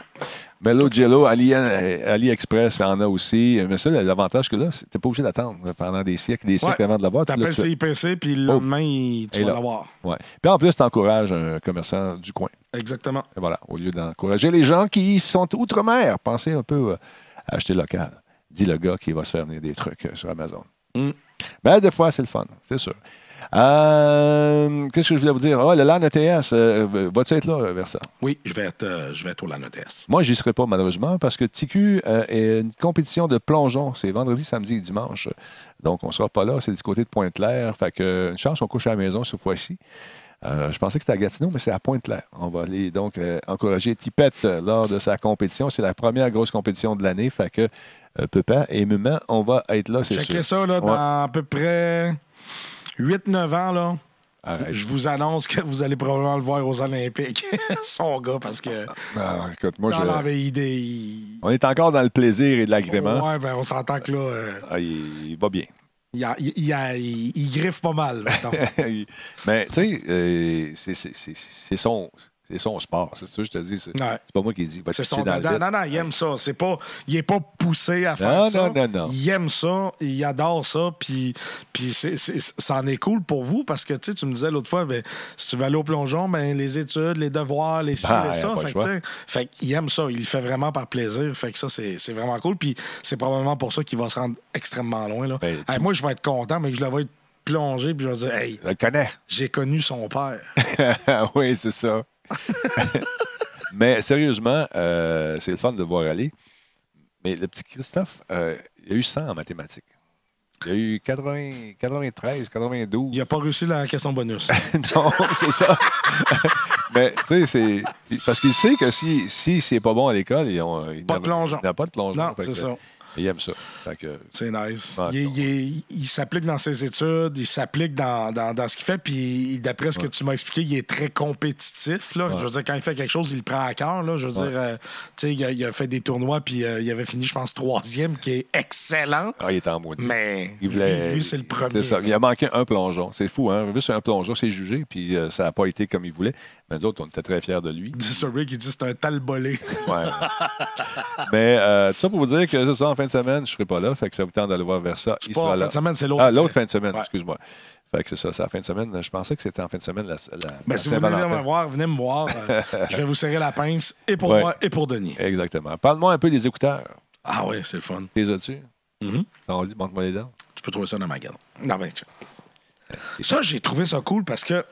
B: Mello Jello, Ali, euh, AliExpress en a aussi. Mais ça, l'avantage que là, c'est- t'es pas obligé d'attendre pendant des siècles, des siècles
C: Ouais.
B: avant de l'avoir. Tu
C: T'appelles
B: l'as-
C: CIPC, puis le
B: Oh.
C: lendemain, il- tu
B: Et
C: vas
B: là.
C: l'avoir.
B: Ouais. Puis en plus, tu encourages un commerçant du coin.
C: Exactement.
B: Et voilà, au lieu d'encourager les gens qui sont outre-mer, pensez un peu euh, à acheter local. Dit le gars qui va se faire venir des trucs euh, sur Amazon. Ben, des fois, c'est le fun, c'est sûr. Euh, Qu'est-ce que je voulais vous dire? Ah, le LAN ETS, euh, vas-tu être là, Versa?
C: Oui, je vais être, euh, je vais être au Lanotes.
B: Moi, j'y serai pas, malheureusement, parce que TQ euh, est une compétition de plongeon. C'est vendredi, samedi et dimanche. Donc, on sera pas là. C'est du côté de Pointe-Claire. Fait que, euh, une chance, on couche à la maison cette fois-ci. Euh, je pensais que c'était à Gatineau, mais c'est à Pointe-Claire. On va aller donc euh, encourager Tipette euh, lors de sa compétition. C'est la première grosse compétition de l'année. Fait que, euh, Pépin et Muman, on va être là, c'est sûr.
C: Checkez ça, là, dans
B: Ouais.
C: à peu près 8-9 ans, là.
B: Arrête.
C: Je vous annonce que vous allez probablement le voir aux Olympiques, son gars, parce que
B: Non, Ah, écoute, moi,
C: dans la
B: je...
C: VID, il-
B: on est encore dans le plaisir et de l'agrément.
C: Ouais, ben, on s'entend que là, euh,
B: Ah, il, il va bien.
C: il, a- il- il a- il- il griffe pas mal. mettons.
B: Il- Mais tu sais, euh, c'est- c'est- c'est c'est son, c'est son sport, c'est ça que je te dis. C'est
C: Ouais.
B: c'est pas moi qui dis. Va
C: C'est
B: te
C: son
B: pitcher dans le
C: dedans.
B: vide.
C: Non, non, il aime ça. C'est pas, il est pas poussé à faire
B: Non,
C: ça.
B: non, non, non.
C: Il aime ça, il adore ça, puis, puis c'est, c'est- ça en est cool pour vous parce que tu sais, tu me disais l'autre fois, ben, si tu vas aller au plongeon, ben, les études, les devoirs, les ci,
B: Ben,
C: les
B: y a
C: ça.
B: pas le
C: Fait, que,
B: choix.
C: tu sais, fait qu'il aime ça, il le fait vraiment par plaisir. Fait que ça, c'est, c'est vraiment cool. Puis c'est probablement pour ça qu'il va se rendre extrêmement loin. Là.
B: Ben,
C: Hey, moi, je vais être content, mais je le vais être plongé, puis je vais dire, hey,
B: Je le connais.
C: j'ai connu son père.
B: oui, c'est ça. Mais sérieusement, euh, c'est le fun de le voir aller. Mais le petit Christophe, euh, il a eu 100 en mathématiques. Il a eu 80, 93, 92.
C: Il a pas réussi la question bonus.
B: non, c'est ça. Mais tu sais, c'est. Parce qu'il sait que si, si c'est pas bon à l'école, ils ont- il
C: Pas
B: n'a-
C: de plongeon.
B: Il n'a pas de plongeon.
C: Non,
B: Fait
C: c'est
B: que,
C: ça.
B: Il aime ça. Fait que,
C: C'est nice.
B: Ah,
C: Il, il est- il s'applique dans ses études, il s'applique dans, dans- dans ce qu'il fait, puis d'après ce que tu m'as expliqué, il est très compétitif. Là. Je veux dire, quand il fait quelque chose, il le prend à cœur. Là. Je veux dire, euh, tu sais, il, a- il a fait des tournois, puis euh, il avait fini, je pense, troisième, qui est excellent.
B: ah, il est en maudit.
C: Mais
B: Il voulait-
C: lui, lui, c'est le premier.
B: C'est ça. Il a manqué un plongeon. C'est fou, hein? Juste un plongeon, c'est jugé, puis euh, ça n'a pas été comme il voulait. Mais d'autres, on était très fiers de lui.
C: Dis ça, Rick, il dit c'est un talbolé.
B: Ouais. Mais euh, tout ça pour vous dire que c'est ça, en fin de semaine, je ne serai pas là. Fait que ça vous tente d'aller voir vers ça.
C: pas en fin de semaine, c'est l'autre.
B: Ah, l'autre fin de semaine,
C: Ouais.
B: excuse-moi. Fait que c'est ça, c'est la fin de semaine. Je pensais que c'était en fin de semaine la, la,
C: Mais
B: la
C: Ben, si vous voulez venir me
B: Saint-Valentin.
C: voir, venez me voir. Euh, je vais vous serrer la pince, et pour
B: Ouais. Eh.
C: moi, et pour Denis.
B: Exactement. Parle-moi un peu des écouteurs.
C: Ah oui, c'est le fun.
B: Les as-tu?
C: Mhm.
B: T'en dis, Montre-moi les dents.
C: Tu peux trouver ça dans ma garde. Non, ben, tu- Ça, j'ai trouvé ça cool parce que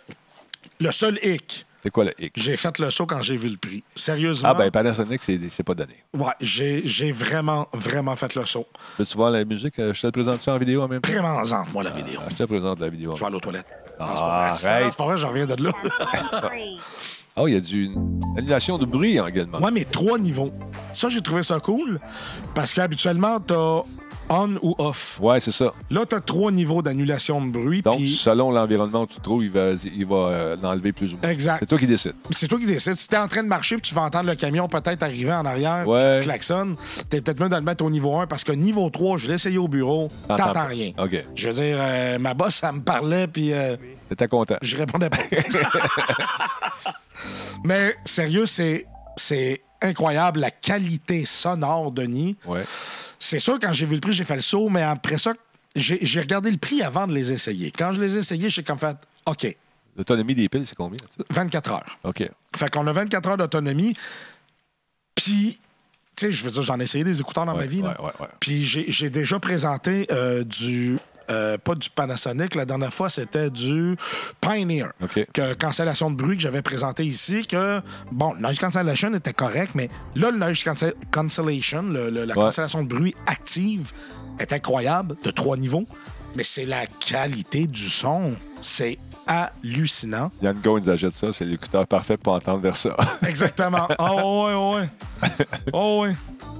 C: le seul hic,
B: C'est quoi le hic?
C: j'ai fait le saut quand j'ai vu le prix. Sérieusement,
B: Ah, ben Panasonic, c'est c'est pas donné.
C: ouais, j'ai j'ai vraiment, vraiment fait le saut.
B: Peux-tu voir la musique? Euh, Je te la présente ça en vidéo en même temps?
C: Vraiment en moi, la vidéo.
B: Ah, je te présente la vidéo. en
C: Je vais aller aux toilettes. Non, c'est
B: Ah,
C: pas vrai.
B: arrête.
C: Non, c'est pas vrai, je reviens de là.
E: Hands-free.
B: Ah, il y a du, une annulation de bruit également.
C: Moi, mes trois niveaux. Ça, j'ai trouvé ça cool parce qu'habituellement, t'as on ou off.
B: Ouais, c'est ça.
C: Là, t'as trois niveaux d'annulation de bruit.
B: Donc,
C: puis-
B: selon l'environnement où tu te trouves, il va, il va euh, l'enlever plus ou moins.
C: Exact.
B: C'est toi qui décides.
C: c'est toi qui décides. Si t'es en train de marcher puis tu vas entendre le camion peut-être arriver en arrière,
B: Ouais.
C: puis tu klaxonnes, t'es peut-être mieux de le mettre au niveau 1 parce que niveau 3, je l'ai essayé au bureau,
B: T'entends
C: t'entends
B: Ah, pas.
C: rien.
B: OK.
C: Je veux dire, euh, ma boss, elle me parlait puis euh,
B: T'étais content.
C: je répondais pas. Mais sérieux, c'est, c'est incroyable la qualité sonore, Denis.
B: Ouais.
C: C'est sûr, quand j'ai vu le prix, j'ai fait le saut, mais après ça, j'ai, j'ai regardé le prix avant de les essayer. Quand je les ai essayés, j'ai comme fait OK,
B: L'autonomie des piles, c'est combien? là-dessus?
C: 24 heures.
B: OK.
C: Fait qu'on a 24 heures d'autonomie. Puis, tu sais, je veux dire, j'en ai essayé des écouteurs dans
B: Ouais,
C: ma vie. là.
B: ouais, ouais, ouais.
C: Puis j'ai j'ai déjà présenté euh, du. euh, pas du Panasonic, la dernière fois c'était du Pioneer.
B: OK.
C: Que cancellation de bruit que j'avais présenté ici, que bon, noise cancellation était correct, mais là, le noise cance- cancellation, le- le- la
B: Ouais.
C: cancellation de bruit active est incroyable, de trois niveaux, mais c'est la qualité du son. C'est hallucinant.
B: Yann Go nous achète ça. C'est l'écouteur parfait pour entendre vers ça.
C: Exactement. Ah ouais, ouais, ouais. Oh, ouais.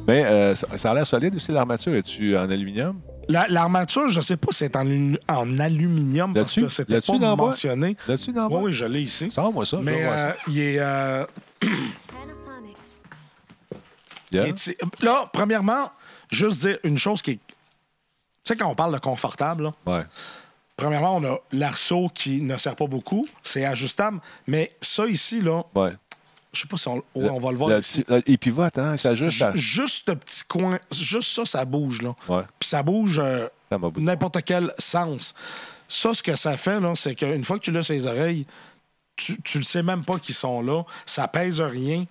B: Mais euh, ça, ça a l'air solide aussi, l'armature. Es-tu en aluminium?
C: La- L'armature, je sais pas si c'est en, alu- en aluminium parce
B: Là-dessus?
C: que c'était
B: Là-dessus,
C: pas
B: dans bas?
C: mentionné.
B: Là-dessus, dans
C: Oui,
B: bas?
C: oui, je l'ai ici.
B: Sors-moi ça. je veux
C: Mais
B: voir
C: euh,
B: ça.
C: il est. euh,
E: Panasonic.
B: Yeah.
C: il est- Là, premièrement, juste dire une chose qui est. Tu sais, quand on parle de confortable, là,
B: Ouais.
C: premièrement, on a l'arceau qui ne sert pas beaucoup. C'est ajustable. Mais ça ici, là,
B: Ouais.
C: je sais pas si on, ouais, on va le voir
B: Le-
C: ici.
B: le- il pivote, hein? Ça juste.
C: Ju- Juste ce petit coin, juste ça, ça bouge, là.
B: Ouais.
C: Puis ça bouge euh,
B: Ça m'a bout-
C: n'importe quel sens. Ça, ce que ça fait, là, c'est qu'une fois que tu l'as sur les oreilles, tu, tu le sais même pas qu'ils sont là. Ça pèse rien.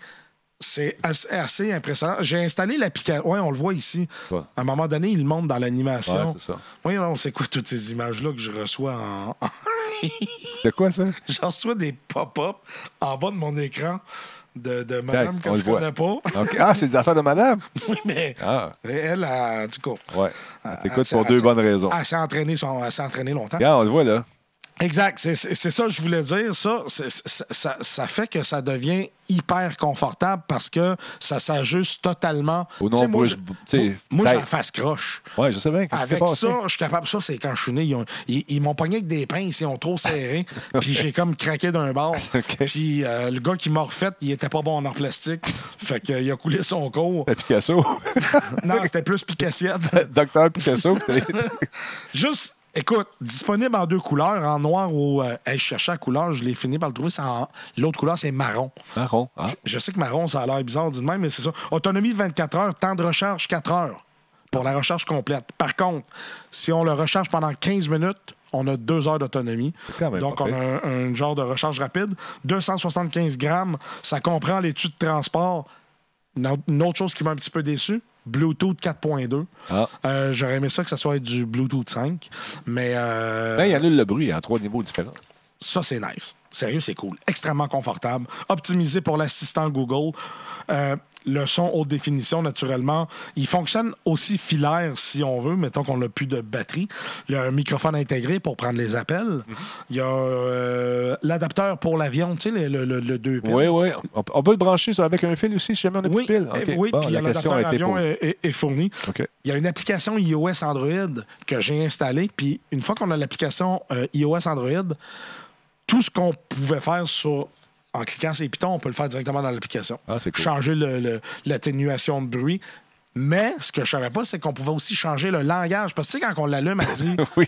C: C'est assez, assez impressionnant. J'ai installé l'application. Oui, on le voit ici.
B: Ouais.
C: À un moment donné, il monte dans l'animation.
B: Ouais, c'est ça.
C: Oui, non, c'est quoi toutes ces images-là que je reçois en. en-
B: De quoi ça?
C: J'en reçois des pop-up en bas de mon écran de, de madame
B: Hey,
C: que
B: on
C: je
B: le voit.
C: connais pas.
B: OK. Ah, c'est des affaires de madame?
C: Oui, mais
B: Ah.
C: elle, en tout cas.
B: Ouais.
C: Ah,
B: T'écoutes
C: c'est-
B: pour
C: ah,
B: deux
C: c'est-
B: bonnes raisons.
C: Elle s'est entraînée, son- elle s'est entraînée longtemps.
B: Regarde, on le voit là.
C: Exact, c'est c'est- c'est ça que je voulais dire. Ça, c'est- ça, ça- ça fait que ça devient hyper confortable parce que ça s'ajuste totalement.
B: Au
C: Tu sais, moi,
B: nombreux,
C: je-
B: tu sais,
C: moi, j'ai
B: tête.
C: la face croche.
B: Ouais, je sais bien qu'est-ce qui s'est
C: Avec
B: passé.
C: ça, je suis capable. Ça, c'est quand je suis né. Ils, ont- ils- ils m'ont pogné avec des pinces, ils ont trop serré. puis j'ai comme craqué d'un bord.
B: OK.
C: Puis euh, le gars qui m'a refait, il était pas bon en plastique. fait qu'il a coulé son
B: La
C: cours.
B: Picasso.
C: non, c'était plus picassiette.
B: Docteur Picasso. qui t'a-
C: Juste, écoute, disponible en deux couleurs, en noir ou. euh, hey, je cherchais la couleur, je l'ai fini par le trouver. c'est en- L'autre couleur, c'est marron.
B: Marron. Ah.
C: Je, je sais que marron, ça a l'air bizarre du même, mais c'est ça. Autonomie de 24 heures, temps de recharge 4 heures pour la recharge complète. Par contre, si on le recharge pendant 15 minutes, on a 2 heures d'autonomie.
B: quand même
C: Donc,
B: pas
C: on a un, un genre de recharge rapide. 275 grammes, ça comprend l'étude de transport. Une autre- une autre chose qui m'a un petit peu déçu, Bluetooth 4.2.
B: Ah.
C: Euh, J'aurais aimé ça que ça soit du Bluetooth 5, mais euh,
B: Ben, il annule le bruit en trois niveaux différents.
C: ça, c'est nice. Sérieux, c'est cool. Extrêmement confortable. Optimisé pour l'assistant Google. Euh, le son haute définition, naturellement. Il fonctionne aussi filaire, si on veut, mettons qu'on n'a plus de batterie. Il y a un microphone intégré pour prendre les appels. Il y a euh, l'adapteur pour l'avion, tu sais, le, le- le- le deux pins.
B: Oui, oui. On, on peut le brancher ça, avec un fil aussi, si jamais on a
C: Oui,
B: plus de pile.
C: euh,
B: OK.
C: oui,
B: Bon,
C: puis
B: la question a
C: l'adapteur
B: été
C: avion
B: posée.
C: est, est- est fourni.
B: OK.
C: Il y a une application iOS Android que j'ai installée, puis une fois qu'on a l'application euh, iOS Android, tout ce qu'on pouvait faire sur en cliquant sur les pitons, on peut le faire directement dans l'application.
B: Ah, c'est cool.
C: Changer le- le- l'atténuation de bruit. Mais ce que je savais pas, c'est qu'on pouvait aussi changer le langage. Parce que tu sais, quand on l'allume, elle dit
B: Oui.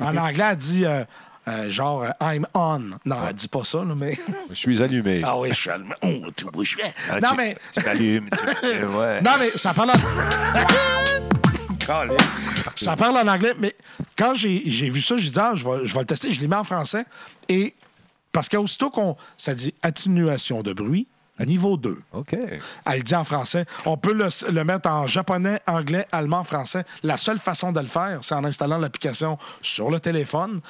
C: en anglais, elle dit euh, euh, genre euh, I'm on. Non, elle dit pas ça, là, mais.
B: Je suis allumé.
C: ah oui, je suis allumé. Oh, tout bouge bien.
B: Ah,
C: Non,
B: tu-
C: mais.
B: Tu m'allumes. tu- euh, ouais.
C: Non, mais ça parle en... ça parle en anglais, mais quand j'ai j'ai vu ça, j'ai dit, ah, je vais, je vais le tester, je l'ai mis en français. Et parce qu'aussitôt qu'on. Ça dit atténuation de bruit, niveau 2.
B: OK.
C: Elle le dit en français. On peut le, le mettre en japonais, anglais, allemand, français. La seule façon de le faire, c'est en installant l'application sur le téléphone.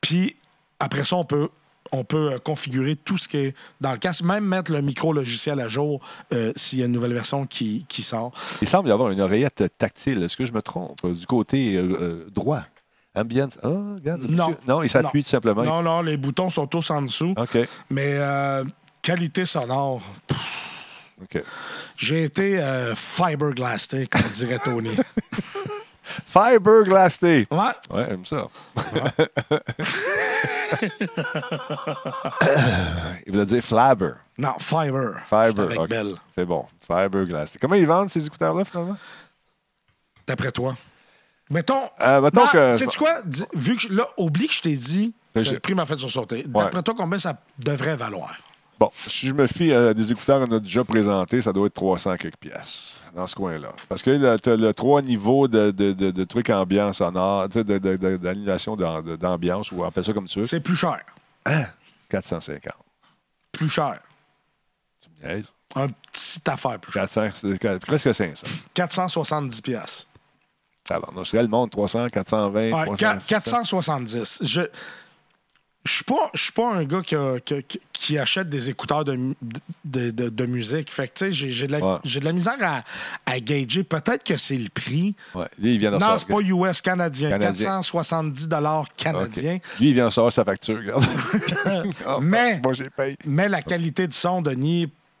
C: Puis après ça, on peut, on peut euh, configurer tout ce qui est dans le casque, même mettre le micro logiciel à jour euh, s'il y a une nouvelle version qui, qui sort.
B: Il semble y avoir une oreillette tactile. Est-ce que je me trompe? Du côté euh, euh, droit. Ambiance. Ah, regarde. le
C: Non.
B: monsieur. Non, il s'appuie
C: Non.
B: tout simplement.
C: Non, non, les boutons sont tous en dessous.
B: OK.
C: Mais euh, qualité sonore,
B: OK.
C: j'ai été euh, fiberglassé, comme dirait Tony.
B: Fiberglassé.
C: Ouais.
B: Ouais, j'aime ça. il voulait dire flabber.
C: Non, fiber.
B: Fiber.
C: Avec
B: ok.
C: Belle.
B: C'est bon. Fiberglass. Comment ils vendent ces écouteurs-là, finalement?
C: D'après toi. Mettons.
B: Euh, mettons que-
C: Sais-tu quoi? Dis- vu que je- là, oublie que je t'ai dit que
B: Je-
C: le prix m'a fait sursauter. D'après toi, combien ça devrait valoir?
B: Bon, si je me fie à des écouteurs qu'on a déjà présentés, ça doit être 300 quelques piastres dans ce coin-là. Parce que là, t'as le trois niveaux de, de, de, de trucs ambiance sonore, tu sais, de- de- de- d'annulation d'am- de- d'ambiance, ou appelle ça comme tu veux. Hein?
C: C'est plus cher.
B: 450.
C: Plus cher.
B: Yes.
C: Un petit affaire plus cher.
B: 400, c'est- c'est presque 500.
C: 470 pièces.
B: Alors, je dirais le monde, 300, 420,
C: Ouais,
B: 300,
C: quat- 470. Je ne suis pas, je suis pas un gars qui, a- qui- qui- qui achète des écouteurs de, mu- de, de- de musique. Fait que, tu sais, j'ai j'ai de, la-
B: Ouais.
C: j'ai de la misère à, à gager. Peut-être que c'est le prix.
B: Ouais, lui, il vient d'en
C: Non,
B: sortir.
C: c'est pas US, canadien.
B: Canadien.
C: 470
B: OK.
C: canadiens.
B: Lui, il vient de sortir sa facture, regarde. Ah,
C: Mais-
B: Moi, j'ai payé.
C: Mais la qualité du son, Denis,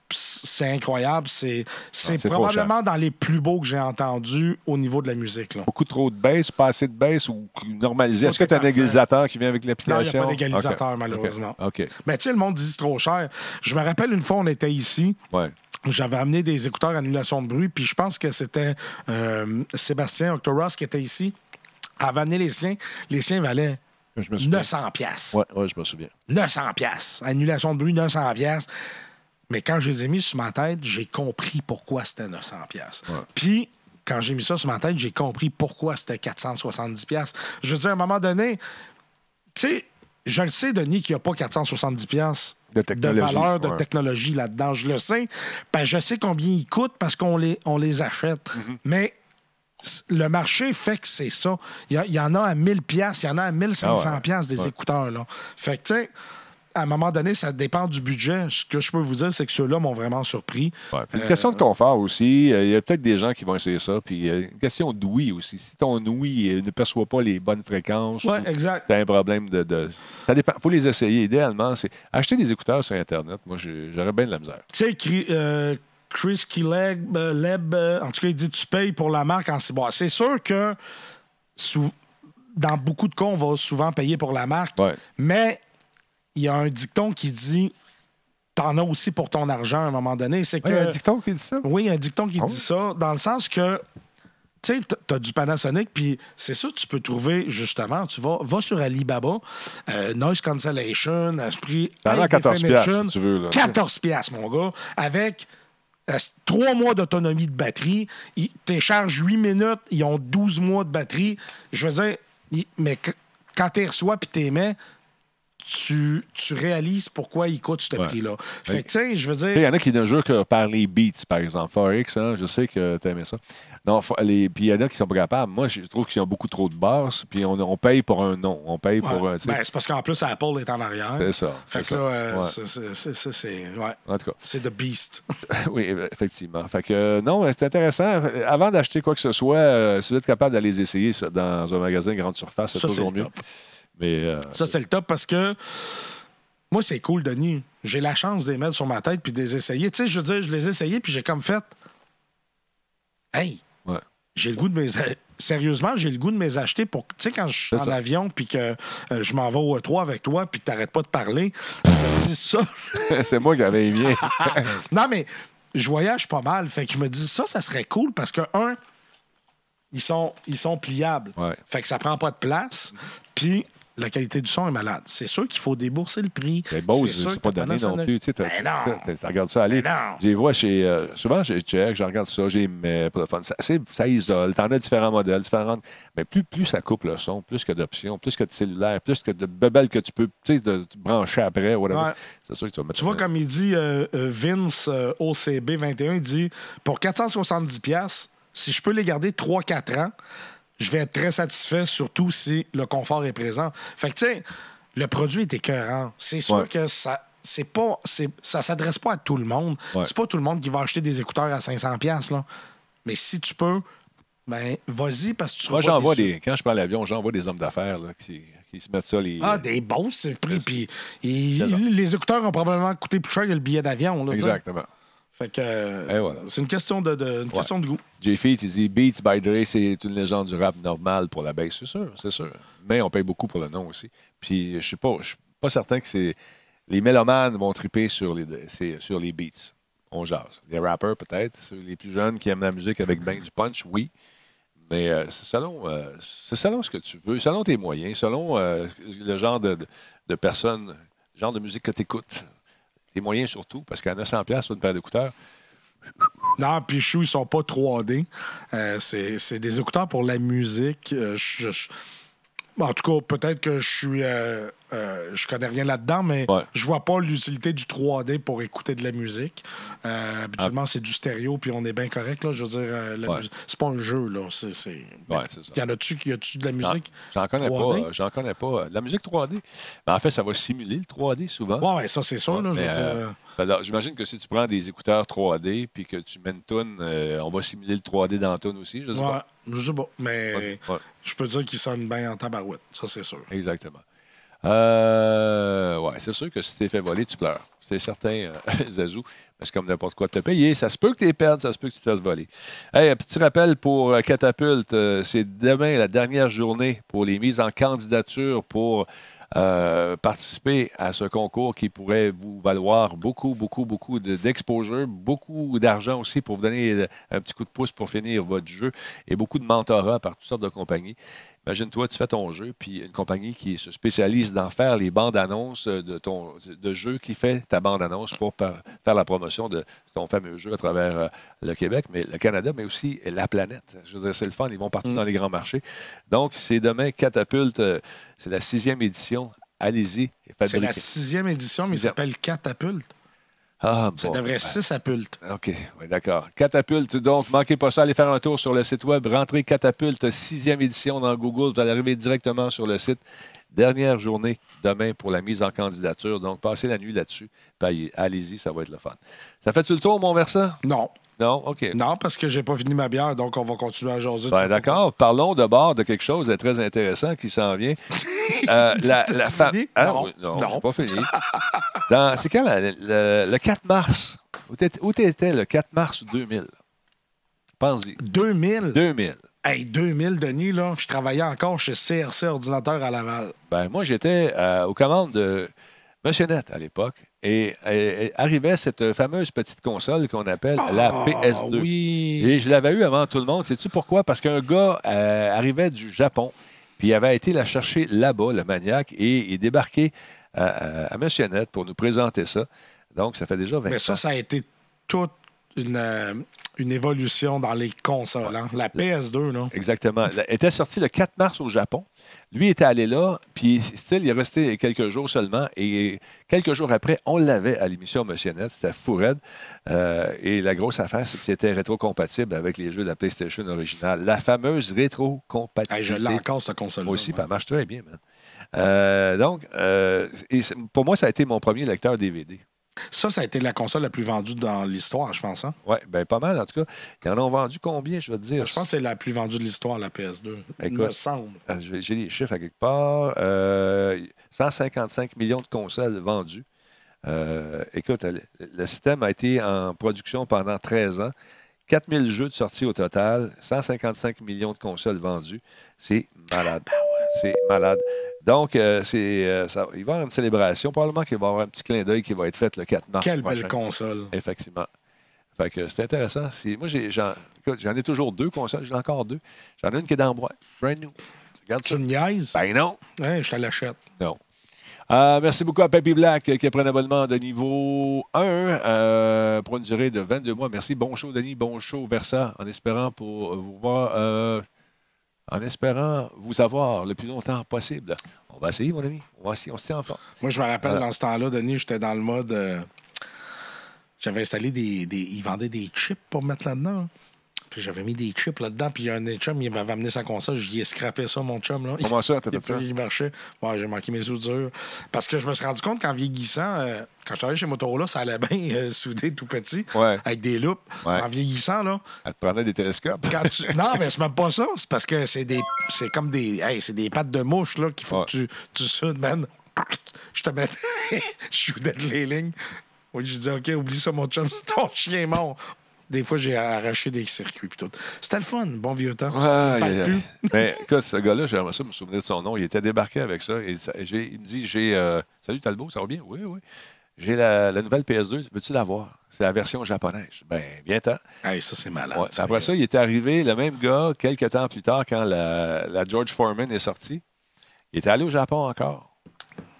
C: pss, c'est incroyable. C'est c'est
B: Ah, c'est trop
C: probablement dans les plus beaux que j'ai entendus au niveau de la musique. là.
B: Beaucoup trop de baisse, pas assez de baisse ou normalisé. Est-ce que
C: Pas
B: tu as un
C: tout à fait.
B: égalisateur qui vient avec
C: Non, il n'y a
B: l'application?
C: pas d'égalisateur,
B: OK.
C: malheureusement.
B: OK.
C: Mais tu sais, le monde dit c'est trop cher. Je me rappelle une fois, on était ici.
B: Ouais.
C: J'avais amené des écouteurs annulation de bruit, puis je pense que c'était euh, Sébastien Octoros qui était ici. Avait amené les siens. Les siens valaient
B: Je me souviens.
C: 900 pièces.
B: Ouais, ouais, je me souviens.
C: 900 pièces. Annulation de bruit, 900 pièces. Mais quand je les ai mis sur ma tête, j'ai compris pourquoi c'était 900 pièces. Puis quand j'ai mis ça sur ma tête, j'ai compris pourquoi c'était 470 pièces. Je veux dire, à un moment donné, tu sais, je le sais, Denis, qu'il n'y a pas 470 pièces
B: De technologie,
C: valeur, de
B: ouais.
C: technologie là-dedans. Je le sais. Ben, je sais combien ils coûtent parce qu'on les, on les achète.
B: Mm-hmm.
C: Mais c- le marché fait que c'est ça. Il y, a- il y en a à 1000 pièces, il y en a à 1500
B: Ah ouais.
C: pièces des
B: Ouais.
C: écouteurs. Là. Fait que, tu sais, à un moment donné, ça dépend du budget. Ce que je peux vous dire, c'est que ceux-là m'ont vraiment surpris.
B: Ouais. Puis Une
C: euh.
B: question de confort aussi. Euh, Il y a peut-être des gens qui vont essayer ça. Puis euh, une question d'ouïe aussi. Si ton ouïe euh, ne perçoit pas les bonnes fréquences,
C: Ouais,
B: ou
C: exact.
B: t'as un problème de. de- Ça dépend. faut les essayer. Idéalement, c'est acheter des écouteurs sur Internet. Moi, j'ai- j'aurais bien de la misère.
C: Tu sais, Cri- euh, Chris Kileb, euh, Leb, euh, en tout cas, il dit tu payes pour la marque en bon, C'est sûr que sou- dans beaucoup de cas, on va souvent payer pour la marque.
B: Ouais.
C: Mais il y a un dicton qui dit t'en as aussi pour ton argent à un moment donné. C'est que.
B: Il y a un dicton qui dit ça. Oh.
C: Oui, il y a un dicton qui dit ça, dans le sens que, tu sais, tu as du Panasonic, puis c'est ça, tu peux trouver, justement, tu vas, va sur Alibaba, euh, Noise Cancellation, à ce prix.
B: T'en as
C: High
B: 14
C: Definition,
B: piastres, si tu veux, là.
C: 14 piastres, mon gars, avec. euh, Trois mois d'autonomie de batterie, ils t'échargent 8 minutes, ils ont 12 mois de batterie. Je veux dire, ils- mais qu- quand tu reçois puis tu mets, tu, tu réalises pourquoi ils coûtent ce prix-là. Fait que, tu sais, je veux dire.
B: Il y en a qui ne jurent que par les beats, par exemple. Forex, hein, je sais que tu aimais ça. Non, fo- les, puis il y en a qui sont pas capables. Moi, je trouve qu'ils ont beaucoup trop de basses, puis on, on paye pour un nom. On paye pour.
C: Ouais.
B: euh, tu sais,
C: Ben, c'est parce qu'en plus, Apple est en arrière.
B: C'est ça,
C: Fait
B: c'est
C: que là,
B: ça.
C: euh,
B: Ouais.
C: c'est- c'est- c'est- c'est- c'est. Ouais.
B: En tout cas.
C: C'est The Beast.
B: oui, effectivement. Fait que, euh, non, c'est intéressant. Avant d'acheter quoi que ce soit, euh, si vous êtes capable d'aller les essayer ça, dans un magasin grande surface, c'est
C: Ça, c'est
B: toujours
C: le
B: mieux.
C: top.
B: Mais euh,
C: Ça, c'est le top parce que. Moi, c'est cool, Denis. J'ai la chance de les mettre sur ma tête puis de les essayer. Tu sais, je veux dire, je les ai essayés puis j'ai comme fait. Hey,
B: ouais.
C: j'ai le goût de mes. Sérieusement, j'ai le goût de mes acheter pour. Tu sais, quand je suis
B: C'est
C: en
B: ça.
C: avion puis que euh, je m'en vais au E3 avec toi puis que t'arrêtes pas de parler, je me dis ça.
B: c'est moi qui avais bien.
C: non, mais je voyage pas mal. Fait que je me dis, ça, ça serait cool parce que, un, ils sont, ils sont pliables.
B: Ouais.
C: Fait que ça prend pas de place. Puis la qualité du son est malade. C'est sûr qu'il faut débourser le prix.
B: C'est beau,
C: sûr
B: Ben, c'est
C: que
B: pas donné
C: pendant
B: non
C: ça-
B: plus. Tu sais, t'as-
C: Ben non.
B: t'as- t'as- regardes ça aller.
C: Ben non.
B: Je les vois chez. euh, souvent, j'ai check, je regarde ça, j'ai mes pour le fun. Ça, c'est- ça isole. T'en as différents modèles, différentes. Mais plus, plus ça coupe le son, plus que d'options, plus que de cellulaires, plus que de bebelles que tu peux tu sais, de, te brancher après, whatever.
C: Ouais.
B: C'est sûr que tu vas mettre
C: Tu vois, comme il dit euh, euh, Vince euh, OCB21, il dit pour 470$, piastres, si je peux les garder 3-4 ans, je vais être très satisfait, surtout si le confort est présent. Fait que, tu sais, le produit est écœurant. C'est sûr
B: Ouais.
C: que ça. C'est pas, c'est, ça s'adresse pas à tout le monde.
B: Ouais.
C: C'est pas tout le monde qui va acheter des écouteurs à 500$. piastres, Là. Mais si tu peux, ben, vas-y parce que tu seras
B: Moi,
C: pas
B: j'envoie
C: déçu.
B: des. Quand je prends l'avion, j'envoie des hommes d'affaires là, qui, qui se mettent ça les.
C: Ah, des bons, c'est pris. Puis, ils-
B: Excellent.
C: les écouteurs ont probablement coûté plus cher que le billet d'avion. là, tu sais.
B: Exactement.
C: Fait que. euh,
B: Et voilà.
C: C'est une question de, de- une question de goût.
B: Jay Feet, il dit Beats by Dre, c'est une légende du rap normal pour la baisse. C'est sûr, c'est sûr. Mais on paye beaucoup pour le nom aussi. Puis je sais pas, je suis pas certain que c'est. Les mélomanes vont triper sur les, c'est- sur les beats. On jase. Les rappers, peut-être. Ceux- Les plus jeunes qui aiment la musique avec ben du punch, oui. Mais euh, c'est selon, euh, c'est selon ce que tu veux, selon tes moyens, selon euh, le genre de, de, de personne, le genre de musique que tu écoutes. Tes moyens surtout, parce qu'à 900$ sur une paire d'écouteurs,
C: Non, puis Chou, ils sont pas 3D. Euh, c'est c'est des écouteurs pour la musique. Euh, je- je- bon, en tout cas, peut-être que je suis. euh, euh, je connais rien là-dedans, mais
B: Ouais.
C: je vois pas l'utilité du 3D pour écouter de la musique. Euh, habituellement, c'est du stéréo, puis on est bien correct. Là, je veux dire, euh, la
B: Ah. Ouais.
C: musique- c'est pas un jeu. là. c'est c'est-
B: ouais, c'est ça.
C: Y en a-tu qui a-tu de la
B: J'en-
C: musique?
B: J'en connais
C: 3D?
B: pas. euh, J'en connais pas. euh, La musique 3D. Mais en fait, ça va simuler le 3D souvent.
C: Ouais, ouais, ça, c'est sûr. là, je veux
B: Mais,
C: dire,
B: euh, alors, J'imagine que si tu prends des écouteurs 3D puis que tu mets une toune, euh, on va simuler le 3D dans la toune aussi. Je sais
C: ouais,
B: pas.
C: je sais pas. Mais
B: Ouais.
C: je peux dire qu'ils sonnent bien en tabarouette. Ça, c'est sûr.
B: Exactement. Euh, ouais, c'est sûr que si t'es fait voler, tu pleures. C'est certain, euh, Zazou. Parce que comme n'importe quoi, te payer. Ça se peut que t'es perdu, ça se peut que tu te fasses voler. Hey, un petit rappel pour euh, Catapulte. euh, c'est demain la dernière journée pour les mises en candidature pour euh, participer à ce concours qui pourrait vous valoir beaucoup, beaucoup, beaucoup de- d'exposure, beaucoup d'argent aussi pour vous donner euh, un petit coup de pouce pour finir votre jeu et beaucoup de mentorat par toutes sortes de compagnies. Imagine-toi, tu fais ton jeu, puis une compagnie qui se spécialise dans faire les bandes-annonces de ton de jeu qui fait ta bande-annonce pour par- faire la promotion de ton fameux jeu à travers euh, le Québec, mais le Canada, mais aussi la planète. Je veux dire, c'est le fun, ils vont
C: Mm.
B: partout dans les grands marchés. Donc, c'est demain, Catapulte, euh, c'est la sixième édition. Allez-y et
C: C'est la
B: fabriquez.
C: sixième édition, mais il
B: Sixième.
C: s'appelle Catapulte.
B: Ah,
C: Ça
B: bon.
C: devrait 6 à Pulte.
B: OK, oui, d'accord. Catapulte, donc, manquez pas ça. Allez faire un tour sur le site web. Rentrez Catapulte, sixième édition dans Google. Vous allez arriver directement sur le site. Dernière journée demain pour la mise en candidature. Donc, passez la nuit là-dessus. Puis, Allez-y, ça va être le fun. Ça fait-tu le tour, mon versant?
C: Non.
B: Non? OK.
C: Non, parce que j'ai pas fini ma bière, donc on va continuer à jaser.
B: Ben, d'accord. Parlons de bord de quelque chose de très intéressant qui s'en vient. Euh, la, la
C: C'est
B: fa-
C: fini?
B: Ah,
C: Non.
B: oui, non,
C: Non.
B: c'est pas fini. Dans- c'est quand la- le, le 4 mars? Où t'étais- Où t'étais le 4 mars 2000? Pense-y.
C: 2000.
B: 2000.
C: Hey, 2000, Denis, là, je travaillais encore chez CRC Ordinateur à Laval.
B: Ben, moi, j'étais euh, aux commandes de M. Net à l'époque et, et- et arrivait cette fameuse petite console qu'on appelle la
C: Ah
B: PS2.
C: oui.
B: Et je l'avais eu avant tout le monde. Sais-tu pourquoi? Parce qu'un gars euh, arrivait du Japon, puis il avait été la chercher là-bas, le maniaque, et il débarquait à, à, à Missionnette pour nous présenter ça. Donc, ça fait déjà 20
C: Mais ça,
B: ans.
C: ça a été toute une, euh, une évolution dans les consoles. hein. La PS2, là.
B: Exactement. Elle était sortie le 4 mars au Japon. Lui était allé là, puis style, il est resté quelques jours seulement. Et quelques jours après, on l'avait à l'émission Monsieur Net. C'était fou raide. Euh, et la grosse affaire, c'est que c'était rétro-compatible avec les jeux de la PlayStation originale. La fameuse
C: Hey, je
B: rétro-compatibilité.
C: l'ai encore, cette console-là.
B: Moi aussi,
C: moi.
B: puis elle marche très bien, man. Euh, donc, euh, et c'est- pour moi, ça a été mon premier lecteur DVD.
C: Ça, ça a été la console la plus vendue dans l'histoire, je pense. hein.
B: Oui, ben pas mal, en tout cas. Ils en ont vendu combien, je vais te dire?
C: Je pense que c'est la plus vendue de l'histoire, la PS2. Il
B: Écoute.
C: me semble.
B: Ah, J'ai j'ai les chiffres à quelque part. Euh, 155 millions de consoles vendues. Euh, écoute, le, le système a été en production pendant 13 ans. 4000 jeux de sortie au total, 155 millions de consoles vendues. C'est malade.
C: Ah
B: C'est malade. Donc, euh, c'est, euh, ça- il va y avoir une célébration. Probablement qu'il va y avoir un petit clin d'œil qui va être fait le 4 mars.
C: Quelle
B: prochain.
C: belle console.
B: Effectivement. Fait que c'est intéressant. C'est- moi, j'ai, j'en, écoute, j'en ai toujours deux consoles. J'en ai encore deux. J'en ai une qui est dans le bois. Brand new. Regarde
C: Tu
B: ça.
C: me niaises?
B: Ben non.
C: Hey, je te l'achète.
B: Non. Euh, merci beaucoup à Peppy Black euh, qui prend un abonnement de niveau 1 euh, pour une durée de 22 mois. Merci. Bon show, Denis. Bon show, Versa. En espérant pour vous voir. euh, en espérant vous avoir le plus longtemps possible. On va essayer, mon ami. On va essayer. On se tient en forme.
C: Moi, je me rappelle,
B: Voilà.
C: dans ce temps-là, Denis, j'étais dans le mode. euh, j'avais installé des, des- Ils vendaient des chips pour mettre là-dedans. hein. Puis j'avais mis des chips là-dedans. Puis il y a un des chums, il m'avait amené sa console. J'y ai scrappé ça, mon chum. Là.
B: Comment ça, t'as
C: Il-
B: fait ça?
C: Il marchait. Ouais, j'ai manqué mes soudures. Parce que je me suis rendu compte qu'en vieillissant, euh, quand je travaillais chez Motorola, ça allait bien euh, soudé tout petit,
B: Ouais.
C: avec des loupes.
B: Ouais.
C: En vieillissant, là,
B: Elle te prenait des télescopes.
C: quand tu- Non, mais c'est même pas ça. C'est parce que c'est des. C'est comme des. hey, c'est des pattes de mouche là qu'il faut
B: Ouais.
C: que tu, tu soudes, man. Je te mets. je suis dans les lignes. Oui, je dis OK, oublie ça, mon chum, c'est ton chien est mort. Des fois, j'ai arraché des circuits puis tout. C'était le fun, bon vieux temps.
B: Ouais,
C: Parle
B: aïe, aïe.
C: plus.
B: Mais écoute, ce gars-là, j'aimerais ça me souvenir de son nom. Il était débarqué avec ça. Et ça- j'ai- il me dit j'ai, euh, Salut Talbot, ça va bien Oui, oui. J'ai la, la nouvelle PS2. Veux-tu la voir C'est la version japonaise. Je dis, Ben, viens-t'en.
C: Hey, ça, c'est malade.
B: Ouais. Après ça, il est arrivé, le même gars, quelques temps plus tard, quand la, la George Foreman est sortie. Il était allé au Japon encore.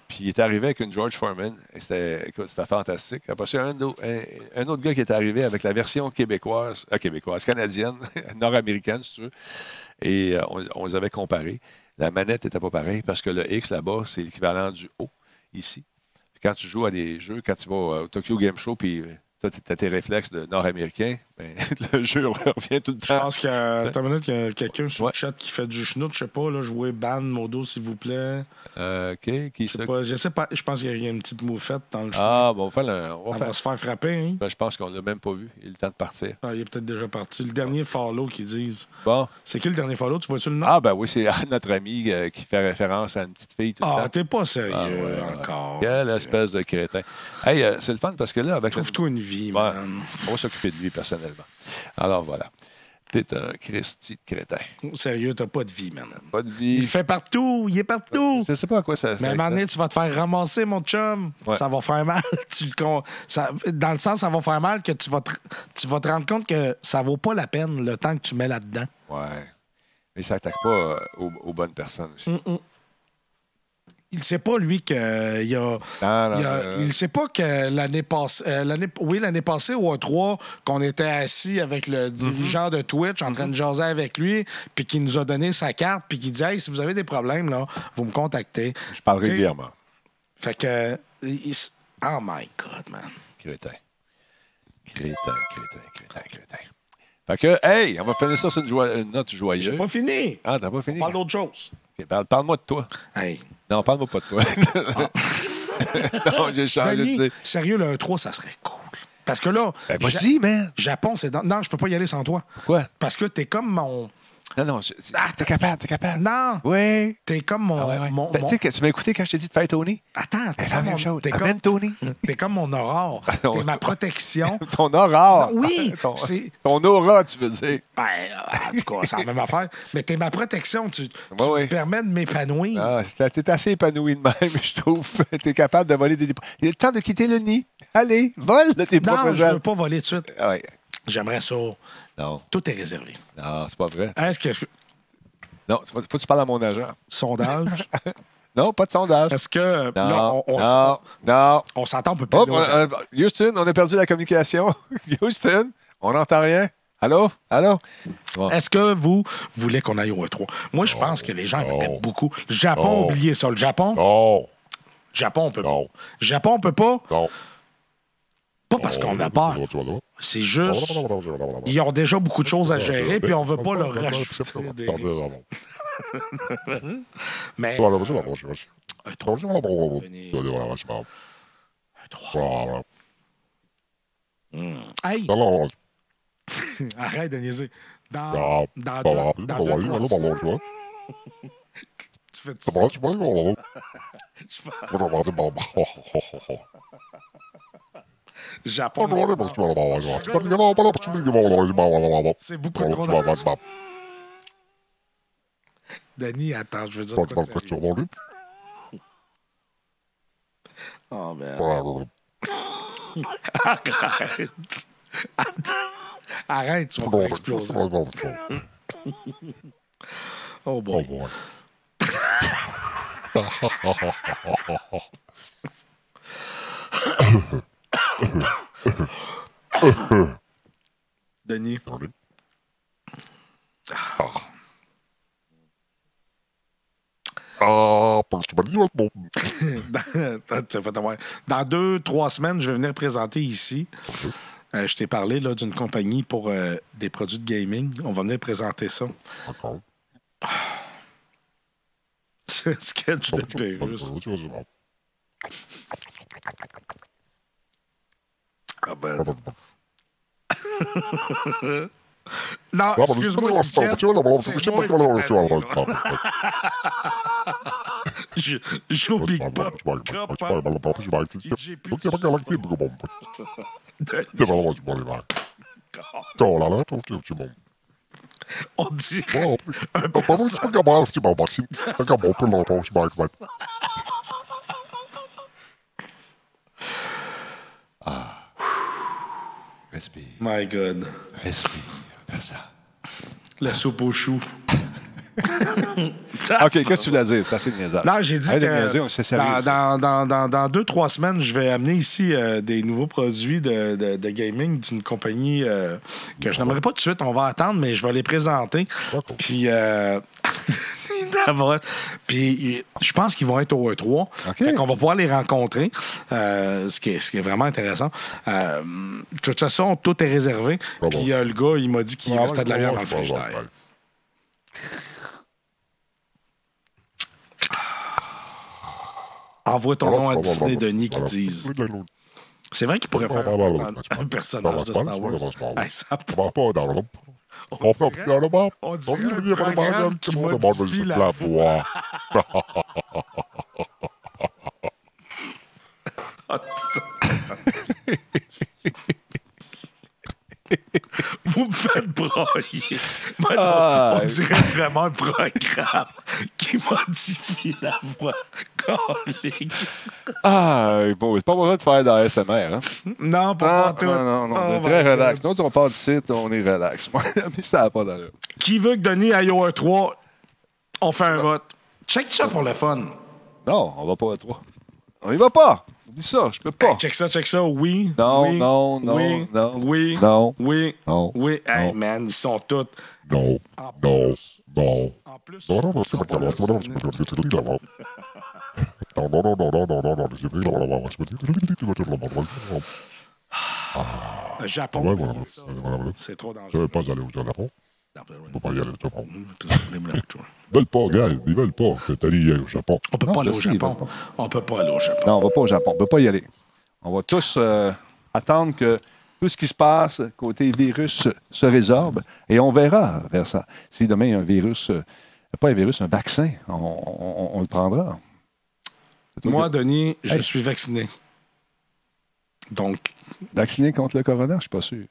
B: Puis il est arrivé avec une George Foreman. Et c'était, écoute, c'était fantastique. Après ça, il y a un, au- un- un autre gars qui est arrivé avec la version québécoise, euh, québécoise, canadienne, nord-américaine, si tu veux. Et euh, on, on les avait comparés. La manette n'était pas pareille parce que le X là-bas, c'est l'équivalent du O ici. Puis quand tu joues à des jeux, quand tu vas au Tokyo Game Show, puis tu as tes réflexes de nord-américain, ben, le jeu revient tout le
C: Je
B: temps.
C: pense que euh, attends une minute, il y a quelqu'un sur
B: Ouais.
C: le chat qui fait du chenoute, je sais pas, là, jouer ban, modo, s'il vous plaît.
B: Euh, OK, qui
C: Je
B: ça?
C: sais pas, je sais pas, je pense qu'il y a une petite moufette dans le chat.
B: Ah, bon, on va faire le- on
C: On
B: va faire-
C: va se faire frapper, hein?
B: Ben, je pense qu'on ne l'a même pas vu. Il est temps de partir.
C: Ah, il est peut-être déjà parti. Le dernier follow qu'ils disent.
B: Bon.
C: C'est qui le dernier follow? Tu vois-tu le nom?
B: Ah, ben oui, c'est notre ami euh, qui fait référence à une petite fille tout le
C: Ah,
B: temps.
C: t'es pas sérieux
B: Ah, ouais, ouais.
C: encore.
B: Quelle espèce de crétin. Hey, euh, c'est le fun parce que là, avec le-
C: Trouve-toi une vie,
B: Ouais,
C: man.
B: on va s'occuper de lui personnellement. Alors voilà. T'es un Christy de crétin.
C: Sérieux, t'as pas de vie, man.
B: Pas de
C: Il
B: vie.
C: fait partout, il est partout.
B: Je sais pas à quoi ça
C: Mais à un moment donné, tu vas te faire ramasser, mon chum.
B: Ouais.
C: Ça va faire mal. Tu le con- ça- Dans le sens, ça va faire mal que tu vas, te... tu vas te rendre compte que ça vaut pas la peine le temps que tu mets là-dedans.
B: Ouais. Mais ça attaque pas euh, aux, aux bonnes personnes aussi.
C: Il sait pas, lui, qu'il y a.
B: Non, non,
C: Il, a-
B: non, non.
C: il sait pas que l'année passée, oui, l'année passée au E3, qu'on était assis avec le dirigeant de Twitch en train de jaser avec lui, puis qu'il nous a donné sa carte, puis qu'il dit Hey, si vous avez des problèmes, là, vous me contactez.
B: Je parle
C: Tu sais,
B: régulièrement,
C: Fait que. il- il s- oh my God, man.
B: crétin. Crétin, crétin, crétin, crétin. Fait que, hey, on va finir ça sur une, joie- une note joyeuse.
C: Pas fini.
B: Ah, t'as pas fini?
C: Parle d'autre chose.
B: Ok, parle- Parle-moi de toi.
C: Hey.
B: Non, parle-moi pas de toi. non, j'ai changé
C: Denis,
B: d'idée.
C: sérieux, le 1-3, ça serait cool. Parce que là,
B: Ben,
C: Ja-
B: vas-y, man.
C: Japon, c'est dans... Non, je peux pas y aller sans toi.
B: Pourquoi?
C: Parce que t'es comme mon...
B: Non, non, je- ah, t'es capable, t'es capable.
C: Non.
B: Oui.
C: T'es comme mon...
B: Ah, ouais, ouais.
C: mon-
B: Ben,
C: mon-
B: Tu sais que tu m'as écouté quand je t'ai dit de faire Tony?
C: Attends, t'es
B: Ben, fais la
C: comme
B: même
C: mon...
B: chose.
C: T'es
B: Amène
C: comme...
B: Tony. Ah,
C: t'es comme mon aurore.
B: non.
C: t'es ma protection.
B: Ton aura.
C: Oui,
B: ton,
C: c'est-
B: ton aura, tu veux dire.
C: ben, euh, en tout cas, c'est la même affaire. Mais t'es ma protection. Tu, tu
B: Ouais, ouais.
C: me permets de m'épanouir.
B: Ah, c'est- t'es assez épanoui de même, je trouve. T'es capable de voler des... Il est le temps de quitter le nid. Allez, vole de tes
C: non,
B: propres
C: je veux
B: ailes.
C: pas voler tout de suite.
B: Ah ouais.
C: J'aimerais ça.
B: Non,
C: Tout est réservé.
B: non, c'est pas vrai.
C: Est-ce que...
B: Non, c'est pas- faut que tu parles à mon agent.
C: Sondage.
B: Non, pas de sondage.
C: Est-ce que...
B: Euh, Non,
C: là, on, on-
B: non, non.
C: on s'entend, on peut pas...
B: Hop,
C: aller
B: on-
C: au-
B: euh, Houston, on a perdu la communication. Houston, on n'entend rien. Allô? Allô? Bon.
C: Est-ce que vous voulez qu'on aille au E3? Moi, je
B: Oh,
C: pense que les gens
A: non,
C: aiment beaucoup. Le Japon,
A: non.
C: oubliez ça. Le Japon,
A: Non,
C: Japon, on peut pas.
B: Oh.
A: Non.
C: Japon, on peut pas.
A: non.
C: Pas parce qu'on
B: Oh.
C: a peur. C'est juste. Ils ont déjà beaucoup de choses à gérer, puis on veut pas leur rajouter des- Mais hey, arrête de niaiser. Dans, dans, dans, dans deux mois, tu fais ça. Japon, c'est beaucoup trop. de- Denis, attends, je veux dire. quoi de sérieux. Oh, man. Arrête. Attends. Arrête, tu vas faire exploser. Oh boy. Denis. Attends, tu vas faire ta voix. Dans deux, trois semaines, je vais venir présenter ici. Euh, je t'ai parlé là, d'une compagnie pour euh, des produits de gaming. On va venir présenter ça. C'est un sketch de Pérus. Ah ben, Non, excuse-moi, Niquette, c'est moi. Je- J'oublie pas. Copain, Denis,
A: tá
C: On dit
B: Respire,
C: My God.
B: respire. Fais ça.
C: La soupe au chou.
B: OK, qu'est-ce que tu voulais dire? Ça, c'est niaisable.
C: Non, j'ai dit
B: Arrête de niaiser, on s'est
C: que
B: sérieux.
C: dans, dans, dans, dans, dans deux, trois semaines, je vais amener ici euh, des nouveaux produits de, de, de gaming d'une compagnie euh, que je n'aimerais pas tout de suite. On va attendre, mais je vais les présenter. Puis, euh, d'abord, puis je pense qu'ils vont être au E E3.
B: OK.
C: on va pouvoir les rencontrer, euh, ce, qui est, ce qui est vraiment intéressant. Euh, de toute façon, tout est réservé.
A: Ah bon. Ah,
C: Puis euh, le gars, il m'a dit qu'il restait de la viande dans le frigidaire. Envoie ton nom à Disney Denis qui disent. C'est vrai qu'il pourrait faire un, un personnage de Star Wars. Hey, ça- on dirait un programme qui modifie la
A: voix.
C: Vous me faites broyer. Mais non,
B: Ah,
C: on dirait vraiment un programme qui modifie la voix. Colique.
B: Ah, bon, c'est pas besoin de faire de la SMR. Hein?
C: Non, pas
B: Non,
C: tout.
B: Ah, non, non, non,
C: Oh
B: on est
C: my
B: très
C: God.
B: relax. Nous, on part du site, on est relax. Mais ça n'a pas d'allure.
C: Qui veut que Denis aille au 3 On fait un vote. Check ça pour le fun.
B: Non, on va pas à trois. On y va pas. Oublie ça, je peux pas.
C: Hey, check ça, check ça. Oui.
B: Non,
C: oui,
B: non, non,
C: oui,
B: non,
C: Oui.
B: non,
C: Oui.
B: non,
C: Oui. Hey,
B: non.
C: man, ils sont tous.
A: Non, non, non.
C: En plus,
A: Non, non,
C: ils
A: non,
C: sont
A: c'est
C: pas là, c'est- Le Japon.
A: Ouais, voilà.
C: ça,
A: Voilà.
C: C'est trop
A: Je
C: dangereux. Mmh,
A: ne pas aller au Japon. Je ne pas y aller au Japon.
C: On
A: Ils veulent pas, gars. Ils veulent pas que tu ailles au Japon.
C: peut
B: Non,
C: pas aller au
B: merci, ils
C: Japon.
B: veulent
C: On peut pas aller au Japon.
B: Non, on va pas au Japon. On peut pas y aller. On va tous euh, attendre que tout ce qui se passe côté virus se- se résorbe et on verra vers ça. Si demain il y a un virus, euh, pas un virus, un vaccin, on, on- on le prendra. C'est toi
C: Moi,
B: qui-
C: Denis, je
B: Hey.
C: suis vacciné. Donc,
B: vacciné contre le corona, je suis pas sûr.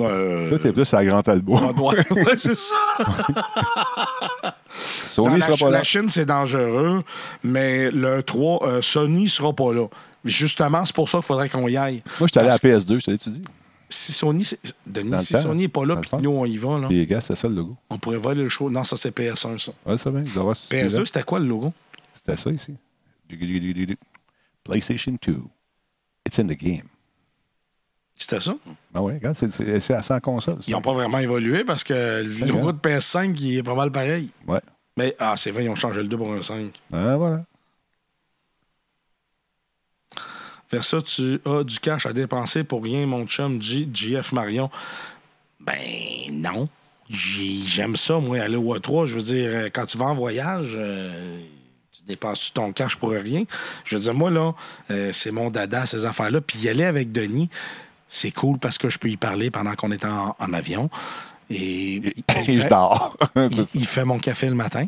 C: euh,
B: Toi, t'es plus à Grand Talbot.
C: ouais, c'est ça.
B: Sony
C: Dans
B: sera
C: la,
B: pas là.
C: la Chine, c'est dangereux, mais le 3, euh, Sony sera pas là. Mais Justement, c'est pour ça qu'il faudrait qu'on y aille.
B: Moi, je suis allé à PS2, je te l'ai-tu dit?
C: Si Sony, c'est- Denis,
B: Dans le
C: si
B: temps.
C: Sony n'est pas là,
B: Dans le
C: puis
B: temps.
C: nous, on y va, là,
B: Les gars, c'était ça le logo.
C: on pourrait voler le show. Non, ça, c'est PS1, ça.
B: Ouais, ça va. il doit y avoir ce
C: PS2,
B: suivant.
C: c'était quoi le logo?
B: C'était ça ici. Du-du-du-du-du-du. PlayStation 2. It's in the game.
C: C'était ça?
B: Ben oui, regarde, c'est- c'est c'est à 100 consoles. ça.
C: Ils n'ont pas vraiment évolué parce que le logo de PS5, il est pas mal pareil.
B: Ouais.
C: Mais, ah, c'est vrai, ils ont changé le 2 pour un 5.
B: Ah, voilà.
C: Vers ça, tu as du cash à dépenser pour rien, mon chum J- JF Marion. Ben non. J'ai- J'aime ça, moi, aller au A3. Je veux dire, euh, quand tu vas en voyage, euh, tu dépenses ton cash pour rien. Je veux dire, moi, là, euh, c'est mon dada, ces affaires-là. Puis y aller avec Denis, c'est cool parce que je peux y parler pendant qu'on est en, en avion. Et,
B: Et je dors.
C: il- il fait mon café le matin.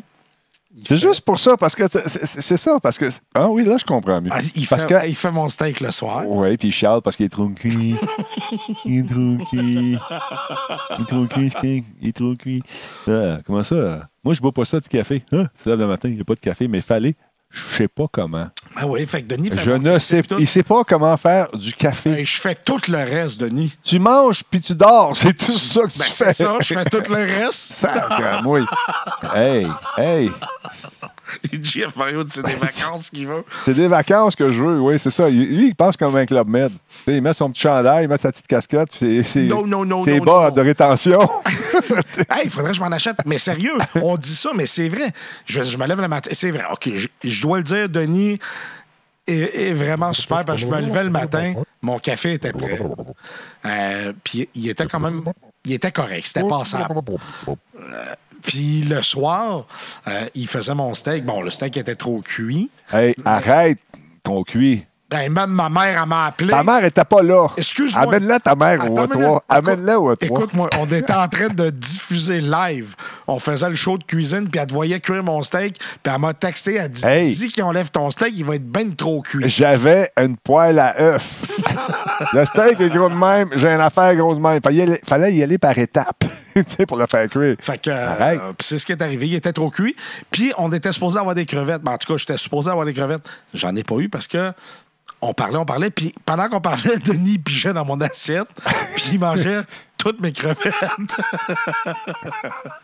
B: c'est juste pour ça, parce que t- c'est- c'est c'est ça, parce que. c'est- Ah oui, là, je comprends mieux.
C: Ah, Il
B: parce
C: fait,
B: que.
C: il fait mon steak le soir.
B: Ouais, puis il chiale parce qu'il est trop cuit. il est trop cuit. Il est trop cuit, ce king. Il est trop cuit. Ah, comment ça? Moi, je bois pas ça du café. Ah, c'est là le matin, il n'y a pas de café, mais fallait. Je sais pas comment.
C: Ah oui, fait que Denis fait
B: Je
C: mon
B: ne
C: café
B: sais
C: puis
B: pas.
C: tout.
B: Il sait pas comment faire du café.
C: Et je fais tout le reste, Denis.
B: Tu manges puis tu dors. C'est tout ça que tu
C: Ben,
B: fais.
C: c'est ça, je fais tout le reste.
B: Sacramouille. Hey, hey.
C: Et JF Mario, c'est des vacances qu'il veut.
B: C'est des vacances que je veux, oui, c'est ça. Il- Lui, il pense comme un club med. Tu sais, il met son petit chandail, il met sa petite casquette, puis c'est
C: Non, non, non,
B: c'est
C: non,
B: bas
C: non.
B: de rétention.
C: Hey, il faudrait que je m'en achète. Mais sérieux, on dit ça, mais c'est vrai. Je, je me lève le matin. C'est vrai. OK, je, je dois le dire, Denis est, est vraiment super parce que je me levais le matin, mon café était prêt. Euh, Puis il était quand même. Il était correct, c'était
A: Oh,
C: passable. Puis le soir, euh, il faisait mon steak. Bon, le steak était trop cuit.
B: hey, arrête ton cuit.
C: Ben, même ma mère, elle m'a appelé.
B: Ta mère était pas là.
C: Ben, Excuse-moi.
B: Amène-la ta mère au
C: Attends une minute.
B: A3. Amène-la au A3.
C: Écoute-moi, on était en train de diffuser live. On faisait le show de cuisine, puis elle te voyait cuire mon steak, puis elle m'a texté, elle dit
B: Hey.
C: Dis qu'on lève ton steak, il va être ben trop cuit.
B: J'avais une poêle à œuf. le steak est gros de même, j'ai une affaire gros de même. Fallait y aller, fallait y aller par étapes, tu sais, pour le faire cuire.
C: Fait que euh,
B: Arrête.
C: puis c'est ce qui est arrivé. Il était trop cuit. Puis on était supposé avoir des crevettes. Ben, en tout cas, j'étais supposé avoir des crevettes. J'en ai pas eu parce que on parlait, on parlait. Puis pendant qu'on parlait, Denis pigeait dans mon assiette. puis il mangeait toutes mes crevettes.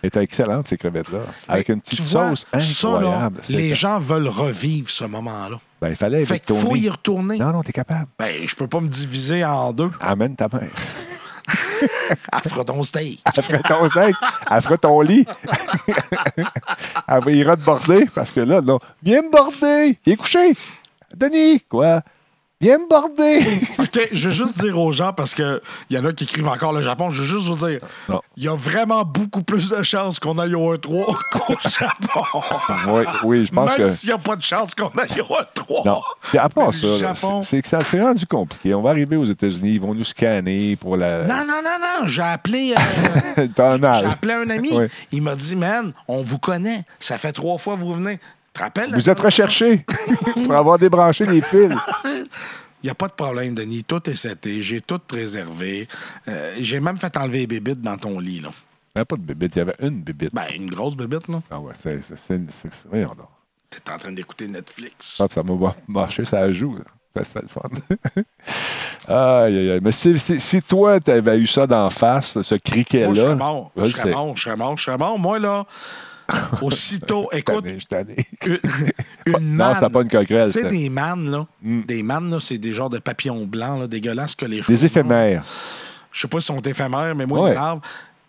B: C'était excellente, ces crevettes-là. Avec une petite
C: ben, Tu vois,
B: sauce
C: ça, là,
B: incroyable. C'était-
C: les gens veulent revivre ce moment-là.
B: Ben, il fallait y
C: Fait qu'il faut
B: retourner.
C: y retourner.
B: Non, non, t'es capable.
C: Ben, je peux pas me diviser en deux.
B: Amène ta mère.
C: À
B: Ah,
C: fredon steak.
B: Elle ferait ton steak, elle ferait ton lit. elle va- ira te border parce que là, non. Viens me border. Il est couché. Denis, quoi? Viens me border.
C: OK, je veux juste dire aux gens, parce qu'il y en a qui écrivent encore le Japon, je veux juste vous dire,
B: Non.
C: il y a vraiment beaucoup plus de chances qu'on aille au 1-3 qu'au Japon.
B: oui, oui, je pense
C: Même
B: que.
C: s'il n'y a pas de chance qu'on aille au 1-3.
B: Non. Puis à
C: Mais
B: part
C: le
B: ça, là,
C: Japon-
B: c'est- c'est que ça s'est rendu compliqué. On va arriver aux États-Unis, ils vont nous scanner pour la.
C: Non, non, non, non, j'ai appelé, euh,
B: le tonnage.
C: j'ai appelé un ami.
B: Oui.
C: Il m'a dit, man, on vous connaît. Ça fait trois fois que vous venez. Te rappelles?
B: Vous êtes recherché pour avoir débranché les fils.
C: Il n'y a pas de problème, Denis. Tout est seté. J'ai tout réservé. Euh, j'ai même fait enlever les bébites dans ton lit. Là.
B: Il n'y avait pas de bébite, il y avait une bébite.
C: Ben, une grosse bébite, là.
B: Ah ouais, c'est. c'est- c'est- c'est- c'est- Voyons donc.
C: T'es en train d'écouter Netflix.
B: Ah, ça m'a mar- marché, ça joue. là. Ça, c'était le fun. aïe, aïe, aïe. Mais si, si- si toi, tu avais eu ça d'en face, ce criquet-là.
C: Moi, je serais mort.
B: Je le
C: Je serais
B: sais.
C: mort, je serais mort, je serais mort. Moi, là, aussitôt, écoute,
B: Tanné, je suis tanné.
C: une, une
B: Non,
C: manne.
B: c'était pas une coquerelle,
C: Tu sais,
B: c'était-
C: des mannes, là. Des mannes, là, c'est des genres de papillons blancs, là, dégueulasses que les choses.
B: Des éphémères.
C: Je sais pas si sont éphémères, mais moi,
B: Ouais.
C: ils m'énervent.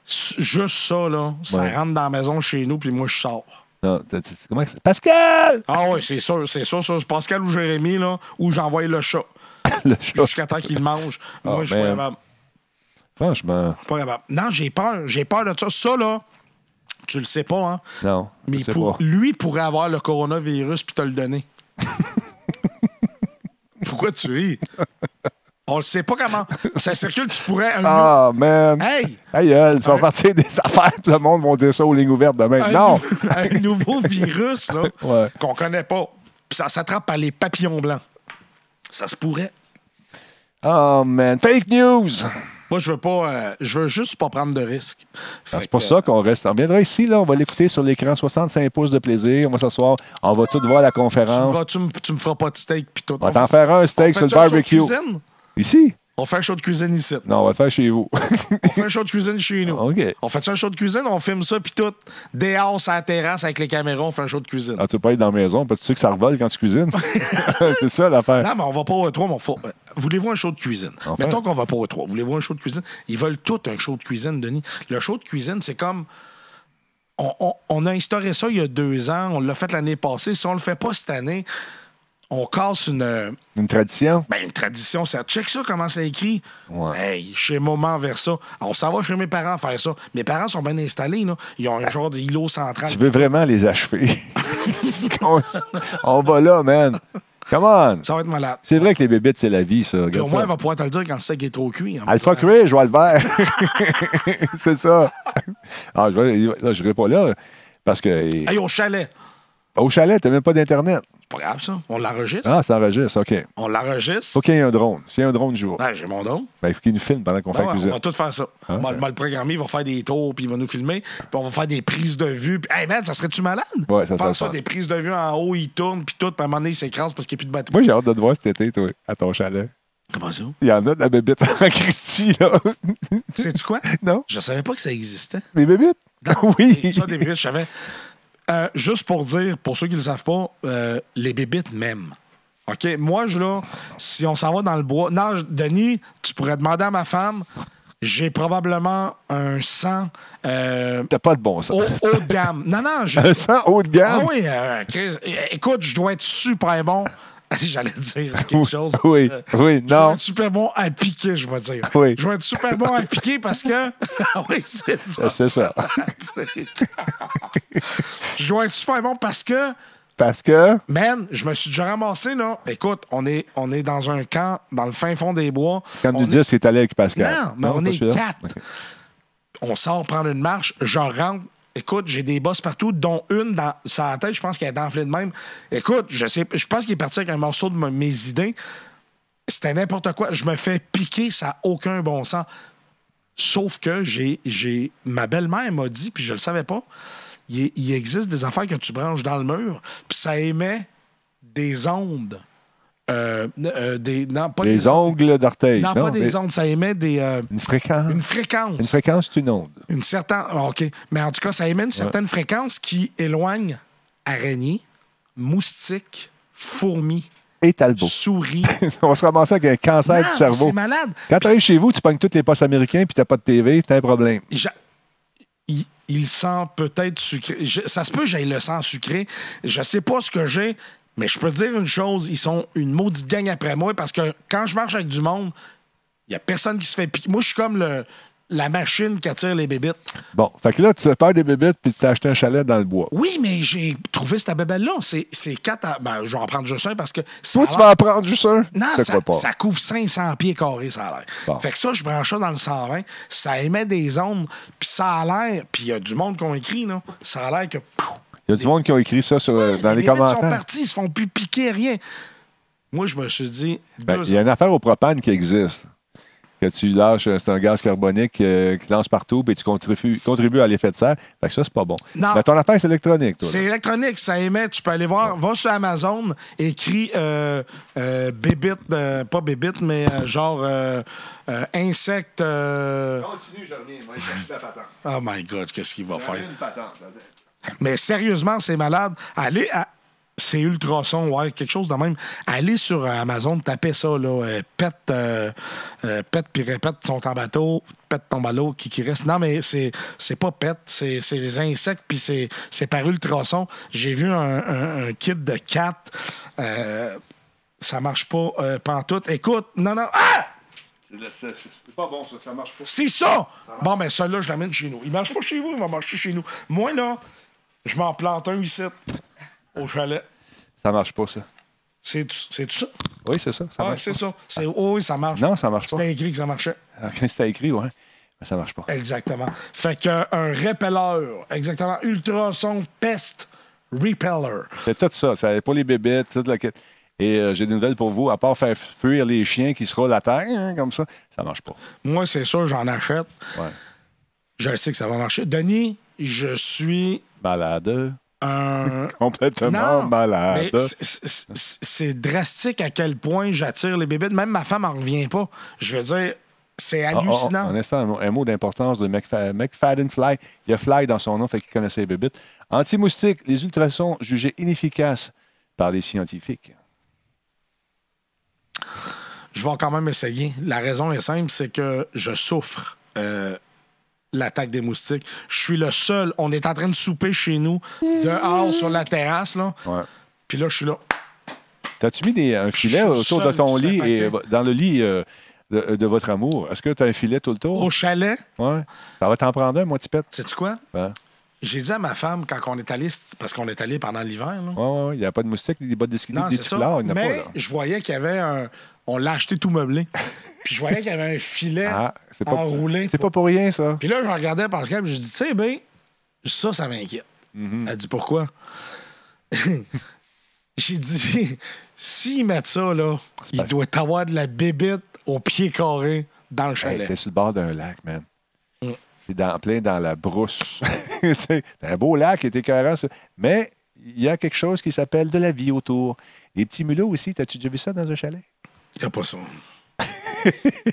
C: S- Juste ça, là, ça
B: Ouais.
C: rentre dans la maison chez nous, puis moi, je sors.
B: Non, t'as- t'as- comment que c'est- Pascal!
C: Ah oui, c'est sûr, c'est sûr, ça. C'est Pascal ou Jérémy, là, où j'envoie le chat.
B: Le chat.
C: Jusqu'à temps qu'il le mange.
B: Oh,
C: Moi, je suis
B: man.
C: capable.
B: Franchement,
C: Pas capable. Non, j'ai peur. J'ai peur de ça. Ça, là, tu le sais pas, hein?
B: non. je
C: Mais
B: sais
C: pour-
B: pas.
C: lui pourrait avoir le coronavirus puis te le donner. Pourquoi tu ris? On le sait pas comment. Ça circule, tu pourrais. un-
B: Ah, man.
C: Hey!
B: Hey, euh, tu vas partir des affaires, puis le monde va dire ça aux lignes ouvertes demain.
C: un
B: Non!
C: nou- un nouveau virus là,
B: Ouais.
C: qu'on connaît pas. Puis ça s'attrape par les papillons blancs. Ça se pourrait.
B: Oh, man. Fake news!
C: Moi, je veux pas. euh, je veux juste pas prendre de risques. Fait
B: Ah, C'est pour
C: que, euh,
B: ça qu'on reste. On viendra ici, là. On va l'écouter sur l'écran. 65 pouces de plaisir. On va s'asseoir. On va tout voir la
C: Tu me,
B: conférence.
C: vas- tu me- tu me feras pas de steak puis tout.
B: hein. On va t'en faire un
C: On fait
B: steak sur le
C: ça au show de
B: barbecue.
C: cuisine?
B: Ici?
C: On fait un show de cuisine ici.
B: Non, on va le faire chez vous.
C: On fait un show de cuisine chez nous.
B: Ah, OK.
C: On fait ça un show de cuisine, on filme ça, puis tout. Dehors, à la terrasse, avec les caméras, on fait un show de cuisine.
B: Ah, tu peux pas être dans la maison parce que tu sais que ça revole quand tu cuisines. c'est ça l'affaire.
C: Non, mais on va pas au trois, mais on faut- euh, Voulez-vous un show de cuisine?
B: Enfin.
C: Mettons qu'on va pas au E trois. Voulez-vous un show de cuisine? Ils veulent tout un show de cuisine, Denis. Le show de cuisine, c'est comme. On, on- on a instauré ça il y a deux ans, on l'a fait l'année passée. Si on le fait pas cette année, on casse une.
B: Une tradition.
C: Ben, une tradition, ça. Check ça, comment c'est écrit. Hey, chez Moment vers ça. On s'en va chez mes parents faire ça. Mes parents sont bien installés, là. Ils ont un genre de îlot central.
B: Ah. Tu veux vraiment les achever. on, on va là, man. Come on.
C: Ça va être malade.
B: C'est vrai que les bébés, c'est la vie, ça.
C: Puis
B: Regarde
C: au moins,
B: ça. Ah,
C: elle va pouvoir te le dire quand le steak est trop cuit. hein. en
B: Alpha Cray, Joël Vert. c'est ça. Ah, je ne serai pas là parce que
C: Hey, au chalet.
B: au chalet, tu même pas d'Internet.
C: C'est pas grave, ça. On l'enregistre.
B: Ah, ça enregistre. OK.
C: On l'enregistre.
B: Faut qu'il y ait un drone. S'il y a un drone, jour,
C: Ouais, J'ai mon don.
B: ben, il faut qu'il nous filme pendant qu'on fait
C: Ouais,
B: la
C: on
B: cuisine.
C: va tout faire ça.
B: Hein?
C: On va- on va le programmer, il va faire des tours, puis il va nous filmer, puis on va faire des prises de vue. Puis, hey man, ça serait-tu malade?
B: Ouais, ça serait
C: Pense
B: le fun.
C: des prises de vue en haut, il tourne, puis tout, puis à un moment donné, il s'écrase parce qu'il n'y a plus de batterie.
B: Moi, j'ai hâte de te voir cet été, toi, à ton chalet.
C: Comment ça?
B: Il y en a de la bébite en Christie, là.
C: Sais-tu quoi?
B: Non?
C: Je savais pas que ça existait.
B: Des bébites?
C: Et
B: oui.
C: Ça, des bébites, je savais. Euh, juste pour dire, pour ceux qui ne le savent pas, euh, les bébites m'aiment. OK? Moi, je là, si on s'en va dans le bois. Non, je- Denis, tu pourrais demander à ma femme, j'ai probablement un sang euh,
B: T'as pas de bon
C: haut,
B: sens.
C: haut de gamme. Non, non, j'ai.
B: Un sang haut de
C: Ah
B: gamme?
C: oui, euh, Chris, é- écoute, je dois être super bon. J'allais dire quelque chose. Euh,
B: oui, oui,
C: Je dois
B: non.
C: être super bon à piquer, je vais dire.
B: Oui.
C: Je dois être super bon à piquer parce que. Ah oui, c'est ça.
B: C'est ça.
C: je dois être super bon parce que,
B: Parce que.
C: man, je me suis déjà ramassé, là. Écoute, on est, on est dans un camp, dans le fin fond des bois.
B: Comme
C: on
B: nous
C: est-
B: dire, c'est allé avec Pascal.
C: Non, mais on
B: pas
C: est
B: celui-là?
C: quatre.
B: OK.
C: On sort prendre une marche, je rentre. Écoute, j'ai des bosses partout, dont une dans sa tête, je pense qu'elle est enflée de même. Écoute, je sais, je pense qu'il est parti avec un morceau de m- mes idées. C'était n'importe quoi. Je me fais piquer, ça n'a aucun bon sens. Sauf que j'ai, j'ai, ma belle-mère m'a dit, puis je le savais pas, il, il existe des affaires que tu branches dans le mur, puis ça émet des ondes. Euh, euh, des, non, pas
B: Des ongles d'orteil.
C: non, pas
B: mais
C: des ondes, ça émet des, euh,
B: Une fréquence.
C: une
B: Une,
C: fréquence.
B: fréquence, c'est une onde.
C: Une certaine. ah, OK. Mais en tout cas, ça émet une certaine fréquence qui éloigne araignées, moustiques, fourmis,
B: Et talbot.
C: souris.
B: on va se ramasser avec un cancer
C: Non,
B: du cerveau.
C: C'est malade.
B: Quand t'arrives chez vous, tu pognes tous les postes américains puis t'as pas de TV, t'as un problème.
C: J'a- Il, il sent peut-être sucré. Je- ça se peut que j'aille le sang sucré. Je sais pas ce que j'ai, mais je peux te dire une chose. Ils sont une maudite gang après moi parce que quand je marche avec du monde, il y a personne qui se fait piquer. Moi, je suis comme le, la machine qui attire les bébites.
B: Bon, fait que là, tu as peur des bébites puis tu t'as acheté un chalet dans le bois.
C: Oui, mais j'ai trouvé cette bébelle-là. C'est c'est quatre. à- Ben, je vais en prendre juste un parce que. ça
B: Toi,
C: a
B: tu
C: l'air-
B: vas en prendre juste un?
C: Non,
B: Je te
C: ça,
B: crois pas.
C: ça couvre 500 pieds carrés, ça a l'air.
B: Bon.
C: Fait que ça, je branche ça dans le 120, ça émet des ondes, puis ça a l'air. Puis il y a du monde qu'on écrit, là. Ça a l'air que. pouf,
B: Il y a du monde qui a écrit ça sur, euh, dans les,
C: bébites sont
B: commentaires.
C: partis, ils se font plus piquer, rien. Moi, je me suis dit.
B: Ben,
C: deux
B: Il y a une affaire au propane qui existe. Que tu lâches, euh, c'est un gaz carbonique euh, qui lance partout, puis tu contribues, contribues à l'effet de serre. Fait que ça, c'est pas bon.
C: Non.
B: Mais ton affaire, c'est électronique, toi. là.
C: C'est électronique, ça émet. Tu peux aller voir, va sur Amazon, écris euh, euh, bébite, euh, pas bébite, mais euh, genre euh, euh, insecte. euh,
B: Continue, je reviens. Moi, je la patente.
C: Oh my God, qu'est-ce qu'il va faire?
B: patente.
C: Mais sérieusement, c'est malade. Allez à. C'est ultrason, ouais, quelque chose de même. Allez sur euh, Amazon, tapez ça, là. euh, pète, euh, euh, pète puis répète, sont en bateau, pète tombe à l'eau, qui, qui reste. Non, mais c'est c'est pas pète, c'est c'est les insectes, puis c'est c'est par ultrason. J'ai vu un, un- un kit de euh, 4. ça marche pas, euh, pantoute. Écoute, non, non. Ah!
B: C'est de- C'est c'est pas bon, ça. Ça marche pas.
C: C'est ça! Bon, ben, celui-là, je l'amène chez nous. Il marche pas chez vous, il va marcher chez nous. Moi, là, je m'en plante un ici, au chalet.
B: Ça marche pas, ça.
C: C'est c'est ça?
B: Oui, Ah c'est ça. Ça
C: Ouais,
B: marche
C: c'est ça. C'est oh, oui, ça marche.
B: Non, ça marche pas.
C: C'était écrit que ça marchait.
B: pas. Quand Ah, c'était écrit, ouais. Mais ça marche pas.
C: Exactement. Fait qu'un un répelleur, exactement, ultrason peste repeller.
B: C'est tout ça. ça pour les bébêtes, toute la quête. Et euh, j'ai des nouvelles pour vous. À part faire fuir les chiens qui se roulent à terre, hein, comme ça, ça marche pas.
C: Moi, c'est sûr, j'en achète.
B: Ouais.
C: Je le sais que ça va marcher. Denis, je suis
B: Malade.
C: un.
B: Complètement malade.
C: mais c'est- c'est- c'est- C'est drastique à quel point j'attire les bébés. Même ma femme en revient pas. Je veux dire, c'est
B: Ah, ah, ah,
C: hallucinant.
B: un instant, un mot, un mot d'importance de McFa- McFadden Fly. Il y a Fly dans son nom, fait qu'il connaissait les bébites. Anti-moustique, les ultrasons jugés inefficaces par les scientifiques.
C: Je vais quand même essayer. La raison est simple, c'est que je souffre. euh, l'attaque des moustiques. Je suis le seul. On est en train de souper chez nous, dehors sur la terrasse, là.
B: Ouais.
C: Puis là, je suis là.
B: T'as-tu mis des- un filet
C: Je suis
B: autour
C: seul,
B: de ton
C: je sais
B: lit
C: pas
B: et
C: que-
B: euh, dans le lit euh, de, de votre amour? Est-ce que tu as un filet tout le
C: Au
B: tour?
C: chalet,
B: Ouais. Ça va t'en prendre un, moi, Tipette? Hein?
C: sais-tu quoi?
B: Ouais,
C: J'ai dit à ma femme quand on est allé, parce qu'on est allé pendant l'hiver, là.
B: ouais, ouais. Il n'y a pas de moustique, des bottes d'escalier,
C: Non,
B: des
C: c'est ça.
B: tufflards, il n'y en a pas,
C: Mais
B: là.
C: je voyais qu'il y avait un. On l'a acheté tout meublé. Puis je voyais qu'il y avait un filet
B: Ah, c'est pas,
C: enroulé.
B: c'est pas pour rien, ça.
C: Puis là, je regardais Pascal, puis je dis, tu sais, ben, ça, ça m'inquiète.
B: Mm-hmm.
C: Elle dit, pourquoi? J'ai dit, s'ils mettent ça, là, il
B: parce-
C: doit avoir de la bébite au pied carré dans le
B: Hey,
C: chalet.
B: t'es sur le bord d'un lac, man. C'est dans, plein dans la brousse. Tu sais, c'est un beau lac, il est écœurant. ça. Mais il y a quelque chose qui s'appelle de la vie autour. Les petits mulots aussi, t'as-tu déjà vu ça dans un chalet?
C: Il n'y a pas ça.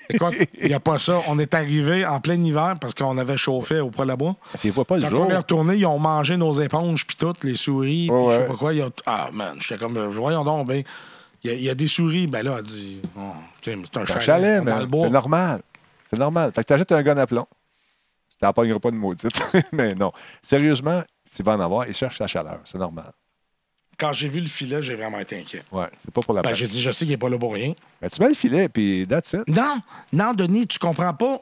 C: Écoute, il n'y a pas ça. On est arrivé en plein hiver parce qu'on avait chauffé au poêle à bois.
B: Tu les vois pas le
C: Quand
B: jour.
C: on est retourné, ils ont mangé nos éponges, puis toutes, les souris, puis
B: Ouais,
C: je sais
B: ouais.
C: pas quoi. ils ont- Ah, man, j'étais comme, euh, voyons donc, ben, il y, a- il y a des souris. Ben là, elle dit, oh, c'est un
B: C'est un
C: chalet,
B: chalet,
C: dans
B: man.
C: le
B: C'est
C: bois.
B: normal. C'est normal. Fait que t'achètes un gun à plomb. T'en pogneras pas de maudite. Mais non. Sérieusement, tu vas en avoir, ils cherchent la chaleur. C'est normal.
C: Quand j'ai vu le filet, j'ai vraiment été inquiet.
B: Ouais, c'est pas pour la
C: Ben,
B: peine.
C: j'ai dit, je sais qu'il n'est pas là pour rien.
B: Mais tu mets le filet, puis that's it.
C: Non, non, Denis, tu comprends pas.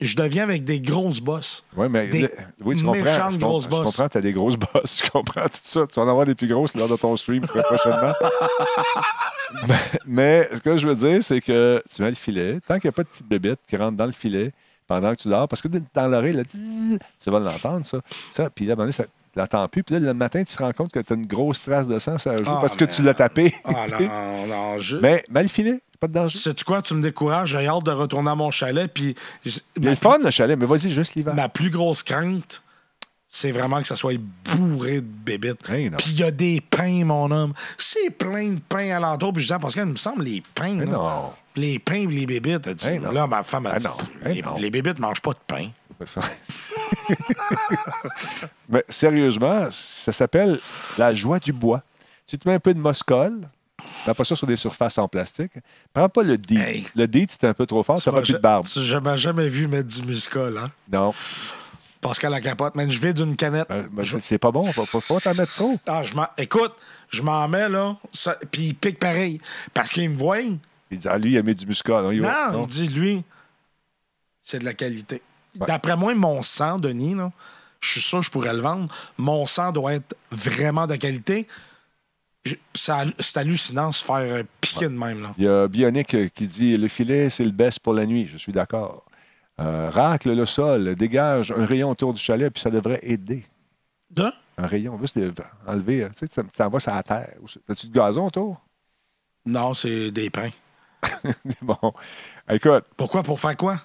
C: Je deviens avec des grosses bosses.
B: Oui, mais
C: Des
B: le- oui, tu comprends. Je,
C: méchantes
B: com-
C: grosses
B: je
C: bosses.
B: comprends, tu as des grosses bosses. Je comprends tout ça. Tu vas en avoir des plus grosses lors de ton stream très prochainement. mais, mais ce que je veux dire, c'est que tu mets le filet. Tant qu'il n'y a pas de petite bébête qui rentre dans le filet pendant que tu dors, parce que dans l'oreille, là, tzzz, tu vas l'entendre, ça. ça puis là, à un moment donné, ça tu l'entends plus. Puis là, le matin, tu te rends compte que tu as une grosse trace de sang ça
C: Ah,
B: parce que
C: man.
B: tu l'as tapé.
C: Ah
B: tu sais.
C: non, non, je...
B: mais mets le filet. Pas de danger.
C: Sais-tu quoi, tu me décourages, j'ai hâte de retourner à mon chalet, puis... je-
B: Il y a
C: Ma,
B: le fun, le chalet, mais vas-y juste l'hiver.
C: ma plus grosse crainte, c'est vraiment que ça soit bourré de bébites.
B: Hey, non.
C: puis il y a des pains, mon homme. C'est plein de pains alentour, puis je dis, parce qu'il me semble, les pains, là,
B: non.
C: les pains et les bébites, elle dit,
B: Hey, non.
C: là, ma femme a
B: Hey,
C: dit,
B: non. Hey,
C: les,
B: non.
C: les bébites mangent pas de pain.
B: Pas ça. Mais sérieusement, ça s'appelle la joie du bois. Tu te mets un peu de moscole, mets pas ça sur des surfaces en plastique. Prends pas le deed.
C: Hey.
B: Le deed, c'est un peu trop fort, ça
C: Tu m'as
B: n'auras plus de
C: ja-
B: barbe.
C: Tu je m'as jamais vu mettre du muscol, hein?
B: Non,
C: Pascal la capote, man, je vais d'une canette.
B: Euh, ben, c'est pas bon, faut, faut, faut t'en mettre trop.
C: Ah, je m'en- Écoute, je m'en mets, là, ça- puis il pique pareil. Parce qu'il me voit.
B: Il dit, ah, lui, il a mis du muscole. il va-
C: non, il dit, lui, c'est de la qualité. D'après moi, mon sang, Denis, là, je suis sûr que je pourrais le vendre. Mon sang doit être vraiment de qualité. Je- ça- C'est hallucinant de se faire euh, piquer de même, là.
B: Il y a Bionic euh, qui dit le filet, c'est le best pour la nuit. Je suis d'accord. Euh, racle le sol, dégage un rayon autour du chalet, puis ça devrait aider.
C: De?
B: Un rayon, juste euh, enlever, euh, tu sais, tu t'en vas sur la terre. As-tu du gazon autour?
C: Non, c'est des pains.
B: bon, écoute,
C: Pourquoi? Pour faire quoi?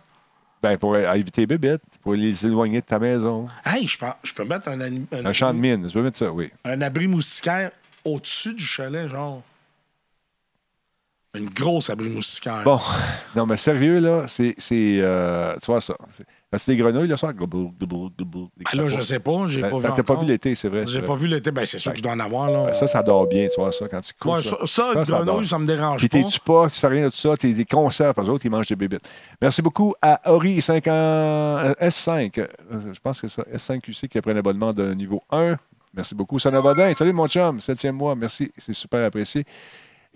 B: ben pour euh, éviter les bébites, pour les éloigner de ta maison.
C: Hey, je peux, je peux mettre un, anim-
B: Un champ de mine, tu peux mettre ça, oui.
C: un abri moustiquaire au-dessus du chalet, genre. Une grosse abri moustiquaire.
B: Bon, non, mais sérieux, là, c'est. c'est, euh, tu vois ça. C'est là, c'est des grenouilles, le soir. Gobble, gobble, gobble, des
C: Ben là, je
B: crapauds.
C: sais pas, j'ai
B: Ben,
C: pas vu.
B: ben, T'as pas
C: encore.
B: vu l'été, c'est vrai. c'est
C: J'ai
B: vrai.
C: pas vu l'été. Ben, c'est sûr qu'il doit en avoir, là.
B: Ben, Ça, ça dort bien, tu vois ça, quand tu couches.
C: Ouais,
B: là.
C: ça, ça, une grenouille,
B: dort.
C: ça me dérange
B: Puis
C: pas.
B: t'es-tu pas, tu fais rien de tout ça, t'es des concerts, parce que les autres, ils mangent des bébites. Merci beaucoup à Ori 50, euh, S5, euh, je pense que c'est ça, S5QC qui a pris un abonnement de niveau 1. Merci beaucoup. Sonobodin, salut mon chum, septième mois, merci, c'est super apprécié.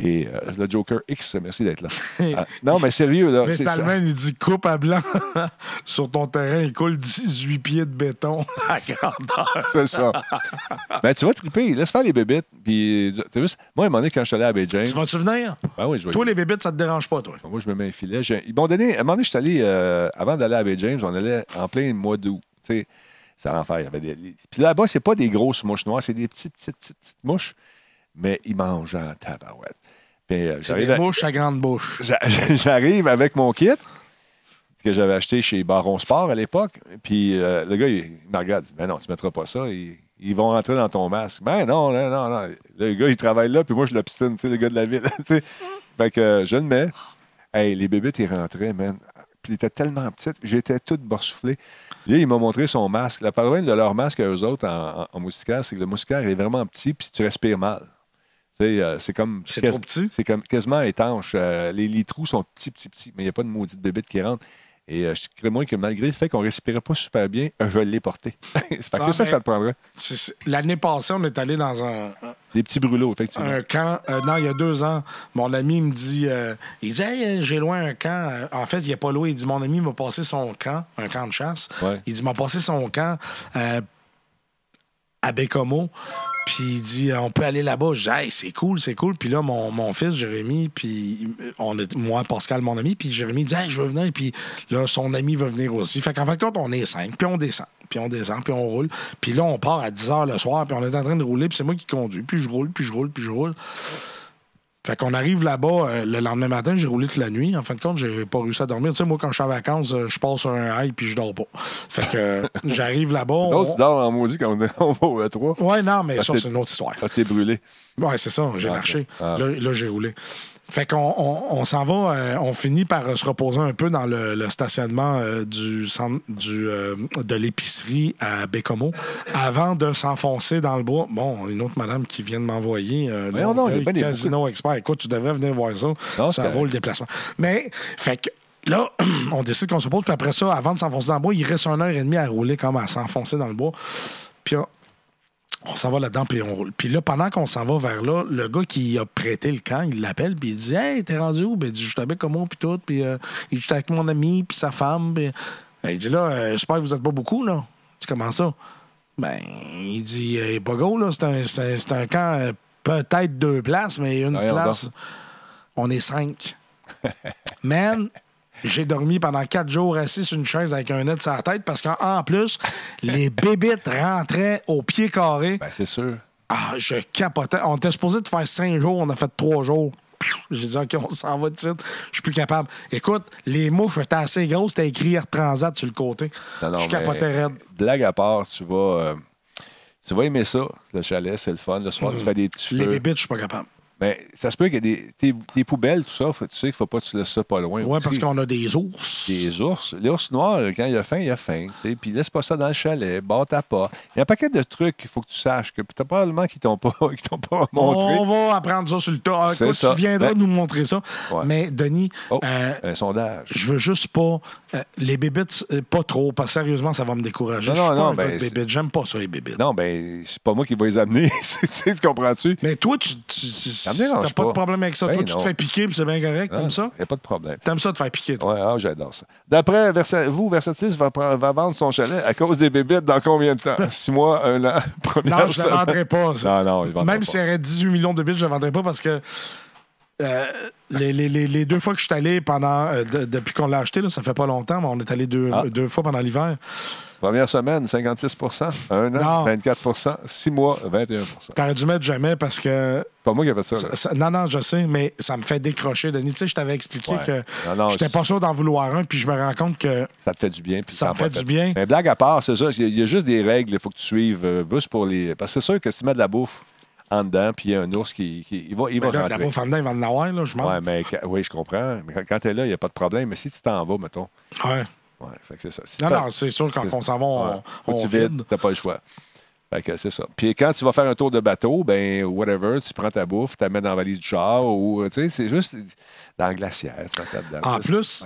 B: Et euh, le Joker X, merci d'être là. Ah, non, mais sérieux, là.
F: Mais
B: c'est ça.
F: Talman, il dit coupe à blanc. Sur ton terrain, il coule 18 pieds de béton
B: Ah,
F: à grandeur.
B: C'est ça. Mais tu vas triper. Laisse faire les bébites. Puis, t'as vu, moi, à un moment donné, quand je suis allé à Beijing,
C: Tu vas-tu venir?
B: ben oui, je vais
C: Toi, les bébites, ça te dérange pas, toi.
B: Moi, je me mets un filet. J'ai- Ils m'ont donné. À un moment donné, je suis allé. euh, avant d'aller à Bay James, on allait en plein mois d'août. Tu sais, c'est l'enfer. Il y avait des- Puis là-bas, c'est pas des grosses mouches noires, c'est des petites, petites, petites, petites mouches. Mais ils mangent en tabarouette. Puis euh,
C: C'est
B: j'arrive,
C: des
B: à-
C: mouches à grande bouche.
B: j'a- j'arrive avec mon kit que j'avais acheté chez Baron Sport à l'époque. Puis euh, le gars, il, il me regarde. il dit, Mais non, tu mettras pas ça. Ils, ils vont rentrer dans ton masque. Ben non, non, non, non. Le gars, il travaille là, puis moi, je l'obstine, tu sais, le gars de la ville. tu sais. fait que euh, je le mets. Hey, les bébés, t'es rentré, man. Puis ils étaient tellement petites, j'étais tout borsoufflé. Là, il m'a montré son masque. La problème de leur masque à eux autres en, en, en moustiquaire, c'est que le moustiquaire est vraiment petit, puis tu respires mal. Tu sais, euh, c'est comme.
C: C'est
B: quas-
C: trop petit.
B: C'est comme quasiment étanche. Euh, les, les trous sont petits, petits, petits, mais il n'y a pas de maudite bébête qui rentre. Et euh, je te moi que malgré le fait qu'on respirait pas super bien, euh, je l'ai porté. c'est parce que
C: Ah,
B: ça,
C: mais-
B: ça te prendrait.
C: C'est- c'est- L'année passée, on est allé dans un,
B: Des petits brûlots, effectivement.
C: un camp. euh, non, il y a deux ans, mon ami me dit euh, il dit, Hey, euh, j'ai loin un camp. Euh, En fait, il n'y a pas loin. Il dit mon ami m'a passé son camp, un camp de chasse.
B: Ouais.
C: Il dit m'a passé son camp euh, à Bécomo. Puis il dit, euh, on peut aller là-bas. Je dis, hey, c'est cool, c'est cool. Puis là, mon, mon fils, Jérémy, puis on est, moi, Pascal, mon ami, puis Jérémy dit, hey, je veux venir. Puis là, son ami veut venir aussi. Fait qu'en fait, quand on est cinq, puis on descend, puis on descend, puis on roule. Puis là, on part à 10 h le soir, puis on est en train de rouler, puis c'est moi qui conduis. Puis je roule, puis je roule, puis je roule. Fait qu'on arrive là-bas euh, le lendemain matin, j'ai roulé toute la nuit. En fin de compte, j'ai pas réussi à dormir. Tu sais, moi, quand je suis en vacances, euh, je passe sur un high puis je dors pas. Fait que euh, j'arrive là-bas.
B: D'autres,
C: on-
B: tu dors en maudit quand on, on va à trois.
C: Ouais, non, mais
B: Parce
C: ça,
B: que-
C: c'est une autre histoire.
B: Ah, t'es brûlé.
C: Ouais, c'est ça, j'ai
B: Ah,
C: marché.
B: ok. Ah.
C: Là, là, j'ai roulé. Fait qu'on on, on s'en va, euh, on finit par euh, se reposer un peu dans le, le stationnement euh, du centre, du, euh, de l'épicerie à Bécomo avant de s'enfoncer dans le bois. Bon, une autre madame qui vient de m'envoyer euh,
B: Voyons donc, il y a
C: l'orgueil
B: bien des-
C: Casino Expert. Écoute, tu devrais venir voir ça.
B: Non, c'est
C: ça vaut
B: correct.
C: le déplacement. Mais, fait que là, on décide qu'on se pose, puis après ça, avant de s'enfoncer dans le bois, il reste une heure et demie à rouler, comme à s'enfoncer dans le bois. Puis on- on s'en va là-dedans, puis on roule. Puis là, pendant qu'on s'en va vers là, le gars qui a prêté le camp, il l'appelle, puis il dit Hey, t'es rendu où Ben, il dit Je suis avec Como, puis tout, puis euh, il dit J'étais avec mon ami, puis sa femme. Puis... Ben, il dit Là, euh, j'espère que vous êtes pas beaucoup, là. Tu comment ça Ben, il dit Eh, Pas go, là, c'est un, c'est un- c'est un camp, euh, peut-être deux places, mais une
B: Voyons
C: place. On est cinq. Man, j'ai dormi pendant quatre jours assis sur une chaise avec un net sur la tête parce qu'en en plus, les bébites rentraient au pied carré.
B: Ben, c'est sûr.
C: Ah, je capotais. On était supposé de faire cinq jours, on a fait trois jours. Piou! J'ai dit, OK, on s'en va de suite. Je suis plus capable. Écoute, les mouches étaient assez grosses, c'était écrit Air Transat sur le côté.
B: Non, non,
C: je
B: mais
C: capotais raide.
B: Blague à part, tu vas, euh, tu vas aimer ça, le chalet, c'est le fun. Le soir, tu fais des petits
C: Mm. Les
B: feux.
C: bébites, je suis pas capable.
B: Mais ça se peut qu'il y ait des, tes, tes poubelles, tout ça, faut- tu sais qu'il faut pas que tu laisses ça pas loin.
C: Ouais,
B: aussi.
C: parce qu'on a des ours.
B: Des ours. L'ours noir, quand il a faim, il a faim. tu sais. Puis laisse pas ça dans le chalet, barre ta porte. Il y a un paquet de trucs qu'il faut que tu saches que puis t'as probablement qu'ils t'ont pas, qu'ils t'ont pas montré.
C: On va apprendre ça sur le tas. Ah,
B: C'est
C: écoute,
B: ça.
C: tu viendras
B: Ben-
C: nous montrer ça.
B: Ouais.
C: Mais, Denis,
B: Oh,
C: euh,
B: un sondage.
C: je veux juste pas. euh, les bébites, euh, pas trop, parce que sérieusement, ça va me décourager.
B: Non,
C: je suis
B: non,
C: pas
B: non,
C: un gars
B: ben,
C: de
B: c'est-
C: bébites. J'aime pas ça, les bébites.
B: Non, ben, c'est pas moi qui vais les amener. tu sais, tu comprends-tu?
C: Mais toi, tu, tu, tu-
B: me
C: t'as
B: dérange
C: pas de
B: pas.
C: problème avec ça.
B: Ben
C: toi, tu
B: non.
C: te fais piquer, puis c'est bien correct,
B: Non,
C: comme ça.
B: Il n'y Ah, a pas de problème.
C: T'aimes ça te faire piquer, toi.
B: Ouais, ah, j'adore ça. D'après Versa- vous, Versatilis va, pre- va vendre son chalet à cause des bébites dans combien de temps? Six mois, un an, première
C: Non, je ne
B: semaine?
C: vendrais pas.
B: Non, non, il vendra
C: Même
B: pas.
C: s'il y aurait 18 millions de bits, je ne vendrais pas parce que euh, les, les- les- les deux fois que je suis allé pendant. euh, de- depuis qu'on l'a acheté, là, ça fait pas longtemps, mais on est allé deux,
B: Ah.
C: deux fois pendant l'hiver.
B: Première semaine, 56 Un
C: Non.
B: an, 24 Six mois, 21 C'est
C: T'aurais dû mettre jamais parce que.
B: pas moi qui ai fait ça. là.
C: ça- ça- non, non, je sais, mais ça me fait décrocher, Denis. Tu sais, je t'avais expliqué
B: Ouais.
C: que
B: Non, non,
C: j'étais
B: je-
C: pas sûr d'en vouloir un, puis je me rends compte que.
B: Ça te fait du bien. puis
C: Ça
B: t'en
C: me fait
B: profites.
C: du bien.
B: Mais blague à part, c'est ça. Il y a- il y, a juste des règles il faut que tu suives. euh, juste pour les... Parce que c'est sûr que si tu mets de la bouffe en dedans, puis il y a un ours qui, qui- il va, il va
C: Ben là, de la
B: rentrer.
C: bouffe en dedans, ils vont en avoir, là, je m'en.
B: Ouais, mais quand- oui, je comprends. Mais quand, tu es là, il n'y a pas de problème. Mais si tu t'en vas, mettons.
C: Ouais.
B: Ouais, fait que c'est ça. Si
C: Non,
B: t'as-
C: non, c'est sûr, quand
B: c'est-
C: on s'en va, on-
B: Ouais. Faut
C: on
B: que tu
C: vide.
B: vides, t'as pas le choix. Fait que c'est ça. Puis quand tu vas faire un tour de bateau, ben whatever, tu prends ta bouffe, tu la mets dans la valise du char ou, euh, tu sais, c'est juste dans la glacière, tu mets ça dedans.
C: En
B: C'est-
C: plus,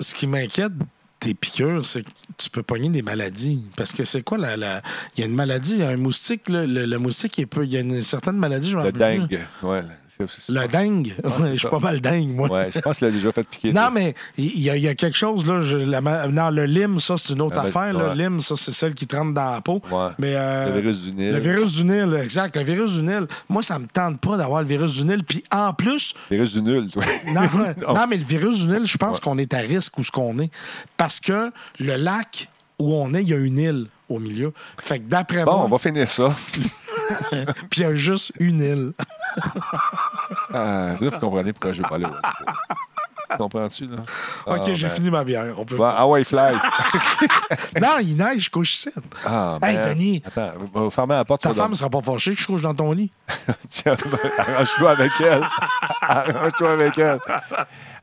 C: ce qui m'inquiète des piqûres, c'est que tu peux pogner des maladies. Parce que c'est quoi la. la- Il y a une maladie, il y a un moustique, là, le, le moustique, il, peut... il y a une certaine maladie, je m'en
B: Le
C: rappelle plus.
B: dingue. Ouais.
G: c'est- c'est-
C: Le dingue. je suis
G: ça.
C: pas mal dingue, moi.
G: Ouais, je pense qu'il a déjà fait piquer.
C: Non,
G: ça.
C: mais il y, a- il y a quelque chose, là. je- la ma- non, le lime, ça, c'est une autre
G: Ah, ben,
C: affaire.
G: ouais.
C: Le lime, ça, c'est celle qui te rentre dans la peau.
G: Ouais.
C: Mais, euh,
G: Le virus du Nil.
C: Le virus du Nil, exact. Le virus du Nil, moi, ça me tente pas d'avoir le virus du Nil. Puis en plus,
G: Virus du nul, toi.
C: non, non, mais le virus du Nil, je pense qu'on est à risque où ce qu'on est. Parce que le lac où on est, il y a une île au milieu. Fait que d'après
B: Bon, on va
C: moi,
B: finir ça.
C: puis il y a juste une île.
B: Euh, là, vous comprenez pourquoi je veux pas aller. au- Comprends-tu, là?
C: OK,
B: Ah,
C: j'ai
B: ben.
C: fini ma bière. On peut...
B: Bon, Hawaii ah Fly.
C: Non, il neige, je couche ici.
B: Ah,
C: hey,
B: man.
C: Denis,
B: Attends, va fermer la porte.
C: ta
B: ça
C: femme sera pas fâchée que je couche dans ton lit.
B: Tiens, Arrange-toi avec elle. Arrange-toi avec elle.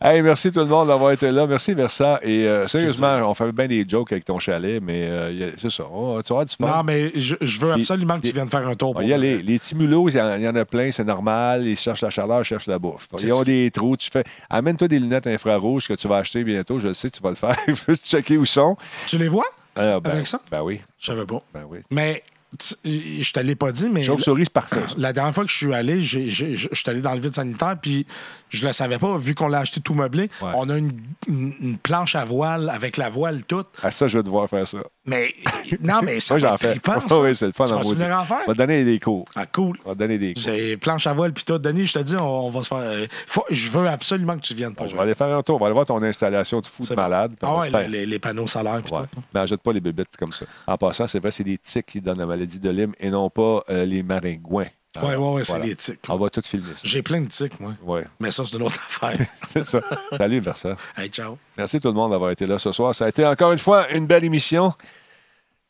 B: Hey, merci tout le monde d'avoir été là. Merci Versa. Et euh, sérieusement, on fait bien des jokes avec ton chalet, mais euh, y a- c'est ça. Oh, tu vas avoir du fun.
C: Non, mais je, je veux absolument que tu
B: puis-
C: viennes faire un tour.
B: On
C: Pour
B: y a
C: moi.
B: les, les petits mulots, il y, en- il y en a plein, c'est normal. Ils cherchent la chaleur, ils cherchent la bouffe. Ils ont des trous. Tu fais, amène-toi des lunettes infrarouges que tu vas acheter bientôt. Je le sais, tu vas le faire. Juste checker où ils sont.
C: Tu les vois?
B: Ah, ben,
C: Avec ça?
B: Ben oui.
C: Je savais pas.
B: Ben oui.
C: Mais tu- je te l'ai pas dit, mais
B: Chauve-souris, c'est parfait. ça.
C: la dernière fois que je suis allé, j'ai- j'ai- je je suis allé dans le vide sanitaire, puis je le savais pas, vu qu'on l'a acheté tout meublé.
B: Ouais.
C: On a une, une- une planche à voile avec la voile toute.
B: À Ah, ça, je vais devoir faire ça.
C: Mais non, mais ça
B: Moi, j'en
C: va être
B: fais.
C: trippant,
B: Ah
C: ça.
B: oui, c'est le fun.
C: hein? Tu
B: en
C: vas-tu
B: maudit.
C: venir en faire?
B: On va te donner des cours.
C: Ah, cool.
B: On va te donner des cours.
C: J'ai planche à voile, puis tout. Denis, je te dis, on, on va se faire. euh, faut- je veux absolument que tu viennes. pour
B: Je vais
C: vrai.
B: aller faire un tour. On va aller voir ton installation de fou de
C: bon.
B: malade. puis
C: Ah
B: on
C: ouais,
B: se fait-
C: les, hein. les- les panneaux solaires, puis
B: Ouais.
C: tout.
B: Mais jette pas les bébites comme ça. En passant, c'est vrai, c'est des tiques qui donnent la maladie de Lyme et non pas euh, les maringouins. Oui,
C: Ouais, ouais, ouais, c'est les tiques.
B: On va tout filmer ça.
C: J'ai plein de tics, moi.
B: Ouais,
C: Mais ça, c'est une autre affaire.
B: c'est ça. Salut, Versa.
C: hey, ciao.
B: Merci tout le monde d'avoir été là ce soir. Ça a été encore une fois une belle émission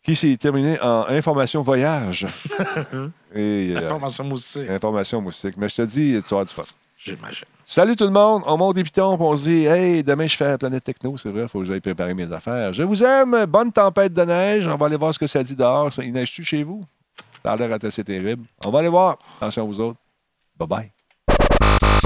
B: qui s'est terminée en information voyage. et euh,
C: Information moustique.
B: information moustique. Mais je te dis, tu vas avoir du fun.
C: J'imagine.
B: Salut tout le monde, on monte des pitons, puis on se dit Hey, demain je fais la planète techno, c'est vrai, faut que j'aille préparer mes affaires. Je vous aime, bonne tempête de neige, on va aller voir ce que ça dit dehors. Ça- Il neige-tu chez vous? Ça a l'air assez terrible. On va aller voir. Attention aux autres. Bye bye.